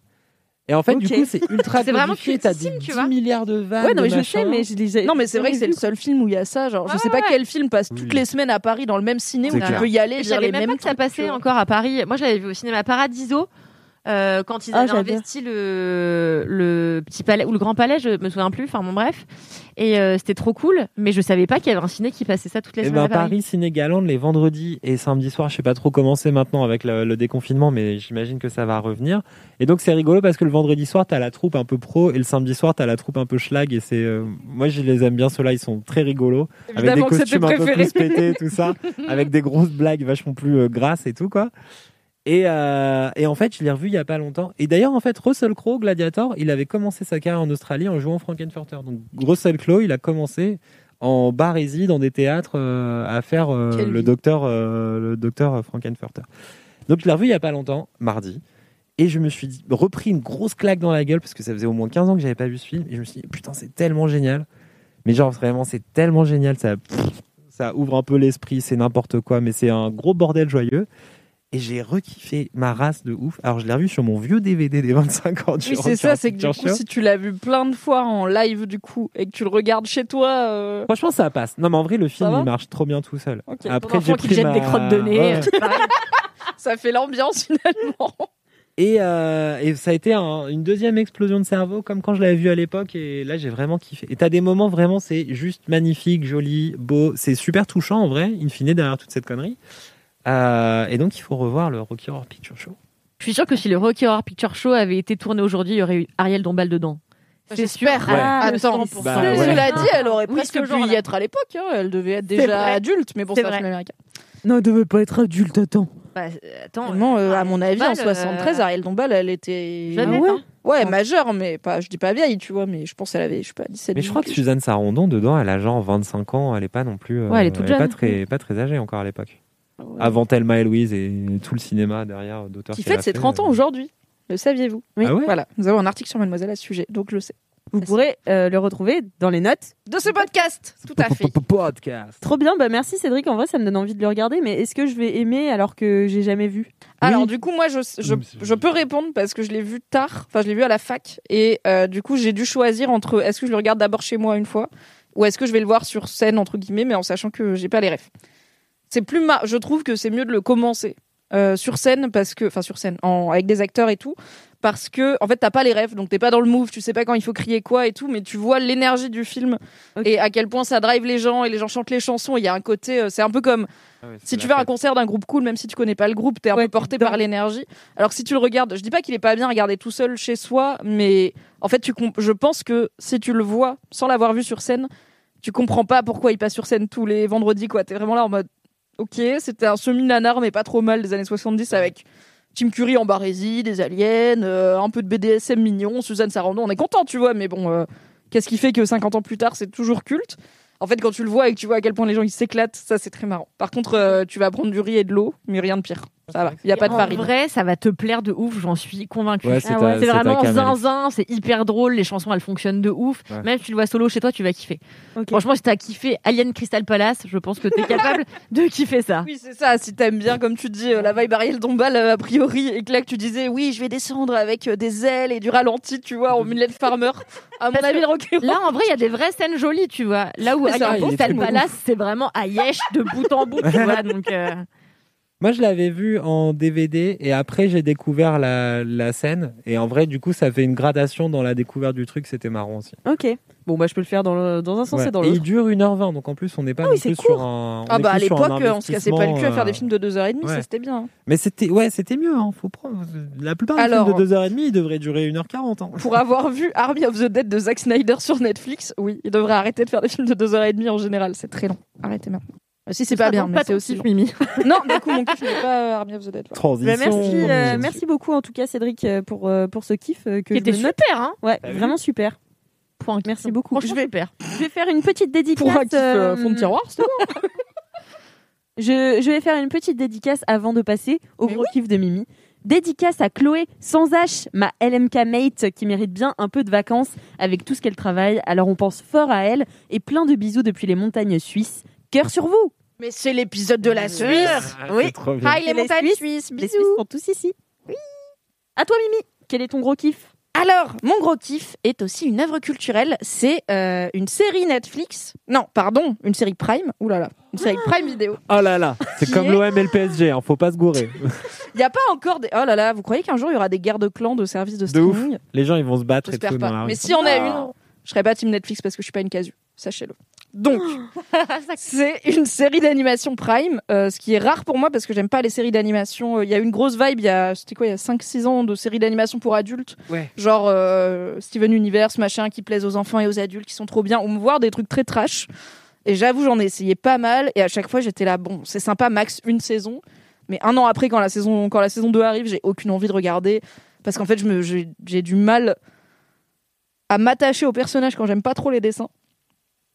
S2: Et en fait, du
S3: Ok.
S2: coup, c'est ultra
S1: C'est vraiment
S2: codifié, T'as des
S1: cultissime, tu
S2: 10
S1: vois.
S2: milliards de vannes.
S3: Ouais, non, mais je
S2: machin.
S3: sais, mais je disais.
S4: Non, mais c'est vrai que c'est le seul film où il y a ça. Genre, je sais pas quel film passe toutes
S2: Oui.
S4: les semaines à Paris dans le même ciné où
S9: C'est
S4: tu
S9: clair.
S4: peux y aller.
S1: Et Je
S4: dire les
S1: savais même
S4: mêmes
S1: pas que ça
S4: trucs, tu
S1: passait
S4: vois.
S1: encore à Paris. Moi, je l'avais vu au cinéma Paradiso. euh, quand ils
S3: Ah,
S1: avaient
S3: j'adore.
S1: investi le, le petit palais ou le grand palais, je me souviens plus, enfin bon bref. Et euh, c'était trop cool, mais je savais pas qu'il y avait un ciné qui passait ça toutes les
S2: Eh
S1: semaines
S2: ben,
S1: à Paris.
S2: Paris, Ciné Galande, les vendredis et samedi soir, je sais pas trop comment c'est maintenant avec le, le déconfinement, mais j'imagine que ça va revenir. Et donc, c'est rigolo parce que le vendredi soir, t'as la troupe un peu pro et le samedi soir, t'as la troupe un peu schlag. Et c'est, euh, moi, je les aime bien, ceux-là, ils sont très rigolos. Avec des
S4: Évidemment que c'est tes
S2: costumes un peu
S4: préférés.
S2: plus pétés, tout ça. avec des grosses blagues vachement plus euh, grasses et tout, quoi. Et, euh, et en fait, je l'ai revu il y a pas longtemps. Et d'ailleurs, en fait, Russell Crowe, Gladiator, il avait commencé sa carrière en Australie en jouant Frankenfurter. Donc, Russell Crowe, il a commencé en barésie dans des théâtres euh, à faire euh,
S4: Quelle
S2: le
S4: vie.
S2: docteur, euh, le docteur Frankenfurter. Donc, je l'ai revu il y a pas longtemps, mardi. Et je me suis dit- repris une grosse claque dans la gueule parce que ça faisait au moins 15 ans que j'avais pas vu ce film. Et je me suis dit, putain, c'est tellement génial. Mais genre, vraiment, c'est tellement génial. Ça, pff, ça ouvre un peu l'esprit, c'est n'importe quoi, mais c'est un gros bordel joyeux. Et j'ai rekiffé ma race de ouf. Alors, je l'ai revu sur mon vieux DVD des 25 ans. du
S4: Oui,
S2: Rocky
S4: c'est
S2: Horror
S4: ça, c'est que du
S2: Picture
S4: coup,
S2: Show.
S4: si tu l'as vu plein de fois en live, du coup, et que tu le regardes chez toi. euh,
S2: Franchement, ça passe. Non, mais en vrai, le film,
S4: va
S2: il marche trop bien tout seul.
S4: Ok.
S2: Après,
S1: Ton enfant qui te jette des crottes de nez.
S4: euh,
S2: Ouais.
S4: Ça fait l'ambiance finalement.
S2: Et, euh, et ça a été un- une deuxième explosion de cerveau, comme quand je l'avais vu à l'époque. Et là, j'ai vraiment kiffé. Et t'as des moments vraiment, c'est juste magnifique, joli, beau. C'est super touchant en vrai, in fine, derrière toute cette connerie. Euh, et donc, il faut revoir le Rocky Horror Picture Show.
S1: Je suis sûre que si le Rocky Horror Picture Show avait été tourné aujourd'hui, il y aurait eu Ariel Dombal dedans. C'est sûr.
S4: J'espère.
S2: Ouais.
S1: Ah,
S4: Attends,
S1: le 100%.
S2: Bah, ouais.
S4: Cela dit, elle aurait
S1: Oui,
S4: presque
S1: ce
S4: pu
S1: genre-là.
S4: y être à l'époque. hein. Elle devait être
S1: C'est
S4: déjà
S1: vrai.
S4: adulte, mais bon,
S1: C'est
S4: c'est un
S1: vrai.
S4: film américain.
S3: Non, elle devait pas être adulte, attends.
S1: Bah, euh, attends,
S4: Vraiment, euh, à
S1: Ariel
S4: mon avis, en
S1: Dombal, euh,
S4: 73, Ariel Dombal, elle était.
S1: jeunette,
S4: ouais,
S1: hein.
S4: Ouais, majeure, mais pas, je dis pas vieille, tu vois, mais je pense qu'elle avait, je sais pas, 17
S2: Mais je crois que
S4: 18.
S2: Suzanne Sarandon, dedans, elle a genre 25 ans, elle est pas non plus. euh,
S1: Ouais, elle est toute
S2: Pas
S1: jeune.
S2: très, pas très âgée encore à l'époque.
S4: Ah Ouais.
S2: Avant Thelma et Louise et tout le cinéma derrière euh, d'auteurs.
S4: Qui
S2: qu'elle
S4: fête
S2: a
S4: ses
S2: fait,
S4: 30 ans
S2: euh.
S4: aujourd'hui. Le saviez-vous
S2: Ah ouais
S4: Voilà, nous avons un article sur Mademoiselle à ce sujet, donc je le sais.
S3: Vous pourrez euh, le retrouver dans les notes.
S4: De ce podcast, tout à fait.
S2: Podcast.
S3: Trop bien, bah merci Cédric. En vrai, ça me donne envie de le regarder, mais est-ce que je vais aimer alors que j'ai jamais vu
S4: Alors du coup moi je, je,
S2: Oui, c'est-
S4: je peux répondre parce que je l'ai vu tard, enfin je l'ai vu à la fac et euh, du coup j'ai dû choisir entre est-ce que je le regarde d'abord chez moi une fois ou est-ce que je vais le voir sur scène entre guillemets mais en sachant que j'ai pas les refs. C'est plus ma... je trouve que c'est mieux de le commencer euh, sur scène parce que enfin sur scène en... avec des acteurs et tout parce que en fait t'as pas les refs donc t'es pas dans le move, tu sais pas quand il faut crier quoi et tout mais tu vois l'énergie du film
S3: Ok.
S4: et à quel point ça drive les gens et les gens chantent les chansons, il y a un côté euh, c'est un peu comme si tu vas à un concert d'un groupe cool, même si tu connais pas le groupe, t'es un
S3: Ouais,
S4: peu porté
S3: t'es dedans.
S4: par l'énergie. Alors que si tu le regardes, je dis pas qu'il est pas bien à regarder tout seul chez soi, mais en fait, tu comp- je pense que si tu le vois sans l'avoir vu sur scène, tu comprends pas pourquoi il passe sur scène tous les vendredis, quoi. T'es vraiment là en mode, ok, c'était un semi-nanar, mais pas trop mal des années 70 avec Tim Curry en barésie, des aliens, euh, un peu de BDSM mignon, Suzanne Sarandon, on est content, tu vois, mais bon, euh, qu'est-ce qui fait que 50 ans plus tard, c'est toujours culte en fait, quand tu le vois et que tu vois à quel point les gens ils s'éclatent, ça c'est très marrant. Par contre, euh, tu vas prendre du riz et de l'eau, mais rien de pire. Ça va, il y a pas de
S1: en
S4: farine.
S1: vrai, ça va te plaire de ouf, j'en suis convaincue.
S2: Ouais, c'est
S1: Ah
S2: ta- c'est
S1: c'est
S2: ta
S1: vraiment
S2: cam, Alex.
S1: zinzin, c'est hyper drôle, les chansons elles fonctionnent de ouf.
S2: Ouais.
S1: Même si tu le vois solo chez toi, tu vas kiffer.
S3: Ok.
S1: Franchement, si t'as kiffé Alien Crystal Palace, je pense que t'es capable de kiffer ça.
S4: Oui, c'est ça. Si t'aimes bien, comme tu dis, euh, la vibe Ariel Dombal, euh, a priori, et que là que tu disais, oui, je vais descendre avec euh, des ailes et du ralenti, tu vois, en Millet Farmer. À mon
S1: Parce
S4: avis,
S1: que
S4: le rocker.
S1: Là, en vrai, il y a des vraies scènes jolies, tu vois. Là où
S4: C'est ça,
S1: Alien
S2: il est
S1: Crystal
S2: très beau.
S1: Palace, c'est vraiment à Yesh de bout en bout, tu vois. Donc, euh,
S2: Moi, je l'avais vu en DVD et après, j'ai découvert la, la scène. Et en vrai, du coup, ça fait une gradation dans la découverte du truc. C'était marrant aussi.
S3: Ok. Bon, bah je peux le faire dans, le- dans un sens
S2: Ouais.
S3: et dans
S2: il
S3: l'autre.
S2: dure 1h20, donc en plus, on n'est pas non
S3: oui, c'est
S2: plus sur un. on
S4: Ah
S2: est
S4: bah à
S2: plus sur un
S4: l'époque, euh, on se cassait pas le cul à
S2: investissement,
S4: faire des films de 2h30,
S2: ouais.
S4: ça c'était bien. hein.
S2: euh, Mais c'était ouais, c'était mieux. Hein, faut prendre... La plupart des
S4: Alors-
S2: films de 2h30, ils devraient durer 1h40. Hein.
S4: Pour avoir vu Army of the Dead de Zack Snyder sur Netflix, oui, il devrait arrêter de faire des films de 2h30 en général, c'est très long. Arrêtez maintenant. Euh, Si, c'est pas bien,
S1: raconte
S4: mais
S1: Ah pas
S4: c'est
S1: ton
S4: aussi.
S1: kiff,
S4: long.
S1: Mimi.
S4: non, du coup, mon kiff n'est pas euh, Army of the Dead. voilà.
S2: Transition.
S3: Bah, merci, euh,
S2: transition.
S3: merci beaucoup en tout cas Cédric euh, pour, euh, pour ce kiff euh, que
S1: Qui
S3: je
S1: était
S3: me note.
S1: super, hein
S3: Ouais,
S2: T'as vu
S3: vraiment super.
S1: Point.
S3: Merci beaucoup.
S1: Franchement,
S3: Je vais-
S1: super.
S3: Je vais faire une petite dédicace.
S4: Pour un kiff euh,
S3: euh,
S4: fond de tiroir, c'est tout.
S3: Je, je vais faire une petite dédicace avant de passer au
S4: Mais
S3: gros kiff de Mimi. Dédicace à Chloé sans H, ma LMK mate qui mérite bien un peu de vacances avec tout ce qu'elle travaille. Alors on pense fort à elle et plein de bisous depuis les montagnes suisses. Cœur sur vous
S4: Mais c'est l'épisode de la Suisse.
S2: Ah,
S3: oui.
S2: c'est trop bien.
S4: Hi les
S3: Et les
S4: montagnes
S3: Suisses,
S4: suisses,
S3: Les Suisses
S4: bisous.
S3: sont tous ici. Oui. À toi Mimi, quel est ton gros kiff
S4: Alors, mon gros kiff est aussi une œuvre culturelle. C'est euh, une série Netflix. Non, pardon, une série Prime. Ouh là là, une série Prime vidéo.
S2: Oh là là, c'est
S4: Qui
S2: comme
S4: est-
S2: l'OM et le PSG, hein, faut pas se gourer.
S4: Il n'y a pas encore des. Oh là là, vous croyez qu'un jour il y aura des guerres de clans de services de
S2: De ouf.
S4: streaming
S2: Les gens ils vont se battre et
S4: J'espère
S2: tout dans la
S4: pas.
S2: rue.
S4: Mais si on a une, je serais pas team Netflix parce que je suis pas une casu. Sachez-le. Donc, c'est une série d'animation Prime, euh, ce qui est rare pour moi parce que j'aime pas les séries d'animation. Euh, Il y a une grosse vibe, il y a, c'était quoi, il y a 5-6 ans de séries d'animation pour adultes.
S2: Ouais.
S4: Genre euh, Steven Universe, machin, qui plaisent aux enfants et aux adultes, qui sont trop bien, ou me voir des trucs très trash. Et j'avoue, j'en ai essayé pas mal, et à chaque fois j'étais là, bon, c'est sympa, max une saison. Mais un an après, quand la saison, quand la saison 2 arrive, j'ai aucune envie de regarder. Parce qu'en fait, je me- j'ai j'ai du mal à m'attacher au personnage quand j'aime pas trop les dessins.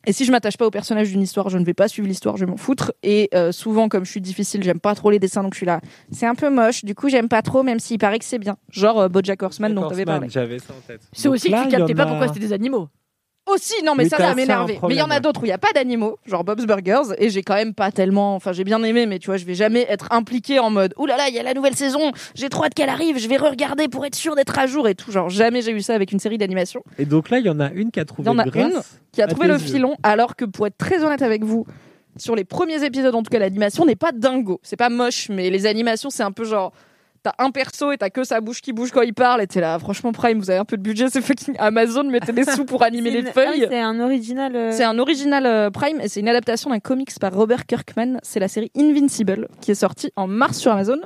S4: Et si je m'attache pas au personnage d'une histoire, je ne vais pas suivre l'histoire, je vais m'en foutre. Et euh, souvent, comme je suis difficile, j'aime pas trop les dessins, donc je suis là. C'est un peu moche, du coup, j'aime pas trop, même s'il paraît que c'est bien. Genre euh, Bojack Horseman dont t'avais
S2: Horseman,
S4: parlé.
S2: J'avais ça en tête.
S1: C'est
S2: Donc
S1: aussi
S2: là,
S1: que tu
S2: il y
S1: captais
S2: en
S1: pas
S2: a-
S1: pourquoi c'était des animaux.
S4: Aussi, non, mais,
S2: Mais
S4: ça,
S2: t'as
S4: ça
S2: ça, un
S4: m'énervait. Mais
S2: problème,
S4: il y en a
S2: ouais.
S4: d'autres où il n'y a pas d'animaux, genre Bob's Burgers, et j'ai quand même pas tellement. Enfin, j'ai bien aimé, mais tu vois, je vais jamais être impliqué en mode Ouh là là, il y a la nouvelle saison, j'ai trop hâte qu'elle arrive, je vais re-regarder pour être sûr d'être à jour et tout. Genre, jamais j'ai eu ça avec une série d'animation.
S2: Et donc là, il y en a une qui a trouvé
S4: Il y en a
S2: grâce
S4: une qui a
S2: à
S4: trouvé
S2: Ah, tes
S4: le
S2: yeux.
S4: filon, alors que pour être très honnête avec vous, sur les premiers épisodes, en tout cas, l'animation n'est pas dingo. C'est pas moche, mais les animations, c'est un peu genre. T'as un perso et t'as que sa bouche qui bouge quand il parle, et t'es là, franchement, Prime, vous avez un peu de budget, c'est fucking Amazon, mettez des sous pour animer
S3: C'est
S4: les
S3: une- ah oui,
S4: feuilles.
S3: C'est un original. euh,
S4: C'est un original euh, Prime et c'est une adaptation d'un comics par Robert Kirkman. C'est la série Invincible qui est sortie en mars sur Amazon.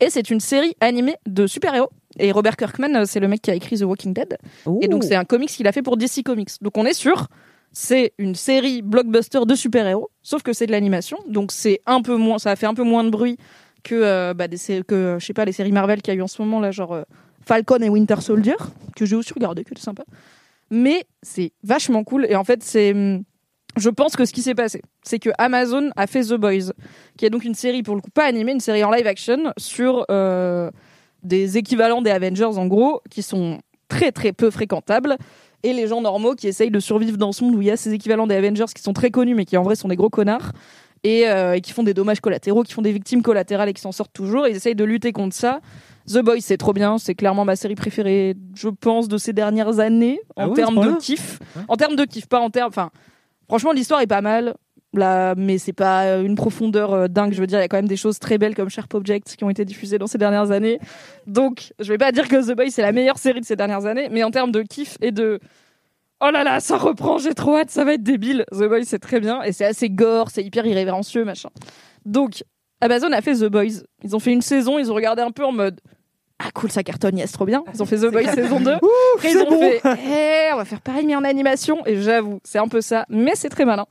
S4: Et c'est une série animée de super-héros. Et Robert Kirkman, euh, c'est le mec qui a écrit The Walking Dead.
S3: Ouh.
S4: Et donc c'est un comics qu'il a fait pour DC Comics. Donc on est sûr, c'est une série blockbuster de super-héros, sauf que c'est de l'animation. Donc c'est un peu moins, ça a fait un peu moins de bruit que euh, bah, des sé- que euh, je sais pas les séries Marvel qu'il y a eu en ce moment là, genre euh, Falcon et Winter Soldier que j'ai aussi regardé, que c'est sympa. Mais c'est vachement cool et en fait c'est hum, je pense que ce qui s'est passé, c'est que Amazon a fait The Boys, qui est donc une série pour le coup pas animée, une série en live action sur euh, des équivalents des Avengers en gros, qui sont très très peu fréquentables. Et les gens normaux qui essayent de survivre dans ce monde où il y a ces équivalents des Avengers qui sont très connus mais qui en vrai sont des gros connards et, euh, et qui font des dommages collatéraux, qui font des victimes collatérales et qui s'en sortent toujours. Et ils essayent de lutter contre ça. The Boys, c'est trop bien. C'est clairement ma série préférée, je pense, de ces dernières années en
S2: Ah ouais, à ce
S4: termes de
S2: point-là
S4: kiff.
S2: Ouais.
S4: En termes de kiff, pas en termes. Enfin, franchement, l'histoire est pas mal. Là, mais c'est pas euh, une profondeur euh, dingue. Je veux dire, il y a quand même des choses très belles comme Sharp Objects qui ont été diffusées dans ces dernières années. Donc, je vais pas dire que The Boys c'est la meilleure série de ces dernières années, mais en termes de kiff et de oh là là, ça reprend, j'ai trop hâte, ça va être débile. The Boys c'est très bien et c'est assez gore, c'est hyper irrévérencieux, machin. Donc, Amazon a fait The Boys. Ils ont fait une saison, ils ont regardé un peu en mode ah cool, ça cartonne, yes, trop bien. Ils ont fait The Boys saison 2. Après, ils
S2: c'est
S4: ont
S2: bon.
S4: fait Eh, on va faire pareil mais en animation et j'avoue, c'est un peu ça, mais c'est très malin.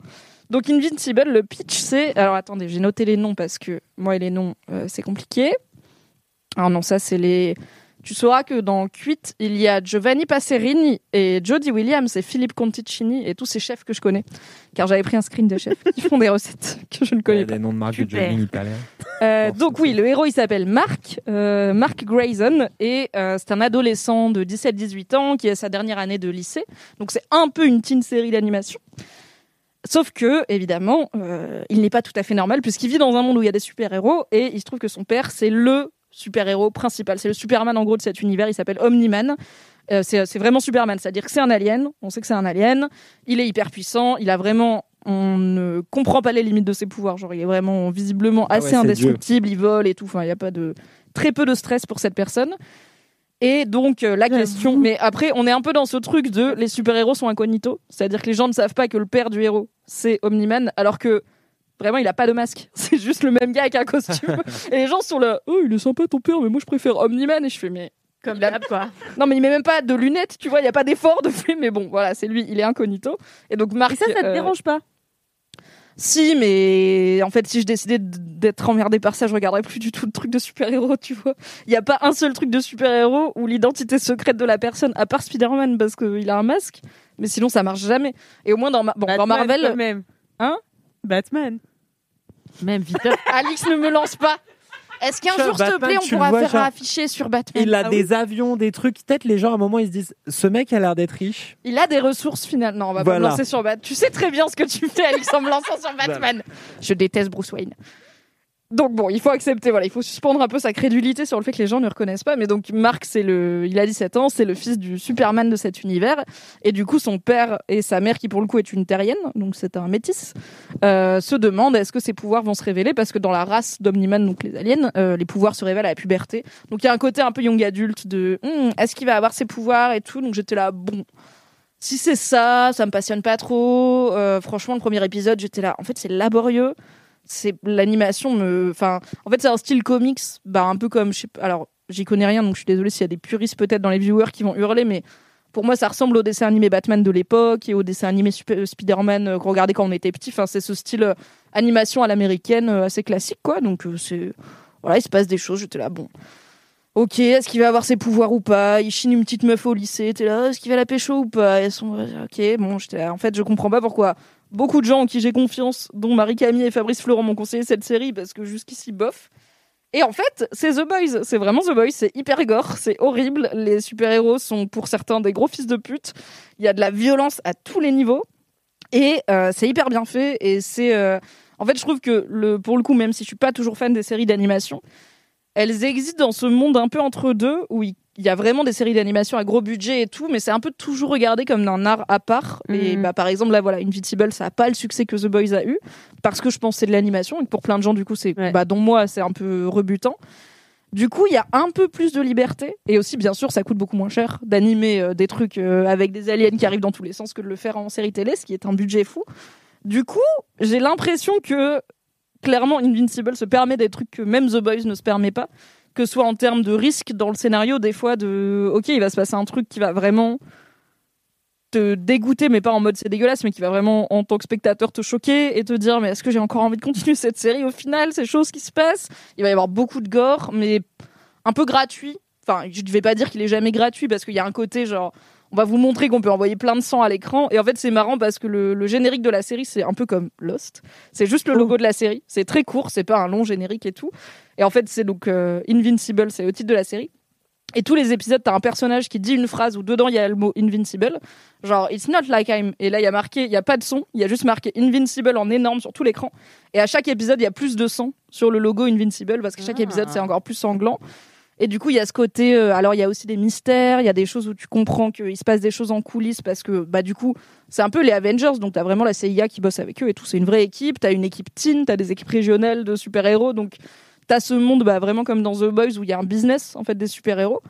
S4: Donc Invincible, le pitch c'est alors attendez, j'ai noté les noms parce que moi et les noms euh, c'est compliqué. Ah non, ça c'est les tu sauras que dans Cuite, il y a Giovanni Passerini et Jody Williams et Philippe Conticini et tous ces chefs que je connais. Car j'avais pris un screen de chefs qui font des recettes que je ne
S2: Il y
S4: connais
S2: a
S4: pas.
S2: des noms de marques de
S1: Super.
S2: jogging italien.
S4: Euh,
S2: Bon,
S4: donc
S2: c'est
S4: oui,
S2: ça.
S4: le héros il s'appelle Mark, euh, Mark Grayson, et euh, c'est un adolescent de 17-18 ans qui est à sa dernière année de lycée. Donc c'est un peu une teen série d'animation. Sauf que, évidemment, euh, il n'est pas tout à fait normal puisqu'il vit dans un monde où il y a des super-héros et il se trouve que son père, c'est le super-héros principal. C'est le Superman en gros de cet univers, il s'appelle Omniman. Euh, c'est c'est vraiment Superman, c'est-à-dire que c'est un alien, on sait que c'est un alien, il est hyper puissant, il a vraiment... On ne comprend pas les limites de ses pouvoirs, genre il est vraiment visiblement
S2: Ah ouais,
S4: assez
S2: c'est
S4: indestructible, il vole et tout, enfin il n'y a pas de... Très peu de stress pour cette personne. Et donc euh, la question, mais après on est un peu dans ce truc de les super-héros sont incognito, c'est-à-dire que les gens ne savent pas que le père du héros c'est Omniman, alors que vraiment il a pas de masque, c'est juste le même gars avec un costume. et les gens sont là, oh il est sympa ton père, mais moi je préfère Omniman, et je fais mais
S1: Comme
S4: Il a-
S1: d'hab, quoi.
S4: non, mais il met même pas de lunettes, tu vois, il n'y a pas d'effort de fait, mais bon, voilà, c'est lui, il est incognito. Et donc Marc.
S3: Et ça, ça te
S4: euh,
S3: dérange pas
S4: Si, mais en fait, si je décidais d- d'être emmerdé par ça, je regarderais plus du tout le truc de super-héros, tu vois. Il n'y a pas un seul truc de super-héros où l'identité secrète de la personne, à part Spider-Man parce qu'il a un masque, mais sinon ça marche jamais. Et au moins dans, ma- bon, dans Marvel.
S3: même.
S4: Hein
S3: Batman.
S1: Même vite.
S4: Alix, ne me lance pas. Est-ce qu'un
S2: Sur
S4: jour, s'il te
S2: Batman,
S4: plaît, on
S2: tu le
S4: pourra
S2: vois,
S4: faire
S2: genre,
S4: un affiché sur Batman
S2: Il a
S4: Ah oui.
S2: des avions, des trucs. Peut-être les gens, à un moment, ils se disent Ce mec a l'air d'être riche.
S4: Il a des ressources finales. Non, on va pas me
S2: Voilà.
S4: lancer sur Batman. Tu sais très bien ce que tu fais, Alex, en me lançant sur Batman. Je déteste Bruce Wayne. Donc bon, il faut accepter, voilà, il faut suspendre un peu sa crédulité sur le fait que les gens ne reconnaissent pas. Mais donc Marc, c'est le, il a 17 ans, c'est le fils du Superman de cet univers, et du coup son père et sa mère, qui pour le coup est une terrienne, donc c'est un métis, euh, se demandent est-ce que ses pouvoirs vont se révéler parce que dans la race d'Omniman, donc les aliens, euh, les pouvoirs se révèlent à la puberté. Donc il y a un côté un peu young adulte de, Hum, est-ce qu'il va avoir ses pouvoirs et tout. Donc j'étais là, bon, si c'est ça, ça me passionne pas trop. Euh, franchement, le premier épisode, j'étais là. En fait, c'est laborieux. C'est l'animation me. Enfin, en fait, c'est un style comics, bah un peu comme. je sais pas- Alors, j'y connais rien, donc je suis désolée s'il y a des puristes peut-être dans les viewers qui vont hurler, mais pour moi, ça ressemble au dessin animé Batman de l'époque et au dessin animé Sup- euh, Spider-Man euh, qu'on regardait quand on était petit. Enfin, c'est ce style euh, animation à l'américaine euh, assez classique, quoi. Donc, euh, c'est. Voilà, il se passe des choses. J'étais là, bon. Ok, est-ce qu'il va avoir ses pouvoirs ou pas Il chine une petite meuf au lycée, t'es là, est-ce qu'il va la pécho ou pas Elles sont... euh, Ok, bon, j'étais là. En fait, je comprends pas pourquoi beaucoup de gens en qui j'ai confiance, dont Marie-Camille et Fabrice Florent m'ont conseillé cette série, parce que jusqu'ici, bof. Et en fait, c'est The Boys, c'est vraiment The Boys, c'est hyper gore, c'est horrible, les super-héros sont pour certains des gros fils de pute, il y a de la violence à tous les niveaux, et euh, c'est hyper bien fait, et c'est... euh, En fait, je trouve que, le, pour le coup, même si je suis pas toujours fan des séries d'animation, elles existent dans ce monde un peu entre deux où il il y a vraiment des séries d'animation à gros budget et tout, mais c'est un peu toujours regardé comme un art à part. Et bah, par exemple, là, voilà, Invincible, ça n'a pas le succès que The Boys a eu, parce que je pense que c'est de l'animation, et que pour plein de gens, du coup, c'est,
S3: Ouais.
S4: bah, dont moi, c'est un peu rebutant. Du coup, il y a un peu plus de liberté, et aussi, bien sûr, ça coûte beaucoup moins cher d'animer euh, des trucs euh, avec des aliens qui arrivent dans tous les sens que de le faire en série télé, ce qui est un budget fou. Du coup, j'ai l'impression que clairement Invincible se permet des trucs que même The Boys ne se permet pas, que ce soit en termes de risque dans le scénario, des fois de ok il va se passer un truc qui va vraiment te dégoûter, mais pas en mode c'est dégueulasse, mais qui va vraiment en tant que spectateur te choquer et te dire mais est-ce que j'ai encore envie de continuer cette série au final, ces choses qui se passent. Il va y avoir beaucoup de gore, mais un peu gratuit. Enfin, je ne vais pas dire qu'il est jamais gratuit parce qu'il y a un côté genre on va vous montrer qu'on peut envoyer plein de sang à l'écran et en fait c'est marrant parce que le, le générique de la série c'est un peu comme Lost. C'est juste le logo de la série, c'est très court, c'est pas un long générique et tout. Et en fait c'est donc euh, Invincible, c'est le titre de la série. Et tous les épisodes, t'as un personnage qui dit une phrase où dedans il y a le mot Invincible, genre It's not like I'm. Et là il y a marqué, il y a pas de son, il y a juste marqué Invincible en énorme sur tout l'écran. Et à chaque épisode il y a plus de sang sur le logo Invincible parce que chaque épisode c'est encore plus sanglant. Et du coup, il y a ce côté. euh, alors, il y a aussi des mystères, il y a des choses où tu comprends qu'il se passe des choses en coulisses parce que, bah, du coup, c'est un peu les Avengers. Donc, t'as vraiment la CIA qui bosse avec eux et tout. C'est une vraie équipe. T'as une équipe teen, t'as des équipes régionales de super-héros. Donc, t'as ce monde, bah, vraiment comme dans The Boys où il y a un business, en fait, des super-héros.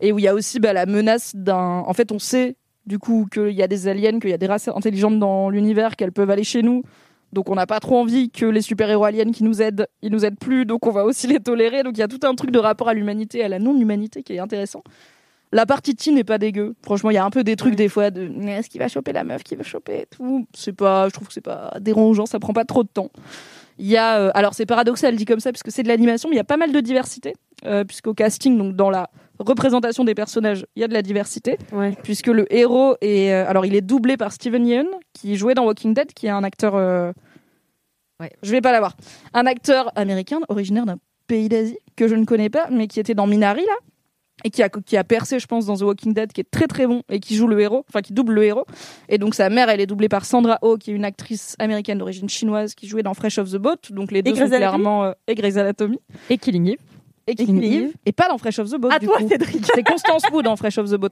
S4: Et où il y a aussi, bah, la menace d'un. En fait, on sait, du coup, qu'il y a des aliens, qu'il y a des races intelligentes dans l'univers, qu'elles peuvent aller chez nous. Donc on n'a pas trop envie que les super-héros aliens qui nous aident, ils nous aident plus, donc on va aussi les tolérer. Donc il y a tout un truc de rapport à l'humanité, à la non-humanité qui est intéressant. La partie teen n'est pas dégueu. Franchement, il y a un peu des trucs des fois de Mais est-ce qu'il va choper la meuf qui veut choper et tout. C'est pas, je trouve que c'est pas dérangeant, ça prend pas trop de temps. Il y a, euh, alors c'est paradoxal dit comme ça parce que c'est de l'animation, mais il y a pas mal de diversité euh, puisqu'au casting, donc dans la représentation des personnages, il y a de la diversité
S3: Ouais.
S4: puisque le héros est, euh, alors il est doublé par Steven Yeun qui jouait dans Walking Dead, qui est un acteur euh, je vais pas l'avoir. Un acteur américain originaire d'un pays d'Asie que je ne connais pas, mais qui était dans Minari là et qui a qui a percé, je pense, dans The Walking Dead, qui est très très bon et qui joue le héros, enfin qui double le héros. Et donc sa mère, elle est doublée par Sandra Oh, qui est une actrice américaine d'origine chinoise qui jouait dans Fresh of the Boat. Donc les deux
S3: Grey's
S4: sont
S3: Anatomy
S4: clairement euh, et Grey's Anatomy
S1: Et Killing Eve.
S4: et Killing
S3: Killing
S4: Eve,
S3: Eve.
S4: et pas dans Fresh of the Boat.
S1: À
S4: du
S1: toi,
S4: coup.
S1: Cédric.
S4: C'est Constance Wood dans Fresh of the Boat.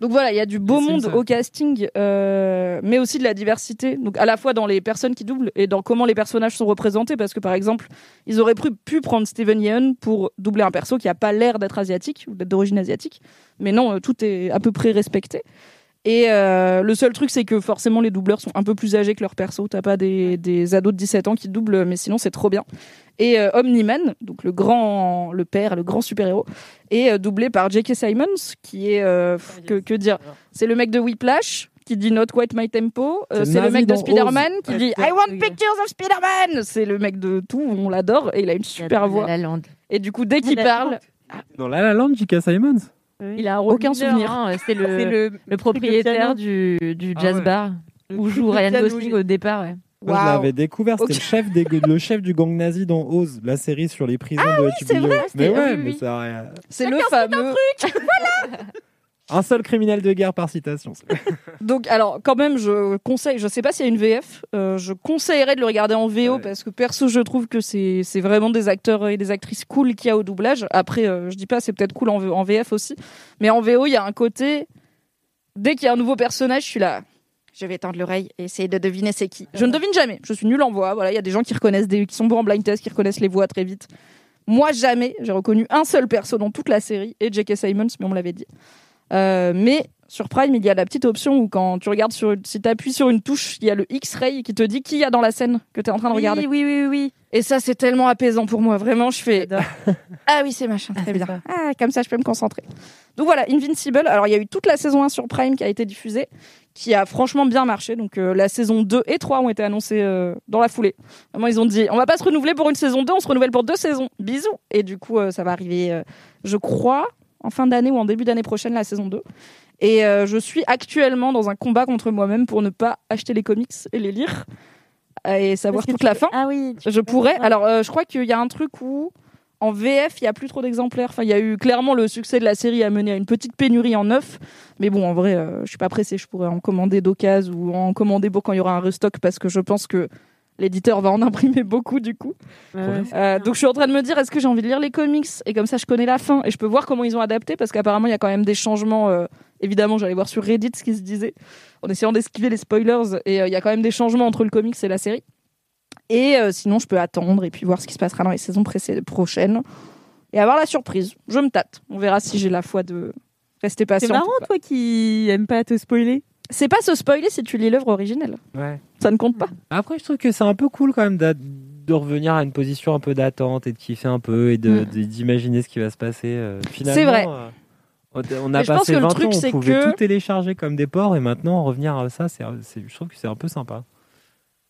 S4: Donc voilà, il y a du beau
S2: C'est
S4: monde
S2: ça.
S4: au casting, euh, mais aussi de la diversité. Donc à la fois dans les personnes qui doublent et dans comment les personnages sont représentés, parce que par exemple, ils auraient pu, pu prendre Steven Yeun pour doubler un perso qui a pas l'air d'être asiatique ou d'être d'origine asiatique, mais non, euh, tout est à peu près respecté. Et euh, le seul truc, c'est que forcément, les doubleurs sont un peu plus âgés que leurs persos. T'as pas des, des ados de 17 ans qui doublent, mais sinon, c'est trop bien. Et euh, Omniman, donc le grand, le père, le grand super-héros, est euh, doublé par J.K. Simons, qui est, euh, pff, que, que dire, c'est le mec de Whiplash, qui dit Not Quite My Tempo. Euh,
S2: C'est
S4: c'est le
S2: Navi
S4: mec de
S2: dans
S4: Spider-Man
S2: Oz.
S4: qui dit I want pictures of Spider-Man. C'est le mec de tout, on l'adore et il a une super voix.
S10: La lande.
S4: Et du coup, dès qu'il
S3: La
S4: parle,
S2: Dans La La Land, J.K. Simons
S4: il a aucun souvenir.
S10: c'est
S3: C'est
S10: le,
S3: le,
S10: le propriétaire
S3: piano.
S10: du, du
S2: Ah
S10: jazz
S2: ouais.
S10: bar où joue
S3: Le
S10: Ryan
S3: piano,
S10: Gosling
S3: oui.
S10: au départ. ouais.
S2: Moi, je
S4: Waouh.
S2: l'avais découvert, c'était
S4: Ok.
S2: le, chef des, le chef du gang nazi dans Oz, la série sur les prisons de
S4: Ah c'est
S2: HBO.
S4: vrai,
S2: mais
S4: c'était-
S2: ouais,
S4: oui,
S2: mais
S4: oui.
S2: ça a-
S4: C'est le fameux.
S2: Un seul criminel de guerre par citation.
S4: Donc, alors, quand même, je conseille, je sais pas s'il y a une VF, euh, je conseillerais de le regarder en VO
S2: Ouais.
S4: parce que perso, je trouve que c'est c'est vraiment des acteurs et des actrices cool qu'il y a au doublage. Après, euh, je dis pas, c'est peut-être cool en, V- en VF aussi, mais en VO, il y a un côté. Dès qu'il y a un nouveau personnage, je suis là. Je vais tendre l'oreille et essayer de deviner c'est qui. Je ne devine jamais. Je suis nulle en voix. Voilà, il y a des gens qui reconnaissent des, qui sont bons en blind test, qui reconnaissent les voix très vite. Moi, jamais. J'ai reconnu un seul perso dans toute la série et J.K. Simons, mais on me l'avait dit. Euh, mais sur Prime, il y a la petite option où quand tu regardes sur, si t'appuies sur une touche, il y a le X-ray qui te dit qui y a dans la scène que t'es en train de regarder.
S3: Oui, oui, oui, oui.
S4: Et ça, c'est tellement apaisant pour moi. Vraiment, je fais Ah oui, c'est machin, très bien. Ah, comme ça, je peux me concentrer. Donc voilà, Invincible. Alors, il y a eu toute la saison 1 sur Prime qui a été diffusée, qui a franchement bien marché. Donc, euh, la saison 2 et 3 ont été annoncées euh, dans la foulée. Vraiment, ils ont dit On va pas se renouveler pour une saison 2, on se renouvelle pour deux saisons. Bisous. Et du coup, euh, ça va arriver, euh, je crois, en fin d'année ou en début d'année prochaine, la saison 2. Et euh, je suis actuellement dans un combat contre moi-même pour ne pas acheter les comics et les lire euh, et savoir
S3: Parce que
S4: toute
S3: tu
S4: la
S3: peux-
S4: fin.
S3: Ah oui. tu
S4: Je
S3: peux-
S4: pourrais.
S3: ouais.
S4: Alors, euh, je crois qu'il y a un truc où, en VF, il n'y a plus trop d'exemplaires. Enfin, il y a eu clairement le succès de la série a mené à une petite pénurie en neuf. Mais bon, en vrai, euh, je suis pas pressée. Je pourrais en commander d'occasion ou en commander pour quand il y aura un restock parce que je pense que l'éditeur va en imprimer beaucoup du coup.
S3: Ouais.
S4: Euh, donc, je suis en train de me dire est-ce que j'ai envie de lire les comics Et comme ça, je connais la fin et je peux voir comment ils ont adapté parce qu'apparemment, il y a quand même des changements. euh, évidemment, j'allais voir sur Reddit ce qui se disait en essayant d'esquiver les spoilers. Et euh, il y a quand même des changements entre le comics et la série. Et euh, sinon, je peux attendre et puis voir ce qui se passera dans les saisons précé- prochaines et avoir la surprise. Je me tâte. On verra si j'ai la foi de rester
S3: C'est
S4: patient.
S3: marrant, toi qui aime pas te spoiler.
S4: C'est pas se spoiler si tu lis l'œuvre originelle.
S2: Ouais.
S4: Ça ne compte pas.
S2: Après, je trouve que c'est un peu cool quand même d'a- de revenir à une position un peu d'attente et de kiffer un peu et de-
S4: Mm.
S2: de- d'imaginer ce qui va se passer. euh, finalement,
S4: C'est vrai.
S2: euh, on- on a
S4: Mais je pense
S2: passé
S4: que le
S2: 20
S4: truc,
S2: ans, on
S4: c'est
S2: pouvait
S4: que-
S2: tout télécharger comme des ports et maintenant revenir à ça, c'est, c'est- je trouve que c'est un peu sympa.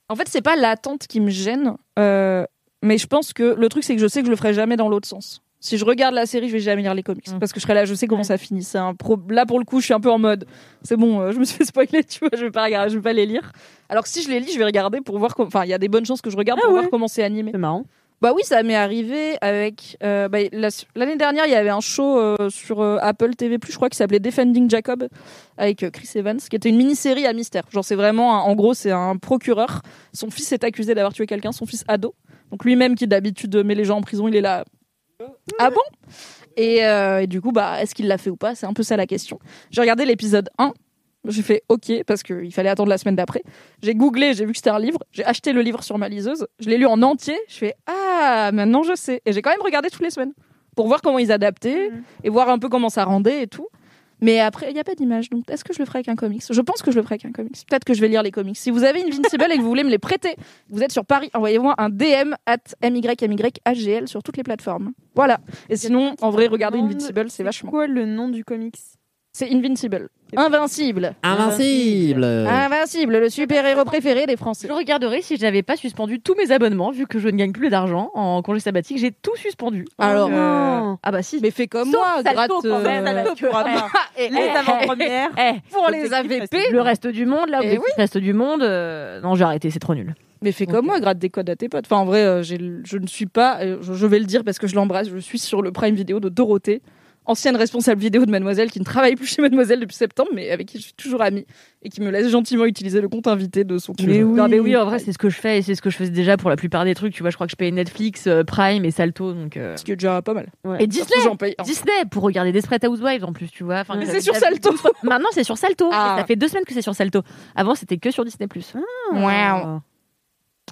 S4: En fait, c'est pas l'attente qui me gêne, euh, mais je pense que le truc, c'est que je sais que je le ferai jamais dans l'autre sens. Si je regarde la série, je vais jamais lire les comics
S10: Mm.
S4: parce que je serai là, je sais comment ça finit. C'est un pro- Là, pour le coup, je suis un peu en mode, c'est bon, euh, je me suis fait spoiler, tu vois, je vais pas regarder, je vais pas les lire. Alors que si je les lis, je vais regarder pour voir. com- Enfin, il y a des bonnes chances que je regarde
S3: Ah
S4: pour
S3: ouais.
S4: voir comment c'est animé.
S3: C'est marrant.
S4: Bah oui, ça m'est arrivé avec. euh, bah, la- L'année dernière, il y avait un show euh, sur euh, Apple TV, je crois, qui s'appelait Defending Jacob avec euh, Chris Evans, qui était une mini-série à mystère. Genre, c'est vraiment. un- en gros, c'est un procureur. Son fils est accusé d'avoir tué quelqu'un, son fils ado. Donc lui-même, qui d'habitude euh, met les gens en prison, il est là. Ah bon et, euh, et du coup, bah, est-ce qu'il l'a fait ou pas C'est un peu ça la question. J'ai regardé l'épisode 1. J'ai fait OK parce qu'il fallait attendre la semaine d'après. J'ai googlé, j'ai vu que c'était un livre. J'ai acheté le livre sur ma liseuse. Je l'ai lu en entier. Je fais Ah, maintenant je sais. Et j'ai quand même regardé toutes les semaines pour voir comment ils adaptaient et voir un peu comment ça rendait et tout. Mais après, il n'y a pas d'image. Donc, est-ce que je le ferai avec un comics Je pense que je le ferai avec un comics. Peut-être que je vais lire les comics. Si vous avez une Invincible et que vous voulez me les prêter, vous êtes sur Paris, envoyez-moi un DM at MYMYHGL sur toutes les plateformes. Voilà. Et sinon, en vrai, regarder
S3: Monde,
S4: Invincible, c'est vachement.
S3: Quoi le nom du comics
S4: C'est Invincible. Invincible.
S3: Invincible.
S4: Invincible, le super-héros préféré des Français.
S10: Je regarderai si je n'avais pas suspendu tous mes abonnements, vu que je ne gagne plus d'argent en congé sabbatique. J'ai tout suspendu.
S4: Alors, euh,
S3: Non.
S10: Ah bah si.
S4: Mais fais comme
S10: Sauf
S4: moi,
S10: Salto,
S4: gratte.
S10: quand même,
S4: euh,
S10: Salto pour avoir-
S4: et-
S3: Les avant-premières.
S10: Eh,
S4: pour les
S3: L'objectif,
S4: AVP.
S3: c'est-
S10: le reste du monde, là,
S4: Eh
S10: le reste du monde. euh, Non, j'ai arrêté, c'est trop nul.
S4: Mais fais comme moi, gratte des codes à tes potes. Enfin, en vrai, euh, j'ai le- je ne suis pas, euh, je, je vais le dire parce que je l'embrasse, je suis sur le Prime Vidéo de Dorothée, ancienne responsable vidéo de Mademoiselle qui ne travaille plus chez Mademoiselle depuis septembre, mais avec qui je suis toujours amie et qui me laisse gentiment utiliser le compte invité de son compte.
S10: Non, mais oui, en vrai, c'est ce que je fais et c'est ce que je faisais déjà pour la plupart des trucs. Tu vois, je crois que je payais Netflix, euh, Prime et Salto. Donc, euh,
S4: ce qui est déjà pas mal.
S10: Et
S4: Surtout,
S10: Disney
S4: j'en paye un.
S10: Disney pour regarder Desperate Housewives en plus, tu vois. Enfin,
S4: Mais
S10: j'avais
S4: c'est sur
S10: déjà-
S4: Salto.
S10: Maintenant, c'est sur Salto.
S4: Ah.
S10: Et Ça fait deux semaines que c'est sur Salto. Avant, c'était que sur Disney.
S1: Euh,
S4: Wow.
S1: eh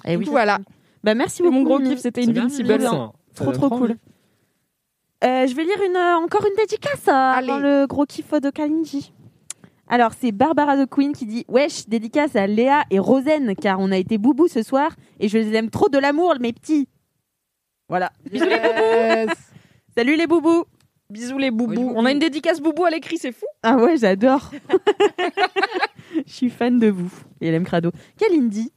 S10: Et
S4: Donc voilà.
S3: Bah merci
S4: C'était
S3: beaucoup.
S4: mon gros
S3: Mimi.
S4: kiff, c'était
S2: C'est bien,
S4: Invincible.
S2: ça. Ça
S3: Trop
S2: donne
S3: trop
S2: trop
S3: cool.
S2: envie.
S3: Euh, je vais lire une, euh, encore une dédicace euh, dans le gros kiff de Kalinji. Alors c'est Barbara de Queen qui dit Wesh, dédicace à Léa et Rosen car on a été boubou ce soir et je les aime trop de l'amour mes petits. Voilà. Bisous les boubous. Salut les boubous.
S2: Ah
S4: Bisous les boubous. On a une dédicace boubou à l'écrit, c'est fou.
S3: Ah ouais, j'adore. Je suis fan de vous. Et LM Crado. Kalindi,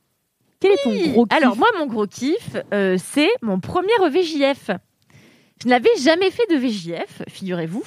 S3: quel est ton gros kiff
S1: Alors moi, mon gros kiff, euh, c'est mon premier VJF. Je n'avais jamais fait de VJF, figurez-vous.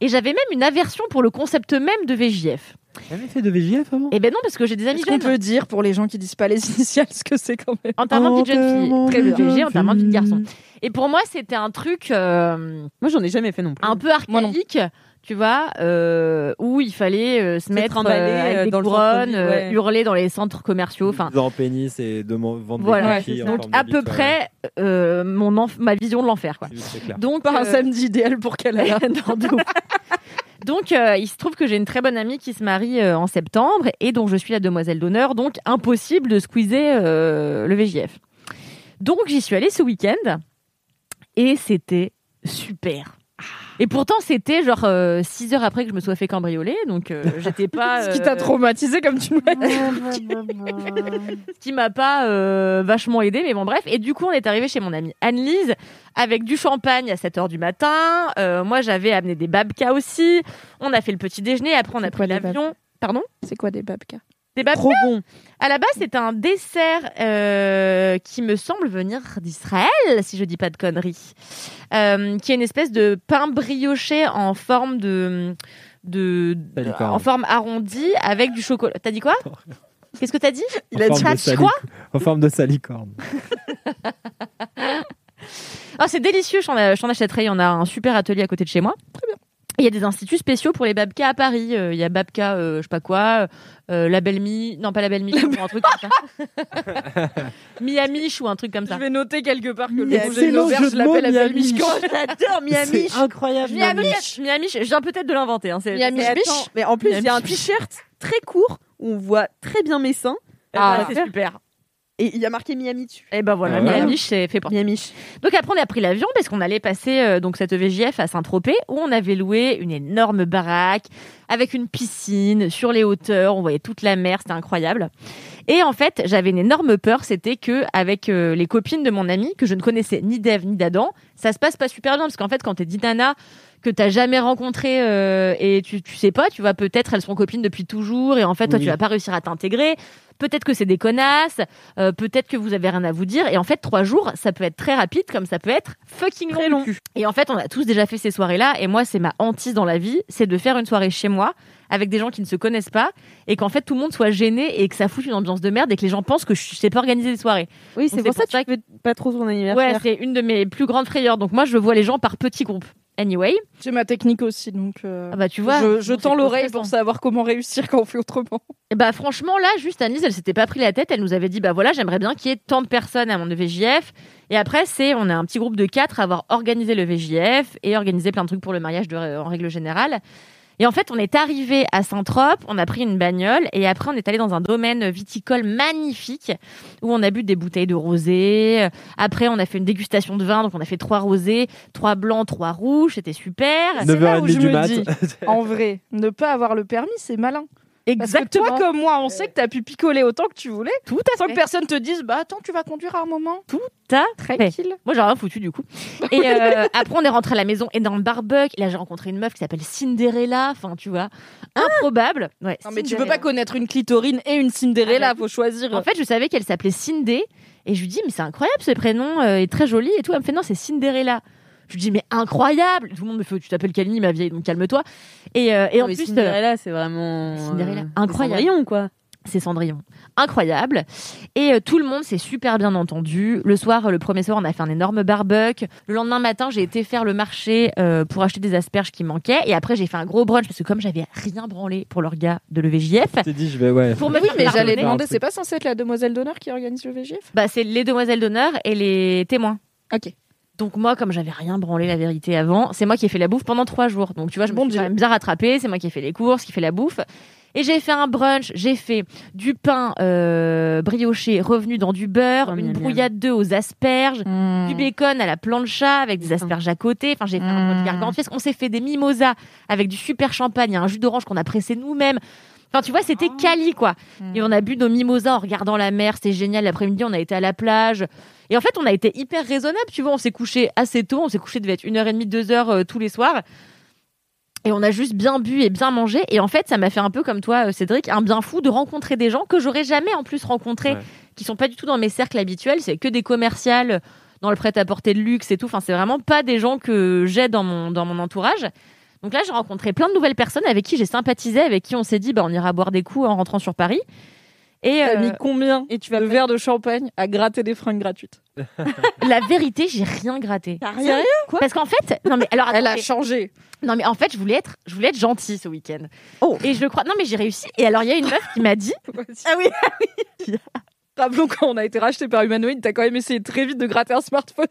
S1: Et j'avais même une aversion pour le concept même de VJF.
S2: Jamais fait de VJF avant
S1: Eh ben non, parce que j'ai des amis
S4: Est-ce qu'on
S1: jeunes.
S4: peut dire pour les gens qui disent pas les initiales ce que c'est quand même
S1: Enterrement de petite jeune fille.
S4: Enterrement de
S1: Très bien.
S4: jeune
S1: VJ, enterrement de
S4: fille.
S1: petit garçon. Et pour moi, c'était un truc... euh,
S3: Moi, j'en ai jamais fait non plus.
S1: un peu archaïque, tu vois, euh, où il fallait euh, se mettre
S3: trimballer,
S1: euh, avec
S3: euh,
S1: des
S3: dans le
S1: couronnes,
S3: centre-ville,
S1: euh,
S3: ouais.
S1: hurler dans les centres commerciaux, enfin.
S2: Dans pénis et de mo- vendre
S1: Voilà,
S2: des cookies en
S1: donc
S2: forme de
S1: à
S2: bite,
S1: peu
S2: ouais.
S1: près euh, mon enf- ma vision de l'enfer, quoi.
S2: Oui, c'est clair.
S1: Donc
S4: Pas un
S1: euh,
S4: samedi idéal pour qu'elle aille.
S1: Non, de ouf. Donc, euh, il se trouve que j'ai une très bonne amie qui se marie euh, en septembre et dont je suis la demoiselle d'honneur, donc impossible de squeezer euh, le VJF. Donc, j'y suis allée ce week-end et c'était super. Et pourtant, c'était genre 6 heures après que je me sois fait cambrioler, donc euh, j'étais pas.
S4: Ce qui t'a
S1: euh,
S4: traumatisé comme tu m'as dit.
S1: ce qui m'a pas euh, vachement aidé, mais bon, bref. Et du coup, on est arrivé chez mon amie Anne-Lise avec du champagne à 7h du matin. Euh, moi, j'avais amené des babkas aussi. On a fait le petit déjeuner. Après, on a
S4: C'est quoi
S1: pris
S4: les
S1: l'avion. Pardon
S4: C'est quoi des babkas
S1: Des babkas
S3: Trop bon.
S1: À la base, c'était un dessert euh, qui me semble venir d'Israël, si je dis pas de conneries. Euh, qui est une espèce de pain brioché en forme de. de
S2: Salicorne.
S1: en forme arrondie avec du chocolat. T'as dit quoi Qu'est-ce que t'as dit
S2: En forme de
S1: Ah, tu crois
S2: salic- En forme de salicorne.
S1: Ah, c'est délicieux, j'en j'en achèterai. Il y en a un super atelier à côté de chez moi. Très bien. Il y a des instituts spéciaux pour les babkas à Paris. Euh, Il y a Babka, euh, je sais pas quoi, euh, la Belle-Mi, non pas la Belle-Mi, un truc comme ça. Miami ou un truc comme ça.
S4: Je vais noter quelque part que
S3: Miami.
S4: le
S3: Ah, C'est
S4: projet
S3: le jeu
S4: l'auberge, je
S3: de mots,
S4: l'appelle la
S3: Miami.
S4: Miami.
S1: J'adore Miami.
S2: C'est incroyable.
S1: Miami, Miami, je viens peut-être de l'inventer. hein, c'est-
S4: Miami.
S3: Mais attends, mais en plus, il y a un t-shirt très court où on voit très bien mes seins
S1: Ah,
S3: Ah.
S1: c'est super.
S3: et il y a marqué Miami dessus.
S1: Et ben voilà,
S2: Ah, voilà.
S1: Miami, c'est fait pour.
S3: Miami.
S1: Donc après, on a pris l'avion parce qu'on allait passer euh, donc cette VJF à Saint-Tropez où on avait loué une énorme baraque avec une piscine sur les hauteurs. On voyait toute la mer, c'était incroyable. Et en fait, j'avais une énorme peur, c'était que avec euh, les copines de mon ami que je ne connaissais ni d'Ève ni d'Adam, ça se passe pas super bien parce qu'en fait, quand t'es dit nana que t'as jamais rencontré euh, et tu, tu sais pas, tu vois peut-être elles sont copines depuis toujours et en fait toi
S2: Oui.
S1: tu vas pas réussir à t'intégrer. Peut-être que c'est des connasses, euh, peut-être que vous avez rien à vous dire et en fait trois jours ça peut être très rapide comme ça peut être fucking long. Et en fait on a tous déjà fait ces soirées là et moi c'est ma hantise dans la vie, c'est de faire une soirée chez moi avec des gens qui ne se connaissent pas et qu'en fait tout le monde soit gêné et que ça foute une ambiance de merde et que les gens pensent que je sais pas organiser des soirées.
S3: Oui,
S1: c'est
S3: c'est pour
S1: pour
S3: ça que tu fais pas trop ton
S1: Ouais,
S3: anniversaire.
S1: c'est une de mes plus grandes frayeurs. Donc moi je vois les gens par petits groupes. Anyway,
S4: J'ai ma technique aussi, donc. euh,
S1: ah bah tu vois,
S4: je, je
S1: bon, c'est
S4: tends l'oreille
S1: trop
S4: pour
S1: stressant.
S4: savoir comment réussir quand on fait autrement.
S1: Et bah franchement là, juste Annelise, elle s'était pas pris la tête, elle nous avait dit bah voilà, j'aimerais bien qu'il y ait tant de personnes à mon E VJF. Et après c'est on a un petit groupe de quatre à avoir organisé le E VJF et organisé plein de trucs pour le mariage de- euh, en règle générale. Et en fait, on est arrivé à Saint-Trope, on a pris une bagnole et après on est allé dans un domaine viticole magnifique où on a bu des bouteilles de rosé. Après, on a fait une dégustation de vin, donc on a fait trois rosés, trois blancs, trois rouges, c'était super.
S4: C'est là où
S2: 9h30
S4: je
S2: du
S4: me
S2: mat.
S4: dis, en vrai, ne pas avoir le permis, c'est malin. Parce que toi, comme moi, on sait que t'as pu picoler autant que tu voulais,
S1: Euh. Tout à
S4: sans
S1: fait.
S4: que personne te dise, bah attends, tu vas conduire à un moment.
S1: T'as fait.
S4: Tranquille.
S1: Moi, j'ai rien foutu du coup.
S4: Bah
S1: Et euh, après, on est rentré à la maison, énorme barbecue. Et là, j'ai rencontré une meuf qui s'appelle Cinderella. Enfin, tu vois, improbable. Ouais,
S4: Ah Non, mais tu
S1: Cinderella.
S4: peux pas connaître une clitorine et une Cinderella,
S1: euh, Ah bah,
S4: faut choisir.
S1: En fait, je savais qu'elle s'appelait Cindé. Et je lui dis, mais c'est incroyable ce prénom, euh, est très joli et tout. Elle me fait, non, c'est Cinderella. Je lui dis, mais incroyable Tout le monde me fait, tu t'appelles Kalini, ma vieille, donc calme-toi. Et, euh, et en plus, euh,
S3: Cinderella, c'est vraiment
S1: Cinderella,
S3: euh,
S1: incroyable.
S3: Cendrillon, quoi.
S1: C'est Cendrillon. Incroyable. Et euh, tout le monde s'est super bien entendu. Le soir, euh, le premier soir, on a fait un énorme barbecue. Le lendemain matin, j'ai été faire le marché euh, pour acheter des asperges qui manquaient. Et après, j'ai fait un gros brunch parce que comme j'avais rien branlé pour leur gars de l'EVJF,
S2: Je t'ai dit, je vais, ouais.
S1: Pour
S4: Mais
S1: me
S4: oui, mais
S1: faire
S4: j'allais
S1: pardonner.
S4: demander, c'est pas censé être la demoiselle d'honneur qui organise le VGF
S1: bah, c'est les demoiselles d'honneur et les témoins.
S4: Ok.
S1: Donc moi, comme j'avais rien branlé la vérité avant, c'est moi qui ai fait la bouffe pendant trois jours. Donc tu vois, je me
S4: Bon
S1: suis
S4: Dieu.
S1: quand même bien rattrapée. C'est moi qui ai fait les courses, qui fait la bouffe. Et j'ai fait un brunch, j'ai fait du pain euh, brioché revenu dans du beurre,
S3: Oh,
S1: une
S3: miam, Hmm. miam.
S1: brouillade d'œufs aux asperges, du bacon à la plancha avec des
S3: Putain.
S1: asperges à côté. Enfin, j'ai fait un
S3: Hmm.
S1: brunch
S4: Mm.
S1: gargantuesque. On s'est fait des mimosas avec du super champagne, et un jus d'orange qu'on a pressé nous-mêmes. Enfin, tu vois, c'était
S3: Oh.
S1: cali, quoi.
S3: Hmm.
S1: Et on a bu nos mimosas en regardant la mer. C'était génial. L'après-midi, on a été à la plage. Et en fait, on a été hyper euh, raisonnable. Tu vois, on s'est couché assez tôt. On s'est couché, devait être 1h30, 2h tous les soirs. Et on a juste bien bu et bien mangé. Et en fait, ça m'a fait un peu comme toi, euh, Cédric, un bien fou de rencontrer des gens que j'aurais jamais en plus rencontrés,
S11: Ouais.
S1: qui sont pas du tout dans mes cercles habituels. C'est que des commerciales dans le prêt-à-porter de luxe et tout. Enfin, c'est vraiment pas des gens que j'ai dans mon, dans mon entourage. Donc là, j'ai rencontré plein de nouvelles personnes avec qui j'ai sympathisé, avec qui on s'est dit, bah, on ira boire des coups en rentrant sur Paris. Et euh,
S4: T'as mis
S1: combien
S4: Et tu vas le verre de champagne à gratter des fringues gratuites.
S1: La vérité, j'ai Ah, rien gratté.
S4: T'as rien
S1: Sérieux
S4: Ah, Quoi
S1: Parce qu'en fait, non mais alors
S4: Elle a
S1: changé. Non mais en fait, je voulais être, je voulais être gentille ce week-end. Oh. Et je crois, non mais j'ai réussi. Et alors il y a une meuf qui m'a dit,
S4: Ah oui, ah oui. Rappelons quand on a été racheté par Humanoid, t'as quand même essayé très vite de gratter un smartphone.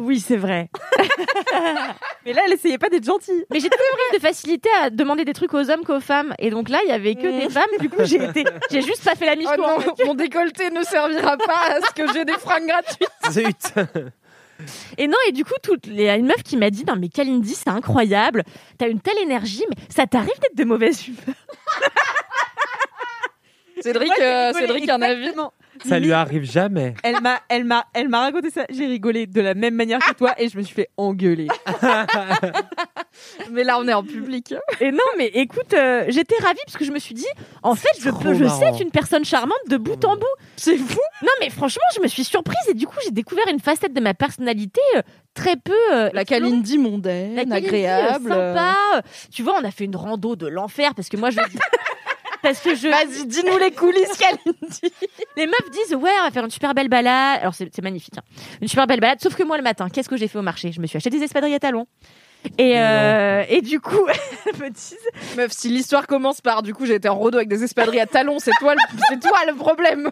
S1: oui, c'est vrai. mais là, elle essayait pas d'être gentille. Mais j'ai toujours eu de facilité à demander des trucs aux hommes qu'aux femmes. Et donc là, il y avait que des femmes. Du coup, j'ai été, j'ai juste pas fait la
S4: Oh
S1: mission.
S4: non, mon décolleté ne servira pas à ce que j'ai des fringues gratuites.
S2: Zut
S1: Et non, et du coup, toutes les- il y a une meuf qui m'a dit Non, mais Kalindi, c'est incroyable, t'as une telle énergie, mais ça t'arrive d'être de mauvaise humeur.
S4: Cédric,
S3: Moi, j'ai
S4: euh,
S3: rigolé,
S4: Cédric, un avis
S3: exactement.
S2: Ça lui arrive jamais.
S3: Elle m'a, elle m'a, elle m'a raconté ça. J'ai rigolé de la même manière que toi et je me suis fait engueuler.
S1: Mais là, on est en public. Et non, mais écoute, euh, j'étais ravie parce que je me suis dit En fait, je, peux, je sais
S3: marrant.
S1: être une personne charmante de bout en bout. C'est fou Non, mais franchement, je me suis surprise et du coup, j'ai découvert une facette de ma personnalité euh, très peu. euh, la Kalindi mondaine, la Kalindi, euh,
S4: agréable.
S1: sympa. Tu vois, on a fait une rando de l'enfer parce que moi, je. Parce que je. Vas-y,
S4: dis-nous les coulisses,
S1: Kalindi. Les meufs disent ouais, on va faire une super belle balade. Alors c'est c'est magnifique, hein. une super belle balade. Sauf que moi le matin, qu'est-ce que j'ai fait au marché Je me suis acheté des espadrilles à talons. Et euh, et du coup, petite
S4: meuf, si l'histoire commence par du coup j'ai été en rodo avec des espadrilles à talons, c'est toi, le- c'est toi le problème.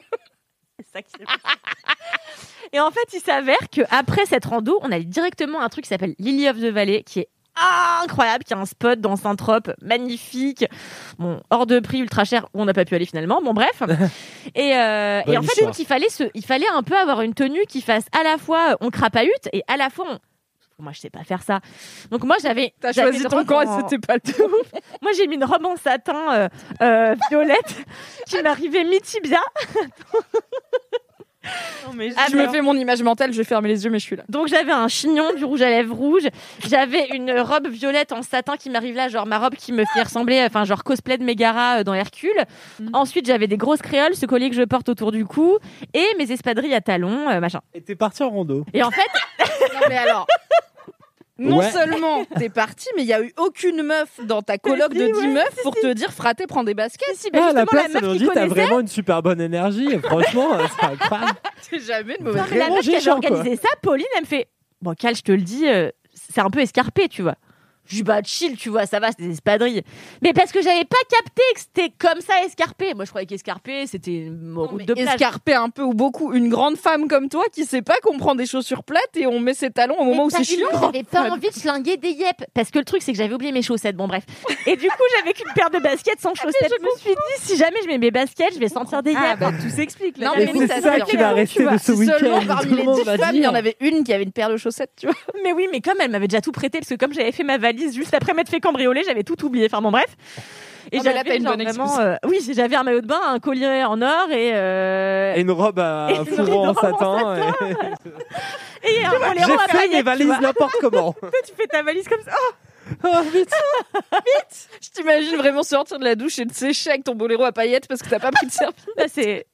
S1: et en fait, il s'avère que après cette rando, on allait directement à un truc qui s'appelle Lily of the Valley, qui est incroyable, qui a un spot dans Saint-Trope magnifique, bon hors de prix, ultra cher, où on n'a pas pu aller finalement. Bon bref. Et, euh,
S10: Bonne
S1: et en fait,
S10: histoire.
S1: donc, il fallait se, il fallait un peu avoir une tenue qui fasse à la fois euh, on crapahute et à la fois on moi, je sais pas faire ça. Donc, moi, j'avais.
S4: T'as
S1: j'avais
S4: choisi
S1: une
S4: ton
S1: robe
S4: camp et
S1: en-
S4: c'était pas le
S1: Moi, j'ai mis une robe en satin euh, euh, violette qui m'arrivait mi-tibia.
S4: je me fais mon image mentale, je vais fermer les yeux mais je suis là.
S1: Donc j'avais un chignon, du rouge à lèvres rouge, j'avais une robe violette en satin qui m'arrive là, genre ma robe qui me fait ressembler, enfin genre cosplay de Megara euh, dans Hercule.
S2: Mhm.
S1: Ensuite j'avais des grosses créoles, ce collier que je porte autour du cou, et mes espadrilles à talons, euh, machin.
S2: Et t'es parti en rando.
S1: Et en fait...
S4: mais alors... Non
S2: Ouais.
S4: seulement t'es partie, mais il y a eu aucune meuf dans ta coloc de 10 meufs pour te dire frater, prends des baskets. Si,
S1: ben,
S2: Ah, à la place, elle dit t'as vraiment une super bonne énergie. Et franchement, euh, c'est incroyable.
S4: jamais de
S1: Non,
S4: mauvaise
S1: mais la meuf qui avait
S2: génial,
S1: organisé
S2: quoi.
S1: ça, Pauline, elle me fait Bon, Cal, je te le dis, euh, c'est un peu escarpé, tu vois. Je dis Bah, chill, tu vois, ça va, c'est des espadrilles. Mais parce que j'avais pas capté que c'était comme ça escarpé. Moi, je croyais qu'escarpé, c'était une route de plage.
S4: Escarpé un peu ou beaucoup, une grande femme comme toi qui sait pas qu'on prend des chaussures plates et on met ses talons au moment où c'est chiant.
S1: J'avais pas envie de flinguer des yep parce que le truc c'est que j'avais oublié mes chaussettes. Bon bref. Et du coup j'avais qu'une paire de baskets
S4: Ah,
S1: sans chaussettes. je me suis dit si jamais je mets mes baskets je vais sentir des yep.
S3: Ah, bah, tout s'explique, là. Mais
S1: oui,
S3: c'est ça
S1: s'explique,
S3: qui va
S1: tu
S3: rester
S1: vois.
S3: de ce
S1: Si
S3: week-end,
S1: seulement
S3: tout
S1: parmi
S3: le
S1: les
S3: monde
S1: dix
S3: va
S1: femmes,
S3: dire.
S1: une qui avait une paire de chaussettes tu vois. Mais oui mais comme elle m'avait déjà tout prêté parce que comme j'avais fait ma valise juste après m'être fait cambrioler j'avais tout oublié. Enfin bon bref. Et
S4: Ah, mais là,
S1: j'avais
S4: t'as une
S1: genre
S4: bonne
S1: vraiment,
S4: excuse.
S1: euh, oui, j'avais un maillot de bain, un collier en or et euh,
S2: Et une robe à
S1: Et une
S2: fourreau
S1: robe
S2: en
S1: en
S2: satin. et-
S1: et un
S2: J'ai
S1: boléro à
S2: fait
S1: paillettes,
S2: mes
S1: tu vois.
S2: valises n'importe comment.
S1: Toi, tu fais ta valise comme ça. Oh
S2: vite
S4: Vite Je t'imagine vraiment sortir de la douche et te sécher avec ton boléro à paillettes parce que t'as pas pris de serviette.
S1: c'est...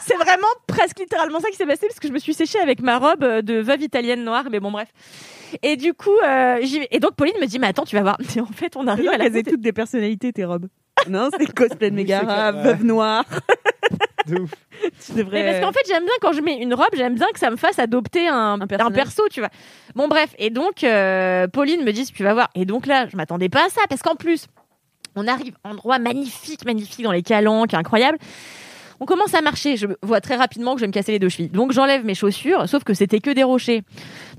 S1: C'est vraiment presque littéralement ça qui s'est passé parce que je me suis séchée avec ma robe euh, de veuve italienne noire, mais bon bref. Et du coup, euh, j'y vais. et donc Pauline me dit mais attends tu vas voir. Et en fait on arrive à la
S3: Elles toutes des personnalités, tes robes. Non, c'est cosplay de Megara,
S1: clair, ouais.
S3: veuve noire. Tu devrais. euh,
S1: Mais parce qu'en fait j'aime bien quand je mets une robe, j'aime bien que ça me fasse adopter un, un, perso, tu vois. Bon bref et donc euh, Pauline me dit tu vas voir. Et donc là je m'attendais pas à ça parce qu'en plus on arrive endroit magnifique, magnifique dans les calanques, incroyable. On commence à marcher. Je vois très rapidement que je vais me casser les deux chevilles. Donc j'enlève mes chaussures, sauf que c'était que des rochers.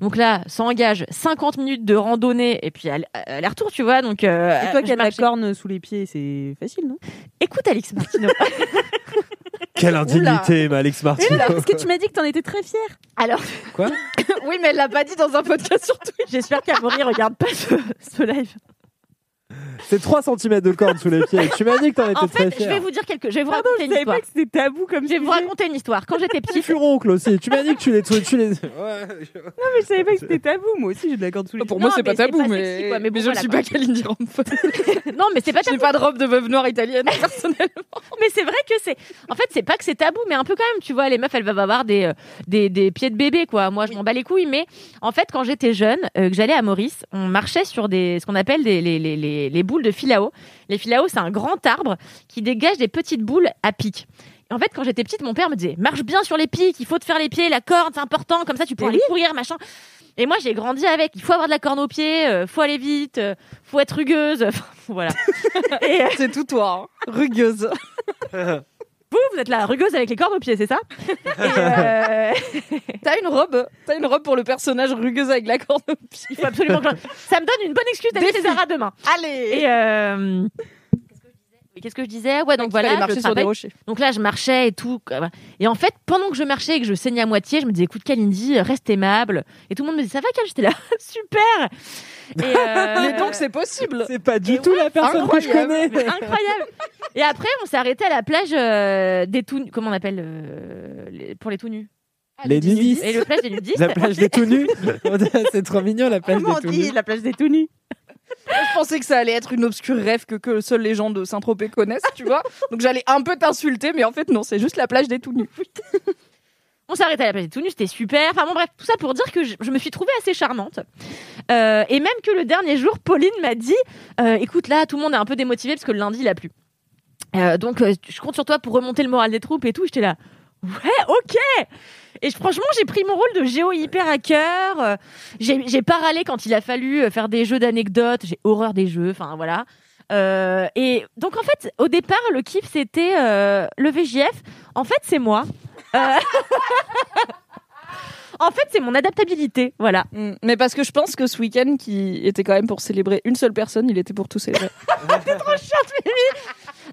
S1: Donc là, ça engage 50 minutes de randonnée et puis à l- à l'aller-retour, tu vois. Donc euh,
S3: Et toi qui
S1: je
S3: as de la
S1: marchais.
S3: corne sous les pieds, c'est facile, non
S1: Écoute, Alex Martino.
S2: Quelle indignité, mais Alex Martin.
S1: m'as dit que t'en étais très fière. Alors.
S2: Quoi
S1: Oui, mais elle l'a pas dit dans un podcast sur Twitch. J'espère qu'Amaury regarde pas ce, ce live.
S2: C'est 3 cm de corne sous les pieds. Tu m'as dit que t'en étais
S1: En
S2: très
S1: fait,
S2: fier.
S1: je vais vous dire quelque chose. Je vais vous
S3: Pardon,
S1: raconter
S3: je
S1: une
S3: savais
S1: histoire.
S3: pas que c'était tabou comme
S1: Je vais vous
S3: sujet.
S1: raconter une histoire. Quand j'étais
S2: Petit
S1: petite,
S2: furoncle aussi. Tu m'as dit que tu les. Tu tu les...
S3: Non, mais je savais pas que c'était tabou. Moi aussi, j'ai de la corde sous les
S4: Pour moi,
S1: Non,
S4: c'est pas
S1: mais c'est
S4: tabou,
S1: pas
S4: mais,
S1: sexy, quoi, mais
S4: mais,
S1: bon,
S4: je
S1: voilà,
S4: ne suis
S1: quoi.
S4: pas Kalindi Ramphal.
S1: non, mais c'est pas
S4: Je n'ai
S1: tabou.
S4: pas de robe de veuve noire italienne, personnellement.
S1: Mais c'est vrai que c'est. En fait, c'est pas que c'est tabou, mais un peu quand même. Tu vois, les meufs, elles vont avoir des, euh, des, des pieds de bébé, quoi. Moi, je m'en bats les couilles, mais en fait, quand j'étais jeune, euh, que j'allais à Maurice, on marchait sur des, ce qu'on appelle des, les, les, les, les boules de filao. Les filao, c'est un grand arbre qui dégage des petites boules à pic. Et En fait, quand j'étais petite, mon père me disait marche bien sur les pics, il faut te faire les pieds, la corde, c'est important, comme ça tu pourras
S3: Eh
S1: aller courir, machin. Et moi, j'ai grandi avec. Il faut avoir de la corne aux pieds, euh, faut aller vite, euh, faut être rugueuse. Enfin, voilà. Et, euh,
S4: C'est tout toi, hein. rugueuse.
S1: vous, vous êtes la rugueuse avec les cordes aux pieds, c'est ça
S4: Euh, T'as une robe, t'as une robe pour le personnage rugueuse avec la corde au pied.
S1: Il faut absolument que je- Ça me donne une bonne excuse d'aller
S4: Défi.
S1: chez Zara demain.
S4: Allez.
S1: Et euh, Qu'est-ce que je disais Ouais, donc voilà,
S4: Fallait
S1: je
S4: marcher sur des
S1: travaille.
S4: rochers.
S1: donc là je marchais et tout. Et en fait, pendant que je marchais et que je saignais à moitié, je me disais, écoute Kalindi, reste aimable. Et tout le monde me disait, ça va Kal J'étais là, super. Et euh,
S4: Mais donc c'est possible.
S2: C'est pas du
S1: Et
S2: tout la personne que je
S4: incroyable.
S2: connais.
S1: Mais incroyable. Et après, on s'est arrêté à la plage euh, des tout comment on appelle euh, les- pour les tout nus.
S2: Les nudistes.
S1: Et le plage des nudistes.
S2: La plage des tout nus. C'est trop mignon la plage
S3: Comment on
S2: des tout nus.
S3: dit la plage des tout nus
S4: Je pensais que ça allait être une obscure rêve que, que seuls les gens de Saint-Tropez connaissent, tu vois. Donc j'allais un peu t'insulter, mais en fait non, c'est juste la plage des tout nus.
S1: On s'est arrêté à la plage des tout nus, c'était super. Enfin bon, bref, tout ça pour dire que je, je me suis trouvée assez charmante. Euh, et même que le dernier jour, Pauline m'a dit euh, écoute, là, tout le monde est un peu démotivé parce que le lundi, il a plu. Euh, donc, euh, je compte sur toi pour remonter le moral des troupes et tout. J'étais là ouais, ok et je- franchement, j'ai pris mon rôle de géo hyper à cœur. Euh, J'ai j'ai pas râlé quand il a fallu euh, faire des jeux d'anecdotes. J'ai horreur des jeux. Enfin, voilà. Euh, et donc, en fait, au départ, le kiff, c'était euh, le VGF. En fait, c'est moi. Euh, en fait, c'est mon adaptabilité. Voilà.
S4: Mm. Mais parce que je pense que ce week-end, qui était quand même pour célébrer une seule personne, il était pour tout célébrer.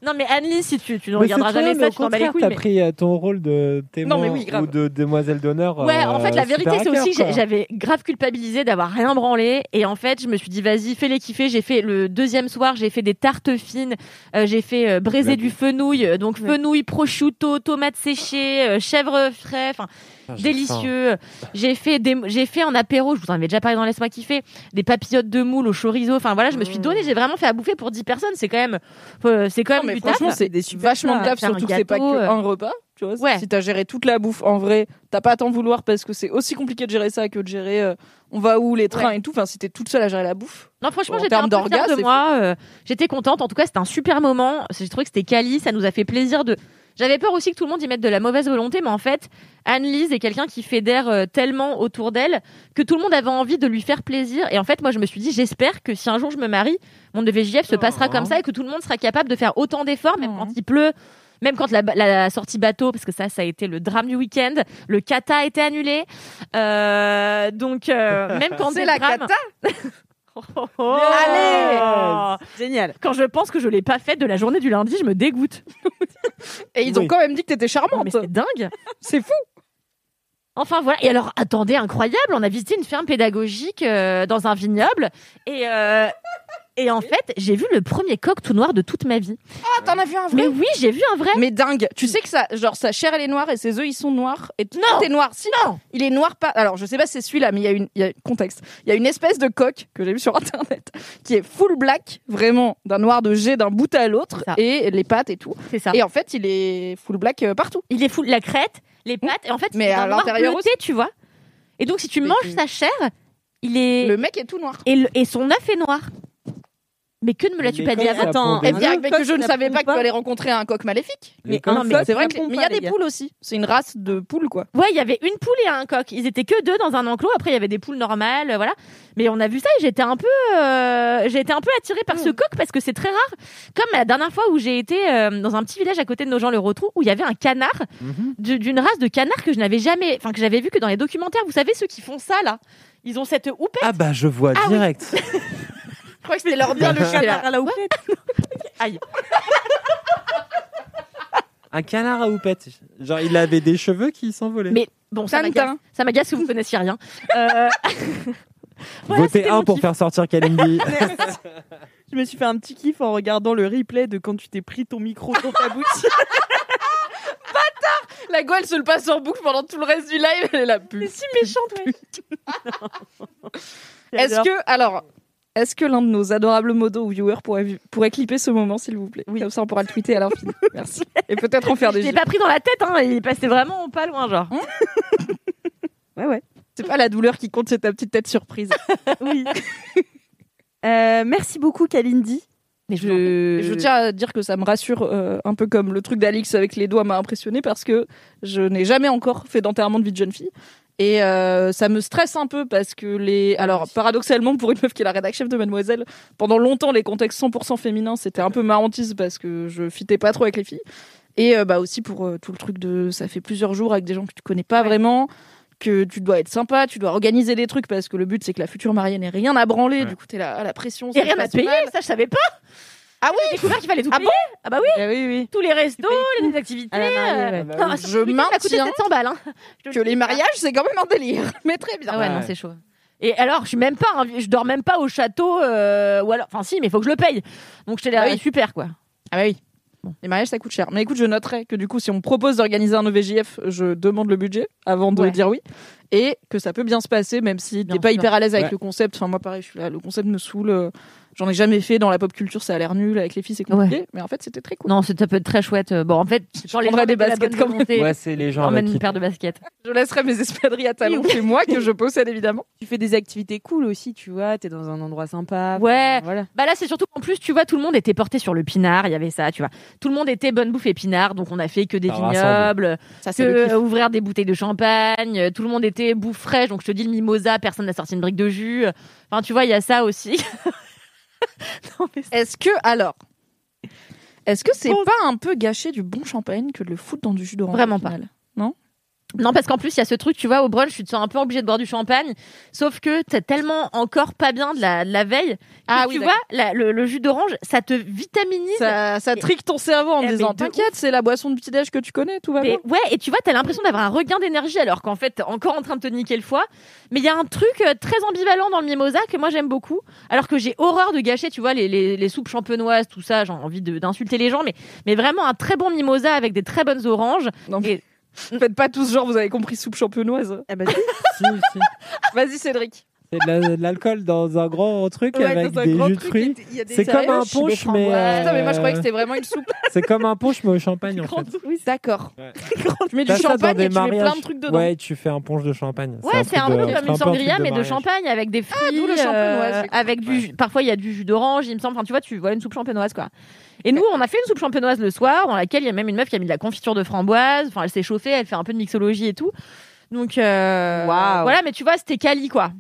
S1: Non, mais Anne-Lise, si tu, tu ne
S2: Mais c'est
S1: regarderas
S2: très
S1: jamais
S2: bien, mais
S1: ça,
S2: au
S1: tu t'en bats les
S2: contraire,
S1: couilles.
S2: T'as
S1: mais-
S2: pris euh, ton rôle de témoin
S4: Non, mais oui, grave.
S2: ou de demoiselle d'honneur.
S1: Ouais,
S2: euh,
S1: en fait, la vérité,
S2: super
S1: c'est
S2: hacker,
S1: aussi que
S2: quoi.
S1: j'ai- j'avais grave culpabilisé d'avoir rien branlé. Et en fait, je me suis dit, vas-y, fais-les kiffer. J'ai fait le deuxième soir, j'ai fait des tartes fines, euh, j'ai fait euh, braiser
S2: La
S1: du fenouil. euh, Donc,
S3: Ouais.
S1: fenouil, prosciutto, tomates séchées, euh, chèvre frais, enfin,
S2: Putain, Ah, j'ai faim.
S1: délicieux. J'ai fait, des, j'ai fait en apéro, je vous en avais déjà parlé dans Laisse-moi kiffer, des papillotes de moule au chorizo. Enfin, voilà, je
S4: Mmh.
S1: me suis donné, j'ai vraiment fait à bouffer pour 10 personnes. C'est quand même, euh, c'est quand
S4: Non,
S1: même
S4: mais
S1: du taf.
S4: franchement, c'est
S3: Des super
S4: vachement de
S1: plats,
S4: taf,
S1: faire un
S4: surtout que c'est pas
S1: gâteau, euh.
S4: qu'un repas. Tu vois,
S1: Ouais.
S4: Si t'as géré toute la bouffe, en vrai, t'as pas à t'en vouloir parce que c'est aussi compliqué de gérer ça que de gérer euh, on va où, les trains et tout. Enfin, si t'es toute seule à gérer la bouffe.
S1: Non, franchement,
S4: En
S1: j'étais
S4: termes
S1: un peu fière
S4: d'orgasme,
S1: de
S4: c'est
S1: moi. euh, j'étais contente. En tout cas, c'était un super moment. J'ai trouvé que c'était quali. Ça nous a fait plaisir de. J'avais peur aussi que tout le monde y mette de la mauvaise volonté, mais en fait, Anne-Lise est quelqu'un qui fédère euh, tellement autour d'elle que tout le monde avait envie de lui faire plaisir. Et en fait, moi, je me suis dit, j'espère que si un jour je me marie, mon VJF se passera
S4: Oh.
S1: comme ça et que tout le monde sera capable de faire autant d'efforts, même quand il pleut, même quand la, la sortie bateau, parce que ça, ça a été le drame du week-end. Le kata a été annulé. Euh, donc, euh, même quand
S4: C'est
S1: des
S4: la
S1: drames-
S4: cata.
S1: Oh, oh, oh.
S3: Allez Génial.
S1: Quand je pense que je l'ai pas faite de la journée du lundi, je me dégoûte.
S4: Et ils
S2: Oui.
S4: ont quand même dit que t'étais
S1: Non,
S4: charmante.
S1: mais c'est dingue.
S4: c'est fou.
S1: Enfin voilà. Et alors, attendez, incroyable, on a visité une ferme pédagogique euh, dans un vignoble et euh, et en fait, j'ai vu le premier coq tout noir de toute ma vie.
S4: Ah, t'en as vu un
S1: Mais oui, j'ai vu un vrai.
S4: Mais dingue. Tu sais que ça, genre, sa chair, elle est noire et ses œufs, ils sont noirs. Et tout
S1: Non.
S4: est noir. Si,
S1: Non.
S4: il est noir pas. Alors, je sais pas si c'est celui-là, mais il y a une, il y a contexte. Il y a une espèce de coq que j'ai vu sur internet qui est full black, vraiment, d'un noir de jet d'un bout à l'autre
S1: Ça.
S4: et les pattes et tout.
S1: C'est ça.
S4: Et en fait, il est full black euh, partout.
S1: Il est fou la crête, les pattes et en fait,
S4: Mmh. Mais
S1: il est d'un
S4: à
S1: noir
S4: l'intérieur
S1: bleuté, tu vois. Et donc, si tu
S4: Mais
S1: manges
S4: tu-
S1: sa chair, il est
S4: Le mec est tout noir.
S1: et, le- et son œuf est noir. Mais que ne me l'as-tu
S2: Mais
S1: pas
S2: quand
S1: dit
S2: ça
S1: avant
S2: pond
S3: Attends,
S2: des
S4: Eh
S2: œufs,
S4: bien, mais que je ne
S3: ça
S4: savais
S3: pond
S4: pas que tu allais rencontrer un coq maléfique.
S2: Mais
S3: comme
S2: non,
S3: ça,
S2: mais
S4: C'est vrai
S3: ça
S4: que-
S3: pond
S4: mais il y
S3: pas,
S4: a
S3: les
S4: des
S3: gars.
S4: poules aussi. C'est une race de poules, quoi.
S1: Ouais, il y avait une poule et un coq. Ils étaient que deux dans un enclos. Après, il y avait des poules normales, euh, voilà. Mais on a vu ça et j'étais un peu, euh, j'étais un peu attirée par
S2: Hmm.
S1: ce coq parce que c'est très rare. Comme la dernière fois où j'ai été euh, dans un petit village à côté de Nogent-le-Rotrou où il y avait un canard
S2: Mhm.
S1: du- d'une race de canard que je n'avais jamais, enfin que j'avais vu que dans les documentaires. Vous savez ceux qui font ça là Ils ont cette houppette.
S2: Ah bah je vois
S1: Ah oui.
S2: direct.
S4: Je crois que c'était leur bien le canard.
S3: à la houppette.
S2: Un canard à houppette. Genre il avait des cheveux qui s'envolaient.
S1: Mais bon, ça
S2: hein.
S4: Tintin.
S1: m'agace. Ça m'agace que vous connaissiez rien. Euh,
S3: Voilà,
S2: Votez
S3: c'était mon
S2: 1 pour
S3: kiff.
S2: faire sortir Kalindi.
S3: Merci. Je me suis fait un petit kiff en regardant le replay de quand tu t'es pris ton micro sur ta bouche.
S4: La go, elle se le passe en boucle pendant tout le reste du live. Elle est la pute.
S1: si méchante, ouais.
S4: Est-ce que, alors, est-ce que l'un de nos adorables modos ou viewers pourrait, vu- pourrait clipper ce moment, s'il vous plaît Comme ça, on pourra le tweeter à l'infini. Merci. Et peut-être en faire des
S1: Je l'ai
S4: jeux. Mmh.
S1: pas pris dans la tête, hein. Il passait vraiment pas loin, genre.
S3: ouais, ouais.
S4: C'est pas la douleur qui compte, c'est ta petite tête surprise.
S3: Oui. Euh, merci beaucoup, Kalindi. Mais
S4: Et
S1: Euh,
S4: Je tiens à dire que ça me rassure euh, un peu comme le truc d'Alix avec les doigts m'a impressionné parce que je n'ai jamais encore fait d'enterrement de vie de jeune fille. Et euh, ça me stresse un peu parce que les. Alors, paradoxalement, pour une meuf qui est la rédac chef de Mademoiselle, pendant longtemps, les contextes 100% féminins, c'était un peu ma hantise parce que je fitais pas trop avec les filles. Et euh, bah aussi pour euh, tout le truc de. Ça fait plusieurs jours avec des gens que tu connais pas vraiment, que tu dois être sympa, tu dois organiser des trucs parce que le but, c'est que la future mariée n'ait rien à branler. Du coup, t'es là à la pression.
S1: Et
S4: ça
S1: rien
S4: se
S1: à
S4: passe
S1: payer,
S4: mal.
S1: ça je savais pas.
S4: Ah oui,
S1: J'ai découvert qu'il fallait tout
S4: Ah
S1: payer. ah bah oui.
S3: oui, oui.
S1: Tous les restos, les activités.
S3: À la mariée,
S1: euh,
S3: ouais, bah
S1: non,
S3: oui.
S1: sur
S4: Je
S1: Twitter, ça coûtait
S4: maintiens
S1: 700 balles. hein. Je te
S4: que
S1: le dis.
S4: les mariages, c'est quand même un délire. Mais très bien.
S1: Ah ouais,
S2: Ouais.
S1: non, c'est chaud. Et alors, je suis même pas, invi- je dors même pas au château, euh, ou alors, enfin si, mais il faut que je le paye. Donc je t'ai
S4: Ah
S1: l'air
S4: oui.
S1: super quoi.
S4: Ah bah oui. Les mariages, ça coûte cher. Mais écoute, je noterai que du coup, si on me propose d'organiser un E OVJF, je demande le budget avant de
S1: Ouais.
S4: dire oui. Et que ça peut bien se passer, même si
S1: Bien
S4: t'es pas
S1: sûr.
S4: hyper à l'aise avec
S2: Ouais.
S4: le concept. Enfin, moi, pareil, je suis là, le concept me saoule. euh, J'en ai jamais fait dans la pop culture, ça a l'air nul. Avec les filles, c'est compliqué. Mais en fait, c'était très cool.
S1: Non, c'est- ça peut être très chouette. Euh, Bon, en fait, genre les gens
S4: prendrais
S1: avec
S4: des
S1: de la
S4: baskets
S1: bonne
S4: quand même.
S1: volonté,
S2: ouais, c'est les gens avec
S1: emmènent
S2: qui.
S1: une paire de baskets.
S4: Je laisserai mes espadrilles à talons chez moi, que je possède évidemment.
S3: Tu fais des activités cool aussi, tu vois. T'es dans un endroit
S4: Ah.
S3: sympa.
S1: Ouais.
S3: Voilà.
S1: Bah là, c'est surtout qu'en plus, tu vois, tout le monde était porté sur le pinard. Il y avait ça, tu vois. Tout le monde était bonne bouffe et pinard, donc on a fait que des
S2: Ça
S1: vignobles,
S4: Ça, Ah, c'est le
S1: que
S4: kiff.
S1: ouvrir des bouteilles de champagne. euh, Tout le monde était bouffe fraîche, donc je te dis le mimosa, personne n'a sorti une brique de jus. Enfin, tu vois, il y a ça aussi. non, mais c'est-
S4: Est-ce que, alors, est-ce que c'est
S1: Bon.
S4: pas un peu gâché du bon champagne que de le foutre dans du jus d'orange
S1: Vraiment
S4: au final Non
S1: non, parce qu'en plus, il y a ce truc, tu vois, au brunch, tu te sens un peu obligé de boire du champagne, sauf que t'es tellement encore pas bien de la, de la veille.
S4: Ah
S1: que
S4: oui,
S1: tu
S4: d'accord.
S1: vois, la- le, le jus d'orange, ça te vitaminise.
S4: ça, ça
S1: Et-
S4: trique ton cerveau en me
S1: Eh, mais
S4: disant
S1: de
S4: T'inquiète, c'est la boisson de petit-déj que tu connais, tout va
S1: Mais
S4: bien.
S1: ouais, et tu vois, t'as l'impression d'avoir un regain d'énergie alors qu'en fait, t'es encore en train de te niquer le foie. Mais il y a un truc euh, très ambivalent dans le mimosa que moi j'aime beaucoup. Alors que j'ai horreur de gâcher, tu vois, les, les, les soupes champenoises, tout ça, j'ai envie de- d'insulter les gens. Mais, mais vraiment, un très bon mimosa avec des très bonnes oranges.
S4: Non,
S1: Et-
S4: mais... Faites pas tous genre, vous avez compris, soupe champenoise.
S3: Ah
S2: Si, si.
S4: Vas-y, Cédric.
S2: C'est de la- de l'alcool dans un grand truc avec des jus de fruits. C'est comme un punch, mais. euh,
S4: Putain, mais moi je croyais que c'était vraiment une soupe.
S2: C'est comme un punch, mais au champagne en fait.
S4: D'accord.
S2: Ouais.
S4: Tu mets du
S2: T'as ça dans
S4: champagne
S2: des
S4: et tu mets plein
S2: mariages.
S4: de trucs dedans.
S2: Ouais, tu fais un punch de champagne.
S1: Ouais, c'est un,
S2: truc de-
S1: peu comme
S2: un
S1: une
S2: peu un truc
S1: sangria, mais de
S2: mariage.
S1: champagne avec des fruits. euh,
S4: d'où le champenoise, j'ai compris.
S1: avec du, jus- parfois, il y a du jus d'orange, il me semble. Enfin, tu vois, tu vois une soupe champenoise, quoi. Et nous, on a fait une soupe champenoise le soir, dans laquelle il y a même une meuf qui a mis de la confiture de framboise. Enfin, elle s'est chauffée, elle fait un peu de mixologie et tout. Donc, euh,
S3: Waouh.
S1: voilà, mais tu vois, c'était quali, quoi.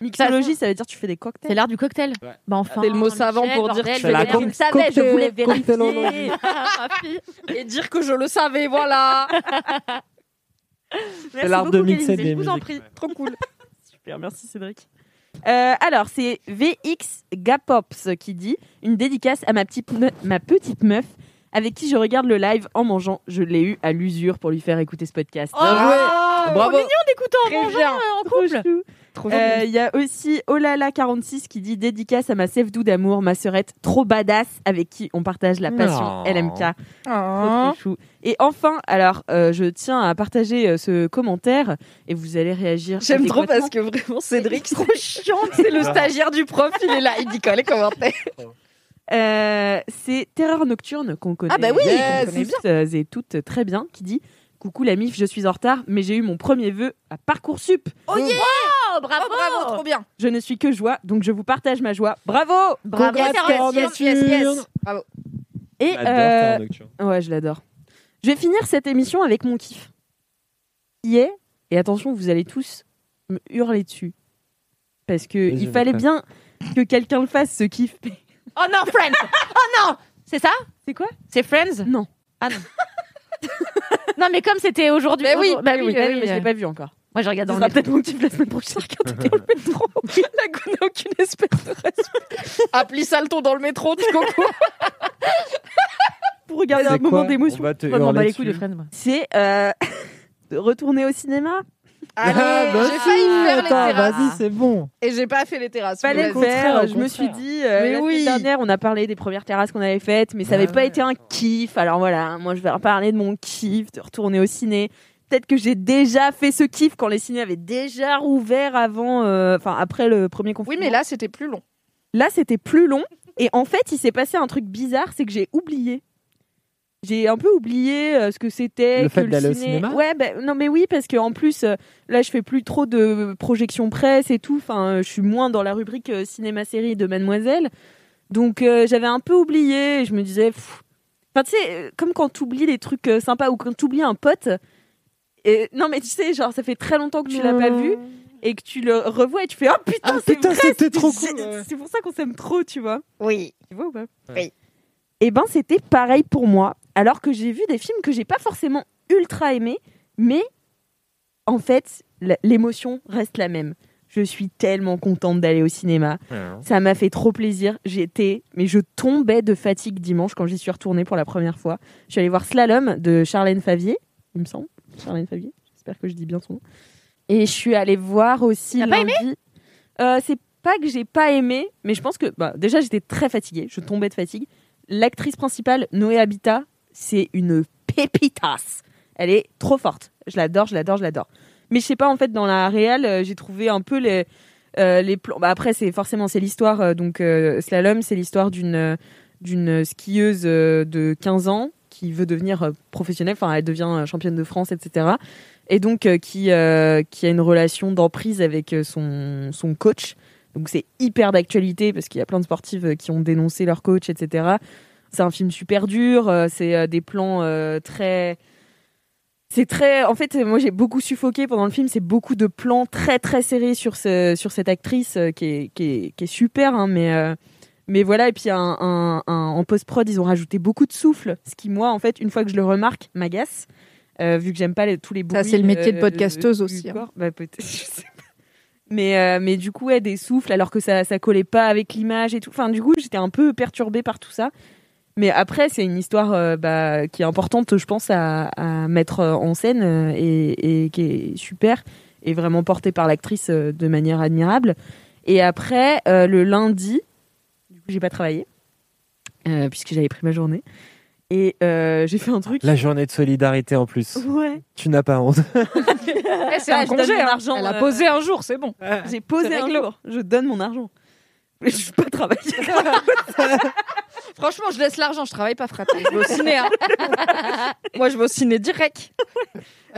S3: Mixologie, ça veut dire que tu fais des
S1: C'est
S3: cocktails.
S1: l'art du cocktail.
S2: Ouais.
S1: Bah enfin.
S4: C'est le mot savant pour dire que
S1: que
S4: c'est la
S1: je le savais, je
S2: cocktail-
S1: voulais
S2: cocktailologie.
S1: vérifier. Ma fille.
S4: Et dire que je le savais, voilà.
S1: Merci
S2: l'art de
S1: beaucoup,
S2: mixer
S1: Kalindi,
S2: des
S1: Je vous en
S2: musiques.
S1: prie.
S3: Trop cool. Super, merci Cédric. Euh, alors, c'est VX Gapops qui dit une dédicace à ma petite, me- ma petite meuf avec qui je regarde le live en mangeant. Je l'ai eu à l'usure pour lui faire écouter ce podcast.
S1: Oh,
S4: Ah,
S1: Trop
S2: Bravo.
S1: mignon d'écouter en
S3: Très
S1: mangeant,
S3: bien.
S1: euh, en
S3: Trop
S1: couple.
S3: chou.
S4: Trop
S3: Euh, Il y a aussi Olala46 qui dit dédicace à ma Sefdou d'amour, ma sœurette trop badass avec qui on partage la passion
S2: Non.
S3: LMK.
S2: Ah, hein.
S3: Trop,
S4: Hein
S3: trop chou. Et enfin, alors euh, je tiens à partager euh, ce commentaire et vous allez réagir.
S4: J'aime trop
S3: adéquatement.
S4: parce que vraiment, Cédric, c'est trop chiant. C'est
S2: Ah.
S4: le stagiaire du prof, il est là, il dit quand les commentaires.
S3: Euh, c'est Terreur Nocturne qu'on connaît.
S4: Ah bah oui,
S3: Yes,
S4: qu'on connaît
S3: toutes euh, et toutes très bien, qui dit Coucou la MIF, je suis en retard, mais j'ai eu mon premier vœu à Parcoursup.
S1: Oh yeah Oh, bravo,
S4: bravo, trop bien.
S3: Je ne suis que joie, donc je vous partage ma joie. Bravo
S1: Bravo,
S2: Congrats,
S1: Sarah,
S2: Terreur
S1: yes, yes,
S2: Nocturne.
S1: yes.
S3: Et
S2: J'adore
S3: euh,
S2: Terreur Nocturne.
S3: Ouais, je l'adore. Je vais finir cette émission avec mon kiff. Qui est, et attention, vous allez tous me hurler dessus. Parce que
S2: Vas-y,
S3: il fallait
S2: vas-y.
S3: bien que quelqu'un le fasse, ce kiff.
S1: Oh non, Friends Oh non C'est ça
S3: C'est quoi
S1: C'est Friends
S3: Non.
S1: Ah non. non, mais comme c'était aujourd'hui.
S4: Mais oui,
S1: aujourd'hui- bah oui, bah oui,
S3: mais je
S1: euh,
S3: l'ai pas vu encore.
S1: Moi, je regarde
S3: Ce
S1: dans
S3: sera
S1: le
S3: peut-être mon kiff la semaine prochaine.
S4: La go n'a aucune espèce de respect. Appli salton dans le métro, tu comprends
S3: Pour regarder un
S2: C'est
S3: moment
S2: quoi
S3: d'émotion.
S2: On va te
S1: Moi, je m'en bats
S2: hurler
S1: les couilles de
S2: dessus.
S1: Friends, moi.
S3: C'est euh, de retourner au cinéma.
S4: Allez,
S2: Ah, bah si,
S4: j'ai failli faire les
S2: attends,
S4: terrasses.
S2: vas-y, c'est bon.
S4: Et j'ai pas fait les terrasses.
S3: Fallait
S4: Vous
S3: le
S4: l'avez
S3: faire.
S4: dit.
S3: Je me suis dit, euh,
S4: Mais
S3: la semaine
S4: oui.
S3: dernière, on a parlé des premières terrasses qu'on avait faites, mais ça
S4: Bah
S3: n'avait pas été un kiff. Alors voilà, moi je vais reparler de mon kiff, de retourner au ciné. Peut-être que j'ai déjà fait ce kiff quand les ciné avaient déjà rouvert avant, euh, enfin après le premier confinement.
S4: Oui, mais là, c'était plus long.
S3: Là, c'était plus long. Et en fait, il s'est passé un truc bizarre, c'est que j'ai oublié. J'ai un peu oublié euh, ce que c'était.
S2: Le
S3: que
S2: fait d'aller au
S3: ciné-
S2: cinéma
S3: Ouais, ben non, mais oui, parce que en plus, euh, là, je fais plus trop de projections presse et tout. Enfin, euh, je suis moins dans la rubrique euh, cinéma-série de Mademoiselle. Donc, euh, j'avais un peu oublié. et Je me disais, pff. enfin, tu sais, euh, comme quand t'oublies des trucs euh, sympas ou quand t'oublies un pote. Et... Non, mais tu sais, genre, ça fait très longtemps que tu l'as pas vu et que tu le revois et tu fais, oh putain,
S2: Ah,
S3: c'est
S2: putain,
S3: vrai,
S2: c'était trop
S3: c'est-
S2: cool, ouais.
S3: C'est pour ça qu'on s'aime trop, tu vois.
S4: Oui.
S3: Tu vois ou pas
S4: Oui.
S3: Eh ben, c'était pareil pour moi. Alors que j'ai vu des films que j'ai pas forcément ultra aimés, mais en fait, l- l'émotion reste la même. Je suis tellement contente d'aller au cinéma.
S2: Hein.
S3: Ça m'a fait trop plaisir. J'étais, mais je tombais de fatigue dimanche quand j'y suis retournée pour la première fois. Je suis allée voir Slalom de Charlène Favier, il me semble. Charlène Favier, j'espère que je dis bien son nom. Et je suis allée voir aussi.
S10: T'as pas aimé
S3: lundi- Euh, C'est pas que j'ai pas aimé, mais je pense que bah, déjà j'étais très fatiguée. Je tombais de fatigue. L'actrice principale, Noé Habitat, c'est une pépitas. Elle est trop forte. Je l'adore, je l'adore, je l'adore. Mais je sais pas, en fait, dans la réelle, euh, j'ai trouvé un peu les, euh, les plans. Bah, après, c'est forcément, c'est l'histoire. euh, donc, euh, Slalom, c'est l'histoire d'une euh, d'une skieuse euh, de 15 ans qui veut devenir euh, professionnelle. Enfin, elle devient euh, championne de France, etc. Et donc, euh, qui, euh, qui a une relation d'emprise avec euh, son, son coach. Donc, c'est hyper d'actualité parce qu'il y a plein de sportives euh, qui ont dénoncé leur coach, etc. C'est un film super dur. euh, c'est euh, des plans euh, très. C'est très. En fait, moi, j'ai beaucoup suffoqué pendant le film. C'est beaucoup de plans très, très serrés sur, ce, sur cette actrice euh, qui, est, qui, est, qui est super, hein, mais. euh, mais voilà, et puis un, un- un- en post-prod, ils ont rajouté beaucoup de souffle, ce qui, moi, en fait, une fois que je le remarque, m'agace, euh, vu que j'aime pas les- tous les bruits.
S4: Ça, c'est le métier de
S3: euh,
S4: podcasteuse
S3: du
S4: aussi, hein.
S3: corps. Bah, peut-être, je sais pas. Mais, euh, mais du coup, ouais, des souffles, alors que ça, ça collait pas avec l'image et tout. Enfin, du coup, j'étais un peu perturbée par tout ça. Mais après, c'est une histoire euh, bah, qui est importante, je pense, à, à mettre euh, en scène euh, et, et qui est super et vraiment portée par l'actrice euh, de manière admirable. Et après, euh, le lundi, du coup, j'ai pas travaillé euh, puisque j'avais pris ma journée et euh, j'ai fait un truc.
S2: La journée de solidarité en plus.
S3: Ouais.
S2: Tu n'as pas honte.
S4: Eh, c'est
S3: Ah,
S4: un
S3: je donne
S4: congé.
S3: mon
S4: hein.
S3: argent,
S4: Elle a
S3: euh,
S4: posé un jour, c'est bon.
S3: J'ai posé
S4: C'est
S3: un
S4: réglo.
S3: jour. Je donne mon argent. Mais je suis pas travaillée.
S4: Franchement, je laisse l'argent, je travaille pas, frère. Je vais au ciné. hein. Moi, je vais au ciné direct.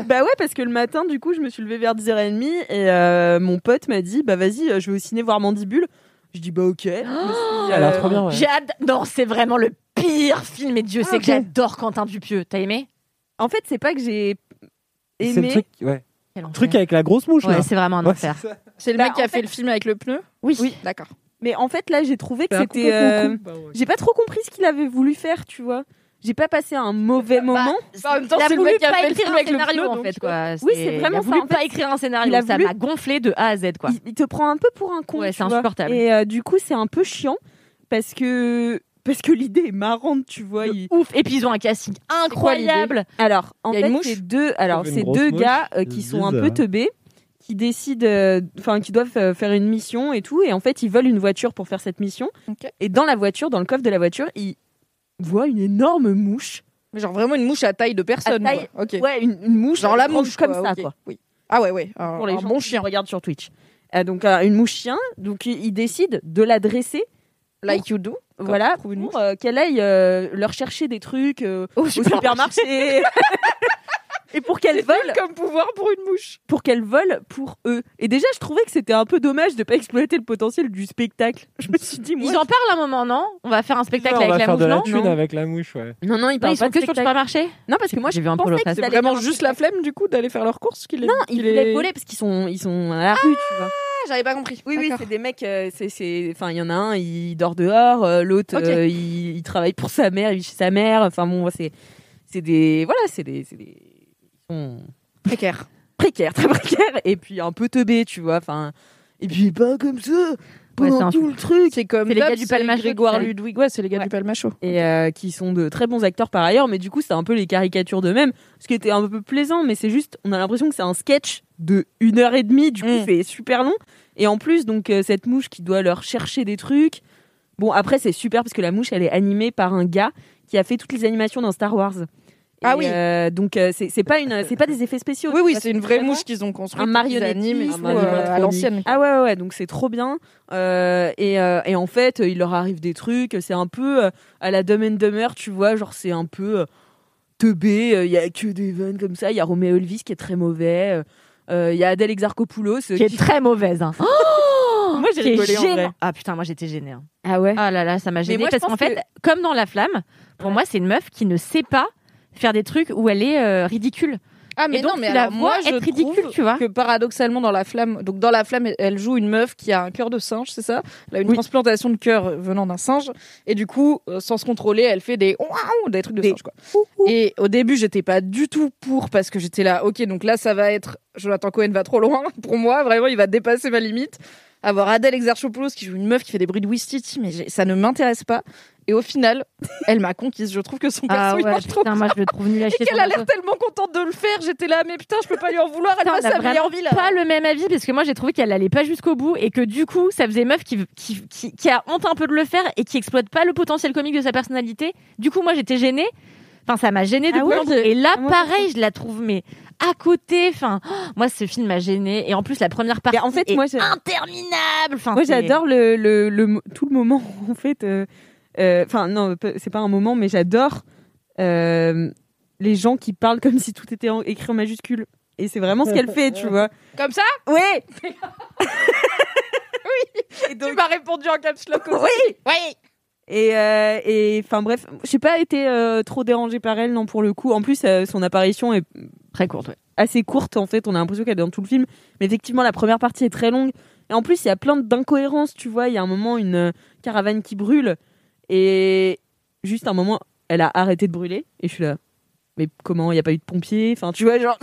S3: Bah ouais, parce que le matin, du coup, je me suis levée vers 10h30 et euh, mon pote m'a dit Bah vas-y, euh, je vais au ciné voir Mandibule. Je dis Bah ok. Je me suis dit,
S2: Elle a
S3: euh,
S2: l'air trop bien. ouais.
S10: J'ai hâte. Non, c'est vraiment le pire film. Et Dieu sait que j'adore Quentin Dupieux. T'as aimé
S3: En fait, c'est pas que j'ai
S2: C'est le
S3: aimé.
S2: truc, ouais.
S10: Quel
S2: Le truc
S10: enfer.
S2: avec la grosse mouche là.
S10: Ouais, c'est vraiment un
S2: Ouais,
S10: enfer.
S2: c'est ça.
S4: C'est le
S3: Bah,
S4: mec qui
S3: en
S4: a fait le film avec le pneu
S10: Oui.
S4: D'accord.
S3: Mais en fait, là, j'ai trouvé que
S4: Bah,
S3: c'était. euh, J'ai pas trop compris ce qu'il avait voulu faire, tu vois. J'ai pas passé un mauvais
S4: Bah,
S3: moment.
S4: En même temps,
S10: il a
S4: c'est le
S10: voulu
S4: mec qui a
S10: pas
S4: fait le
S10: écrire
S4: film
S10: un
S4: avec le
S10: scénario
S4: pneu,
S10: en
S4: donc,
S10: fait quoi.
S3: Oui, c'est
S10: il
S3: vraiment
S10: a voulu
S3: ça, en
S10: pas
S3: fait.
S10: écrire un scénario,
S3: Il a
S10: ça
S3: voulu-
S10: m'a gonflé de A à Z quoi.
S3: Il, il te prend un peu pour un con.
S10: Ouais,
S3: tu
S10: c'est
S3: vois.
S10: insupportable.
S3: Et euh, du coup, c'est un peu chiant parce que parce que l'idée est marrante, tu vois. il-
S10: Ouf, et puis ils ont un casting incroyable.
S3: Alors, en
S4: Il y a
S3: fait,
S4: une mouche
S3: c'est deux, alors,
S2: Une
S3: c'est
S2: grosse
S3: deux
S2: mouche,
S3: gars euh,
S2: ils
S3: qui
S2: se
S3: sont un
S2: disent,
S3: peu
S2: euh,
S3: teubés, qui décident, euh, enfin, qui doivent euh, faire une mission et tout. Et en fait, ils veulent une voiture pour faire cette mission.
S4: Ok.
S3: Et dans la voiture, dans le coffre de la voiture, ils voient une énorme mouche.
S4: Mais genre vraiment une mouche à taille de personne.
S3: À taille-
S4: quoi. Ok.
S3: Ouais, une, une mouche.
S4: Genre la
S3: grande
S4: mouche
S3: comme
S4: quoi,
S3: ça,
S4: ok.
S3: quoi.
S4: Oui. Ah ouais ouais. Un,
S3: Pour les
S4: un
S3: gens
S4: bon
S3: qui
S4: chien.
S3: regardent sur Twitch. Euh, donc, euh, une mouche chien. Donc, ils ils décident de la dresser.
S4: Like you do.
S3: Voilà,
S4: trouve une
S3: pour euh, qu'elle aille euh, leur chercher des trucs euh,
S1: Oh,
S10: Au
S3: au supermarché. Et pour qu'elle vole,
S4: Comme pouvoir pour une mouche.
S3: pour qu'elles volent pour eux. Et déjà, je trouvais que c'était un peu dommage de pas exploiter le potentiel du spectacle. Je me suis dit, moi,
S10: Ils en parlent un moment, non On va faire un spectacle
S2: Ouais,
S10: avec
S2: on va
S10: la
S2: faire
S10: mouche,
S2: de la
S10: non
S2: thune
S10: Non.
S2: avec la mouche, ouais.
S3: non, non, ils
S10: Non,
S3: parlent
S10: ils sont que
S3: pas de
S10: sur le
S3: spectacle.
S10: supermarché
S3: Non, parce que moi,
S10: J'ai
S3: je
S10: vu un
S3: pensais
S10: polo
S3: que
S10: passe.
S3: ça
S4: C'est
S3: allait
S4: vraiment
S3: faire un
S4: juste la flemme du coup d'aller faire leurs courses qu'il est.
S3: Non, ils
S4: qu'il
S3: voulaient
S4: est-
S3: voler parce qu'ils sont, ils sont à la rue, tu vois.
S4: Ah, J'avais pas compris.
S3: Oui, oui,
S4: D'accord.
S3: c'est des mecs. euh, c'est, c'est, enfin, il y en a un, il dort dehors, euh, l'autre,
S4: Ok.
S3: euh, il, il travaille pour sa mère, il vit chez sa mère. Enfin bon, c'est, c'est des, voilà, c'est des, c'est des, ils sont
S4: précaire.
S3: précaires, très précaires, et puis un peu teubés, tu vois. Enfin, et puis pas comme ça. pendant
S4: c'est un
S3: tout
S4: fou.
S3: le truc.
S4: C'est comme
S3: C'est les
S4: Bob,
S3: gars du
S4: c'est
S3: Palma Show,
S4: Grégoire
S3: tu sais.
S4: Ludwig, ouais, c'est les gars du Palma Show.
S3: et euh, qui sont de très bons acteurs par ailleurs, mais du coup, c'est un peu les caricatures d'eux-mêmes, ce qui était un peu plaisant, mais c'est juste, on a l'impression que c'est un sketch de une heure et demie, du coup,
S4: Mm.
S3: c'est super long. Et en plus, donc, euh, cette mouche qui doit leur chercher des trucs. Bon, après, c'est super parce que la mouche, elle est animée par un gars qui a fait toutes les animations dans Star Wars.
S4: Ah
S3: Et,
S4: oui.
S3: euh, donc, euh, c'est c'est pas, une- c'est pas des effets spéciaux.
S4: Oui, oui,
S3: Ça,
S4: c'est une vraie
S3: vraiment
S4: mouche qu'ils ont construite.
S3: un
S4: qu'ils
S3: marionnette
S4: animent et tout, euh, à l'ancienne.
S3: Ah ouais, ouais, ouais, donc c'est trop bien. Euh, et, euh, et en fait, euh, il leur arrive des trucs. C'est un peu euh, à la Dumb and Dumber, tu vois, genre c'est un peu euh, teubé. Il y a que des vannes comme ça. Il y a Roméo Elvis qui est très mauvais. Euh, Il y a Adèle Exarchopoulos euh,
S1: Qui est très mauvaise. hein. Oh
S3: Moi, j'ai
S1: Qui est
S3: rigolé, en
S1: gênant.
S3: vrai.
S1: Ah putain, moi j'étais gênée. hein.
S3: Ah ouais
S1: Ah là là, ça m'a gênée.
S10: moi, je
S1: parce
S10: pense
S1: qu'en fait, comme dans La Flamme, pour moi, c'est une meuf qui ne sait pas faire des trucs où elle est euh, ridicule.
S4: Ah mais
S1: Et donc,
S4: non, mais
S1: tu la
S4: alors, moi,
S1: vois
S4: je
S1: être ridicule,
S4: trouve
S1: tu vois.
S4: Que paradoxalement dans la flamme, donc dans la flamme, elle joue une meuf qui a un cœur de singe, c'est ça Elle a une transplantation de cœur venant d'un singe, et du coup, euh, sans se contrôler, elle fait des ouaou des trucs de singe quoi. Et au début, j'étais pas du tout pour parce que j'étais là, ok, donc là, ça va être Jonathan Cohen va trop loin pour moi, vraiment, il va dépasser ma limite. Avoir Adèle Exarchopoulos qui joue une meuf qui fait des bruits de whistiti, mais j'ai- ça ne m'intéresse pas. Et au final, elle m'a conquise. Je trouve que son perso,
S1: Ah
S4: il
S1: ouais,
S4: marche trop
S1: putain, moi je le trouve nul à
S4: et
S1: chier.
S4: qu'elle
S1: son
S4: a l'air
S1: perso.
S4: tellement contente de le faire, j'étais là, mais putain, je peux pas lui en vouloir, elle
S1: Putain,
S4: passe
S1: on a
S4: sa meilleure vie
S1: vraiment
S4: là.
S1: pas le même avis parce que moi j'ai trouvé qu'elle allait pas jusqu'au bout et que du coup ça faisait meuf qui, qui, qui, qui a honte un peu de le faire et qui exploite pas le potentiel comique de sa personnalité. Du coup moi j'étais gênée. Enfin ça m'a gênée de
S10: Ah ouais,
S1: bout en bout.
S10: j'ai-
S1: Et là
S10: Ah, moi,
S1: pareil je la trouve mais à côté. Enfin oh, moi ce film m'a gênée et en plus la première partie
S3: en fait,
S1: est
S3: moi, j'ai-
S1: interminable. Enfin,
S3: Moi,
S1: c'est-
S3: j'adore le, le- le mo- tout le moment, en fait. euh, euh, Enfin, non, pe- c'est pas un moment, mais j'adore euh, les gens qui parlent comme si tout était en- écrit en majuscule. Et c'est vraiment ce qu'elle fait, tu vois.
S4: Comme ça
S3: Ouais
S4: Tu m'as répondu en caps lock aussi.
S3: Oui
S4: Oui
S3: Et euh, et, enfin bref, j'ai pas été euh, trop dérangée par elle, non, pour le coup. En plus, euh, son apparition est
S1: très courte, ouais.
S3: assez courte, en fait. On a l'impression qu'elle est dans tout le film. Mais effectivement, la première partie est très longue. Et en plus, il y a plein d'incohérences, tu vois. Il y a un moment, une euh, caravane qui brûle. Et juste un moment, elle a arrêté de brûler. Et je suis là, mais comment Il n'y a pas eu de pompiers Enfin, tu vois, genre...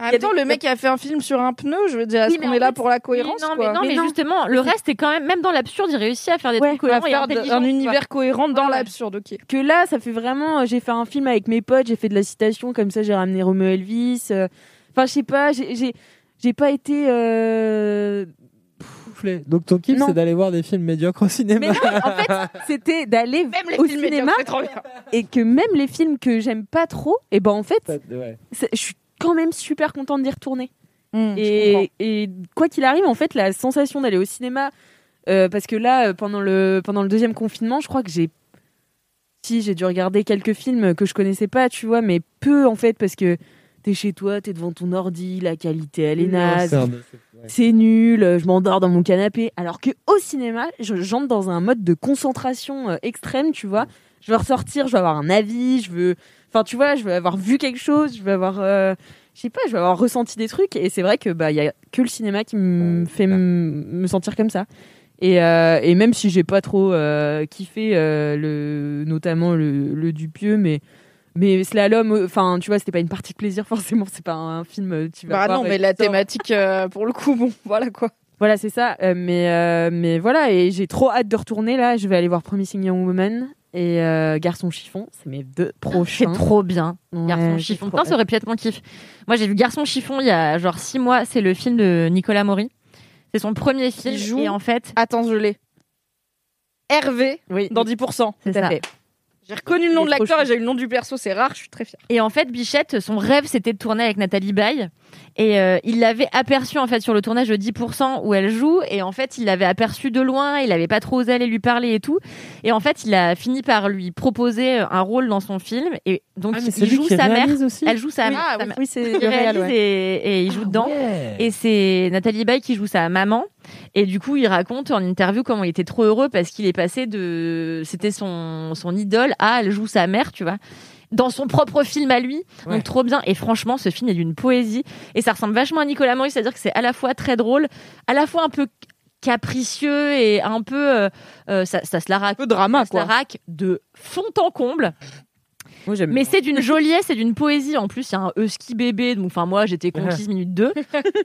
S4: En même temps, le mec a fait un film sur un pneu, je veux dire, est-ce
S1: Oui, mais
S4: qu'on
S1: en
S4: est là
S1: fait,
S4: pour la
S1: Oui,
S4: cohérence
S1: non, mais
S4: quoi
S1: non, mais, justement, le reste est quand même, même dans l'absurde, il réussit à faire des trucs
S4: à
S1: cohérents et
S4: faire de-
S1: intelligents.
S4: un
S1: tu vois.
S4: univers cohérent dans
S1: Ouais, ouais.
S4: l'absurde, ok.
S3: que là, ça fait vraiment. euh, J'ai fait un film avec mes potes, j'ai fait de la citation, comme ça j'ai ramené Romeo Elvis. euh, Enfin, je sais pas, j'ai- j'ai j'ai pas été. euh,
S2: Soufflé. Donc ton kiff,
S3: Non.
S2: c'est d'aller voir des films médiocres au cinéma.
S3: Mais non, en fait, c'était d'aller
S4: Même les
S3: au
S4: films
S3: cinéma
S4: médiocres, c'est trop bien.
S3: et que même les films que j'aime pas trop, et ben en fait,
S2: Ouais.
S3: c'est- je suis quand même super contente d'y retourner.
S4: Hmm, je comprends.
S3: Et, et quoi qu'il arrive, en fait, la sensation d'aller au cinéma, euh, parce que là, euh, pendant le, pendant le deuxième confinement, je crois que j'ai. Si, j'ai dû regarder quelques films que je connaissais pas, tu vois, mais peu en fait, parce que t'es chez toi, t'es devant ton ordi, la qualité elle est naze,
S2: C'est un- c'est- ouais.
S3: c'est nul, euh, je m'endors dans mon canapé. Alors que au cinéma, je- j'entre dans un mode de concentration euh, extrême, tu vois. Je veux ressortir, je veux avoir un avis, je veux, enfin, tu vois, je veux avoir vu quelque chose, je veux avoir, euh, je sais pas, je veux avoir ressenti des trucs. Et c'est vrai que bah, y a que le cinéma qui me fait m- me sentir comme ça. Et, euh, et même si j'ai pas trop euh, kiffé, euh, le, notamment le, le Dupieux, mais mais slalom, euh, enfin, tu vois, c'était pas une partie de plaisir forcément. C'est pas un film. euh, Tu vas
S4: Bah
S3: voir
S4: non,
S3: et
S4: mais
S3: tu
S4: la
S3: sors.
S4: thématique, euh, pour le coup, bon, voilà quoi.
S3: Voilà, c'est ça. Euh, mais, euh, mais voilà, et j'ai trop hâte de retourner là. Je vais aller voir Promising Young Woman et euh, Garçon Chiffon. C'est mes deux prochains.
S1: C'est trop bien.
S3: Ouais,
S1: Garçon
S3: j'ai
S1: chiffon.
S3: trop
S1: Putain, ça
S3: hâte.
S1: aurait pu être mon kiff. Moi, j'ai vu Garçon chiffon il y a genre six mois. C'est le film de Nicolas Maury. C'est son premier film.
S4: joue
S1: Et en fait,
S3: Ah,
S4: Attends, je l'ai. Hervé,
S3: Oui,
S4: dans 10%.
S1: c'est
S3: tout à
S1: ça.
S2: Ah,
S3: fait.
S4: J'ai reconnu le nom
S3: Il
S4: de
S3: est trop
S4: l'acteur et
S3: chou.
S4: j'ai eu le nom du perso, c'est rare, je suis très fière.
S1: Et en fait, Bichette, son rêve, c'était de tourner avec Nathalie Baye. Et euh, il l'avait aperçue, en fait, sur le tournage de 10% où elle joue. Et en fait, il l'avait aperçue de loin. Il n'avait pas trop osé aller lui parler et tout. Et en fait, il a fini par lui proposer un rôle dans son film. Et donc,
S2: Ah, mais c'est
S1: il
S2: lui
S1: joue
S2: qui
S1: sa mère.
S2: réalise aussi.
S1: Elle joue sa
S4: Oui.
S1: mère.
S4: Ah,
S1: sa mère.
S3: Oui, c'est
S1: Il
S3: le réel,
S1: réalise
S3: ouais. Ah,
S1: et, et il joue dedans. Et c'est Nathalie Baye qui joue sa maman. Et du coup, il raconte en interview comment il était trop heureux parce qu'il est passé de. C'était son, son idole à elle joue sa mère, tu vois. Dans son propre film à lui.
S2: Ouais.
S1: Donc trop bien. Et franchement, ce film est d'une poésie. Et ça ressemble vachement à Nicolas Maury, c'est-à-dire que c'est à la fois très drôle, à la fois un peu capricieux et un peu. euh, euh, ça, ça se la raconte
S4: Un peu drama, quoi.
S1: Starac de fond en comble. Mais c'est d'une joliesse et d'une poésie. En plus, il y a un husky bébé. Donc, enfin, moi, j'étais conquise minute 2.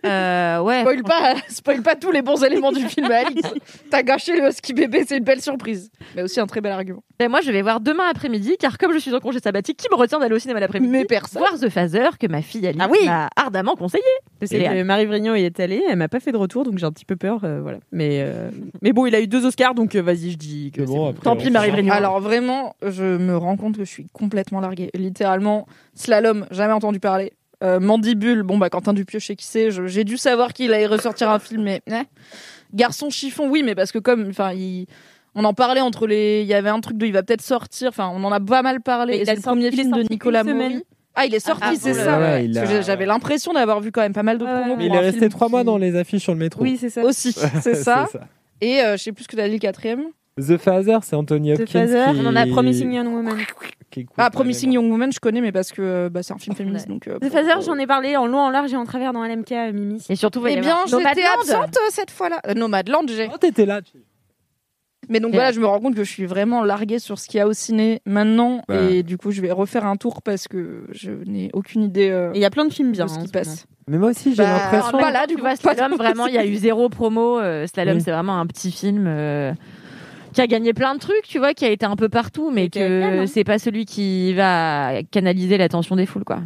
S1: Euh, ouais.
S4: Spoil pas, spoil pas tous les bons éléments du film, Alix. T'as gâché le ski bébé, c'est une belle surprise. Mais aussi un très bel argument.
S1: Ben, moi, je vais voir demain après-midi, car comme je suis en congé sabbatique, qui me retient d'aller au cinéma l'après-midi
S4: Mais personne. Ah
S1: Voir The Phaser, que ma fille Alice m'a ardemment conseillé.
S3: Je sais
S1: C'est
S3: que
S1: réel.
S3: Marie Vrignon y est allée, elle m'a pas fait de retour, donc j'ai un petit peu peur. euh, voilà. mais, euh, mais bon, il a eu deux Oscars, donc euh, vas-y, je dis que. c'est bon.
S4: Tant pis, Marie Vrignon. Alors vraiment, je me rends compte que je suis complètement larguée. Littéralement, slalom, jamais entendu parler. Euh, mandibule, bon bah Quentin Dupieux, je sais qui c'est. Je- J'ai dû savoir qu'il allait ressortir un film, mais eh. garçon chiffon, oui, mais parce que comme, enfin, il- on en parlait entre les, il y avait un truc de, il va peut-être sortir. Enfin, on en a pas mal parlé.
S3: Mais
S4: Et
S3: il
S4: c'est
S3: a
S4: le
S3: sorti- il
S4: premier
S3: est
S4: film de
S3: sorti
S4: Nicolas
S3: une semaine.
S4: Mori. Ah, il est sorti,
S3: Ah,
S4: c'est
S3: bon,
S4: ça.
S2: ouais,
S4: ouais.
S2: il
S4: Parce
S2: a-
S4: que J'avais l'impression d'avoir vu quand même pas mal de promos.
S2: Mais il
S4: pour
S2: est
S4: un
S2: resté
S4: film
S2: trois
S4: qui-
S2: mois dans les affiches sur le métro.
S3: Oui, c'est ça.
S4: Aussi, c'est ça. Et euh, je sais plus ce que t'as dit le quatrième.
S2: The Father, c'est Anthony Hopkins.
S3: The Father,
S2: qui... Oh,
S3: on en a Promising Young Woman.
S2: qui est cool.
S4: Ah, Promising Young Woman, je connais, mais parce que euh, bah, c'est un film féministe. Donc, euh,
S3: The
S2: oh.
S3: Phaser, j'en ai parlé en long, en large et en travers dans LMK, euh, Mimi.
S1: Et surtout,
S4: Eh bien, j'étais
S1: Nomadland.
S4: absente euh, cette fois-là. Euh, Nomadland, j'ai.
S2: Oh, t'étais là. tu-
S4: Mais donc
S1: Et
S4: voilà, je me rends compte que je suis vraiment larguée sur ce qu'il y a au ciné maintenant.
S9: Bah.
S4: Et du coup, je vais refaire un tour parce que je n'ai aucune idée euh,
S3: Et il y a plein de films bien.
S4: de ce
S3: hein, en
S4: qui
S3: ce
S4: passe.
S2: Mais moi aussi, j'ai
S4: Bah,
S2: l'impression.
S4: pas là, du
S1: tu
S4: coup,
S1: vois,
S4: pas
S1: Slalom,
S4: trop.
S1: vraiment, il y a eu zéro promo. euh, Slalom,
S2: Oui.
S1: c'est vraiment un petit film euh, qui a gagné plein de trucs, tu vois, qui a été un peu partout, mais
S3: Et qui a été Cannes,
S1: que
S3: hein.
S1: c'est pas celui qui va canaliser l'attention des foules, quoi.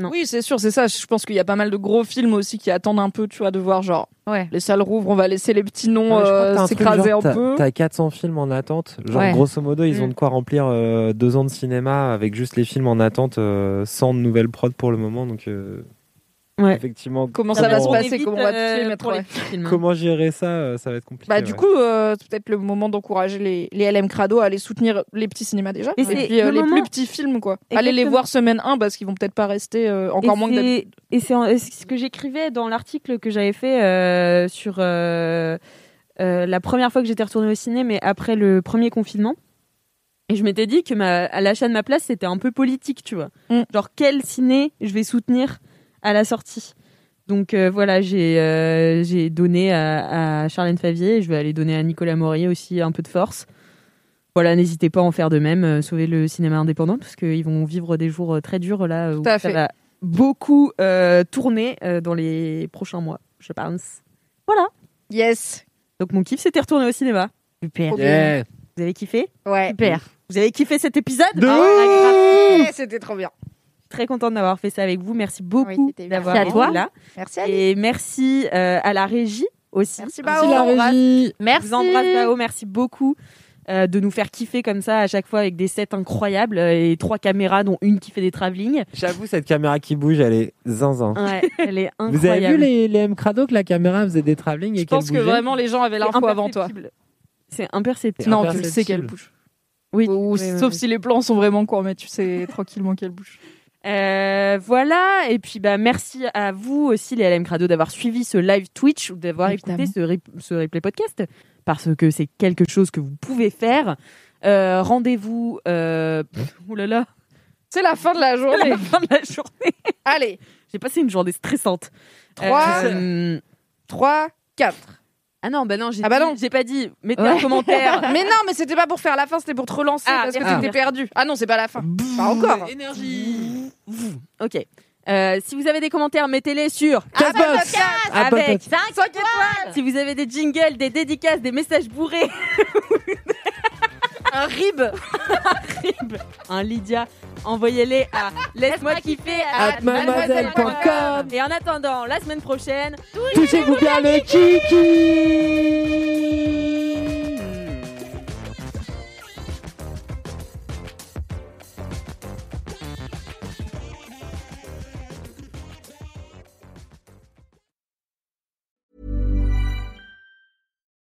S3: Non.
S4: Oui, c'est sûr, c'est ça. Je pense qu'il y a pas mal de gros films aussi qui attendent un peu, tu vois, de voir genre
S1: Ouais.
S4: les salles rouvrent, on va laisser les petits noms
S2: Non, mais je crois que
S4: euh,
S2: t'as un truc,
S4: s'écraser
S2: genre,
S4: un
S2: t'as-
S4: peu.
S2: T'as 400 films en attente. Genre,
S1: Ouais.
S2: grosso modo, ils ont
S3: Mm.
S2: de quoi remplir euh, deux ans de cinéma avec juste les films en attente, euh, sans de nouvelles prod pour le moment. Donc, euh,
S3: Ouais.
S2: effectivement,
S4: Comment ça va se
S2: comment-
S4: passer, comment on va tuer, mettre,
S3: pour
S4: ouais.
S3: les petits films. hein.
S2: Comment gérer ça euh, Ça va être compliqué.
S4: Bah, du
S2: ouais.
S4: coup, euh, c'est peut-être le moment d'encourager les, les LM Crado à aller soutenir les petits cinémas déjà.
S3: Et
S4: Et,
S3: c'est
S4: puis
S3: le
S4: euh, les
S3: moment-
S4: plus petits films, quoi. Allez les
S3: Exactement.
S4: voir semaine 1 parce qu'ils vont peut-être pas rester euh, encore
S3: Et
S4: moins que d'habitude.
S3: c'est- Et c'est en- et c'est ce que j'écrivais dans l'article que j'avais fait euh, sur euh, euh, la première fois que j'étais retournée au ciné, mais après le premier confinement. Et je m'étais dit que ma, à l'achat de ma place, c'était un peu politique, tu vois.
S4: Mm.
S3: Genre, quel ciné je vais soutenir à la sortie Donc euh, voilà, j'ai euh, j'ai donné à, à Charlène Favier, et je vais aller donner à Nicolas Morier aussi un peu de force. Voilà, n'hésitez pas à en faire de même, euh, sauver le cinéma indépendant, parce qu'ils vont vivre des jours euh, très durs là, euh, où
S4: Tout à
S3: ça
S4: fait.
S3: va beaucoup euh, tourner euh, dans les prochains mois, je pense.
S4: Yes.
S3: Donc mon kiff, c'était retourner au cinéma.
S1: Super.
S2: Yeah.
S3: Vous avez kiffé
S4: Ouais.
S1: Super.
S3: Vous avez kiffé cet épisode
S2: De
S11: Oh,
S4: Eh, C'était trop bien.
S3: Très contente d'avoir fait ça avec vous. Merci
S4: Oui,
S3: beaucoup
S4: c'était bien.
S3: d'avoir
S1: Merci à
S3: été
S1: toi.
S3: là.
S4: Merci Alice.
S3: Et merci euh, à la régie aussi.
S4: Merci
S3: Merci
S4: Bao.
S3: la
S4: Ah, On embrasse.
S3: Je
S1: Merci.
S3: vous embrasse Bao, merci beaucoup euh, de nous faire kiffer comme ça à chaque fois avec des sets incroyables euh, et trois caméras dont une qui fait des travelling.
S2: J'avoue, cette caméra qui bouge, elle est zinzin.
S3: Ouais, elle est incroyable.
S2: Vous avez vu les, les M. Crado que la caméra faisait des travelling et
S4: Je
S2: qu'elle
S4: pense que
S2: bougeait
S4: vraiment les gens avaient
S3: C'est
S4: l'info avant toi.
S3: imperceptible. C'est imperceptible.
S2: C'est
S4: Non, tu le
S2: imperceptible.
S4: sais qu'elle bouge.
S3: Oui.
S4: Ou-
S3: oui,
S4: sauf
S3: oui.
S4: si les plans sont vraiment courts, mais tu sais tranquillement qu'elle bouge.
S3: Euh, voilà, et puis bah, merci à vous aussi, les LM Crado, d'avoir suivi ce live Twitch ou d'avoir
S4: Évidemment.
S3: écouté ce, rep- ce replay podcast, parce que c'est quelque chose que vous pouvez faire. Euh, Rendez-vous.
S2: Hein
S3: Euh... pff, Ouh là là,
S4: C'est la fin de la
S3: à
S4: journée.
S3: la fin de la journée.
S4: Allez,
S3: J'ai passé une journée stressante.
S4: 3,
S3: Euh,
S4: 3, 4.
S3: Ah non, bah non, j'ai
S4: Ah bah
S3: dit-
S4: non.
S3: j'ai pas dit. Mettez
S4: Ouais.
S3: un commentaire.
S4: Mais non, mais c'était pas pour faire la fin, c'était pour te relancer
S3: Ah,
S4: parce que
S3: merci.
S4: t'étais perdu. Ah non, c'est pas la fin. Ah, bah, Pas encore.
S3: ok. Euh, si vous avez des commentaires, mettez-les sur
S2: Castbox
S4: Ah, bah,
S2: Apple
S3: avec
S2: Podcast.
S3: 5 étoiles. Si vous avez des jingles, des dédicaces, des messages bourrés,
S4: Un rib.
S3: un Lydia, envoyez-les à laisse-moi kiffer
S4: Ah,
S3: à
S2: At mademoiselle.com.
S3: Et en attendant, la semaine prochaine,
S2: Touchez-vous bien le kiki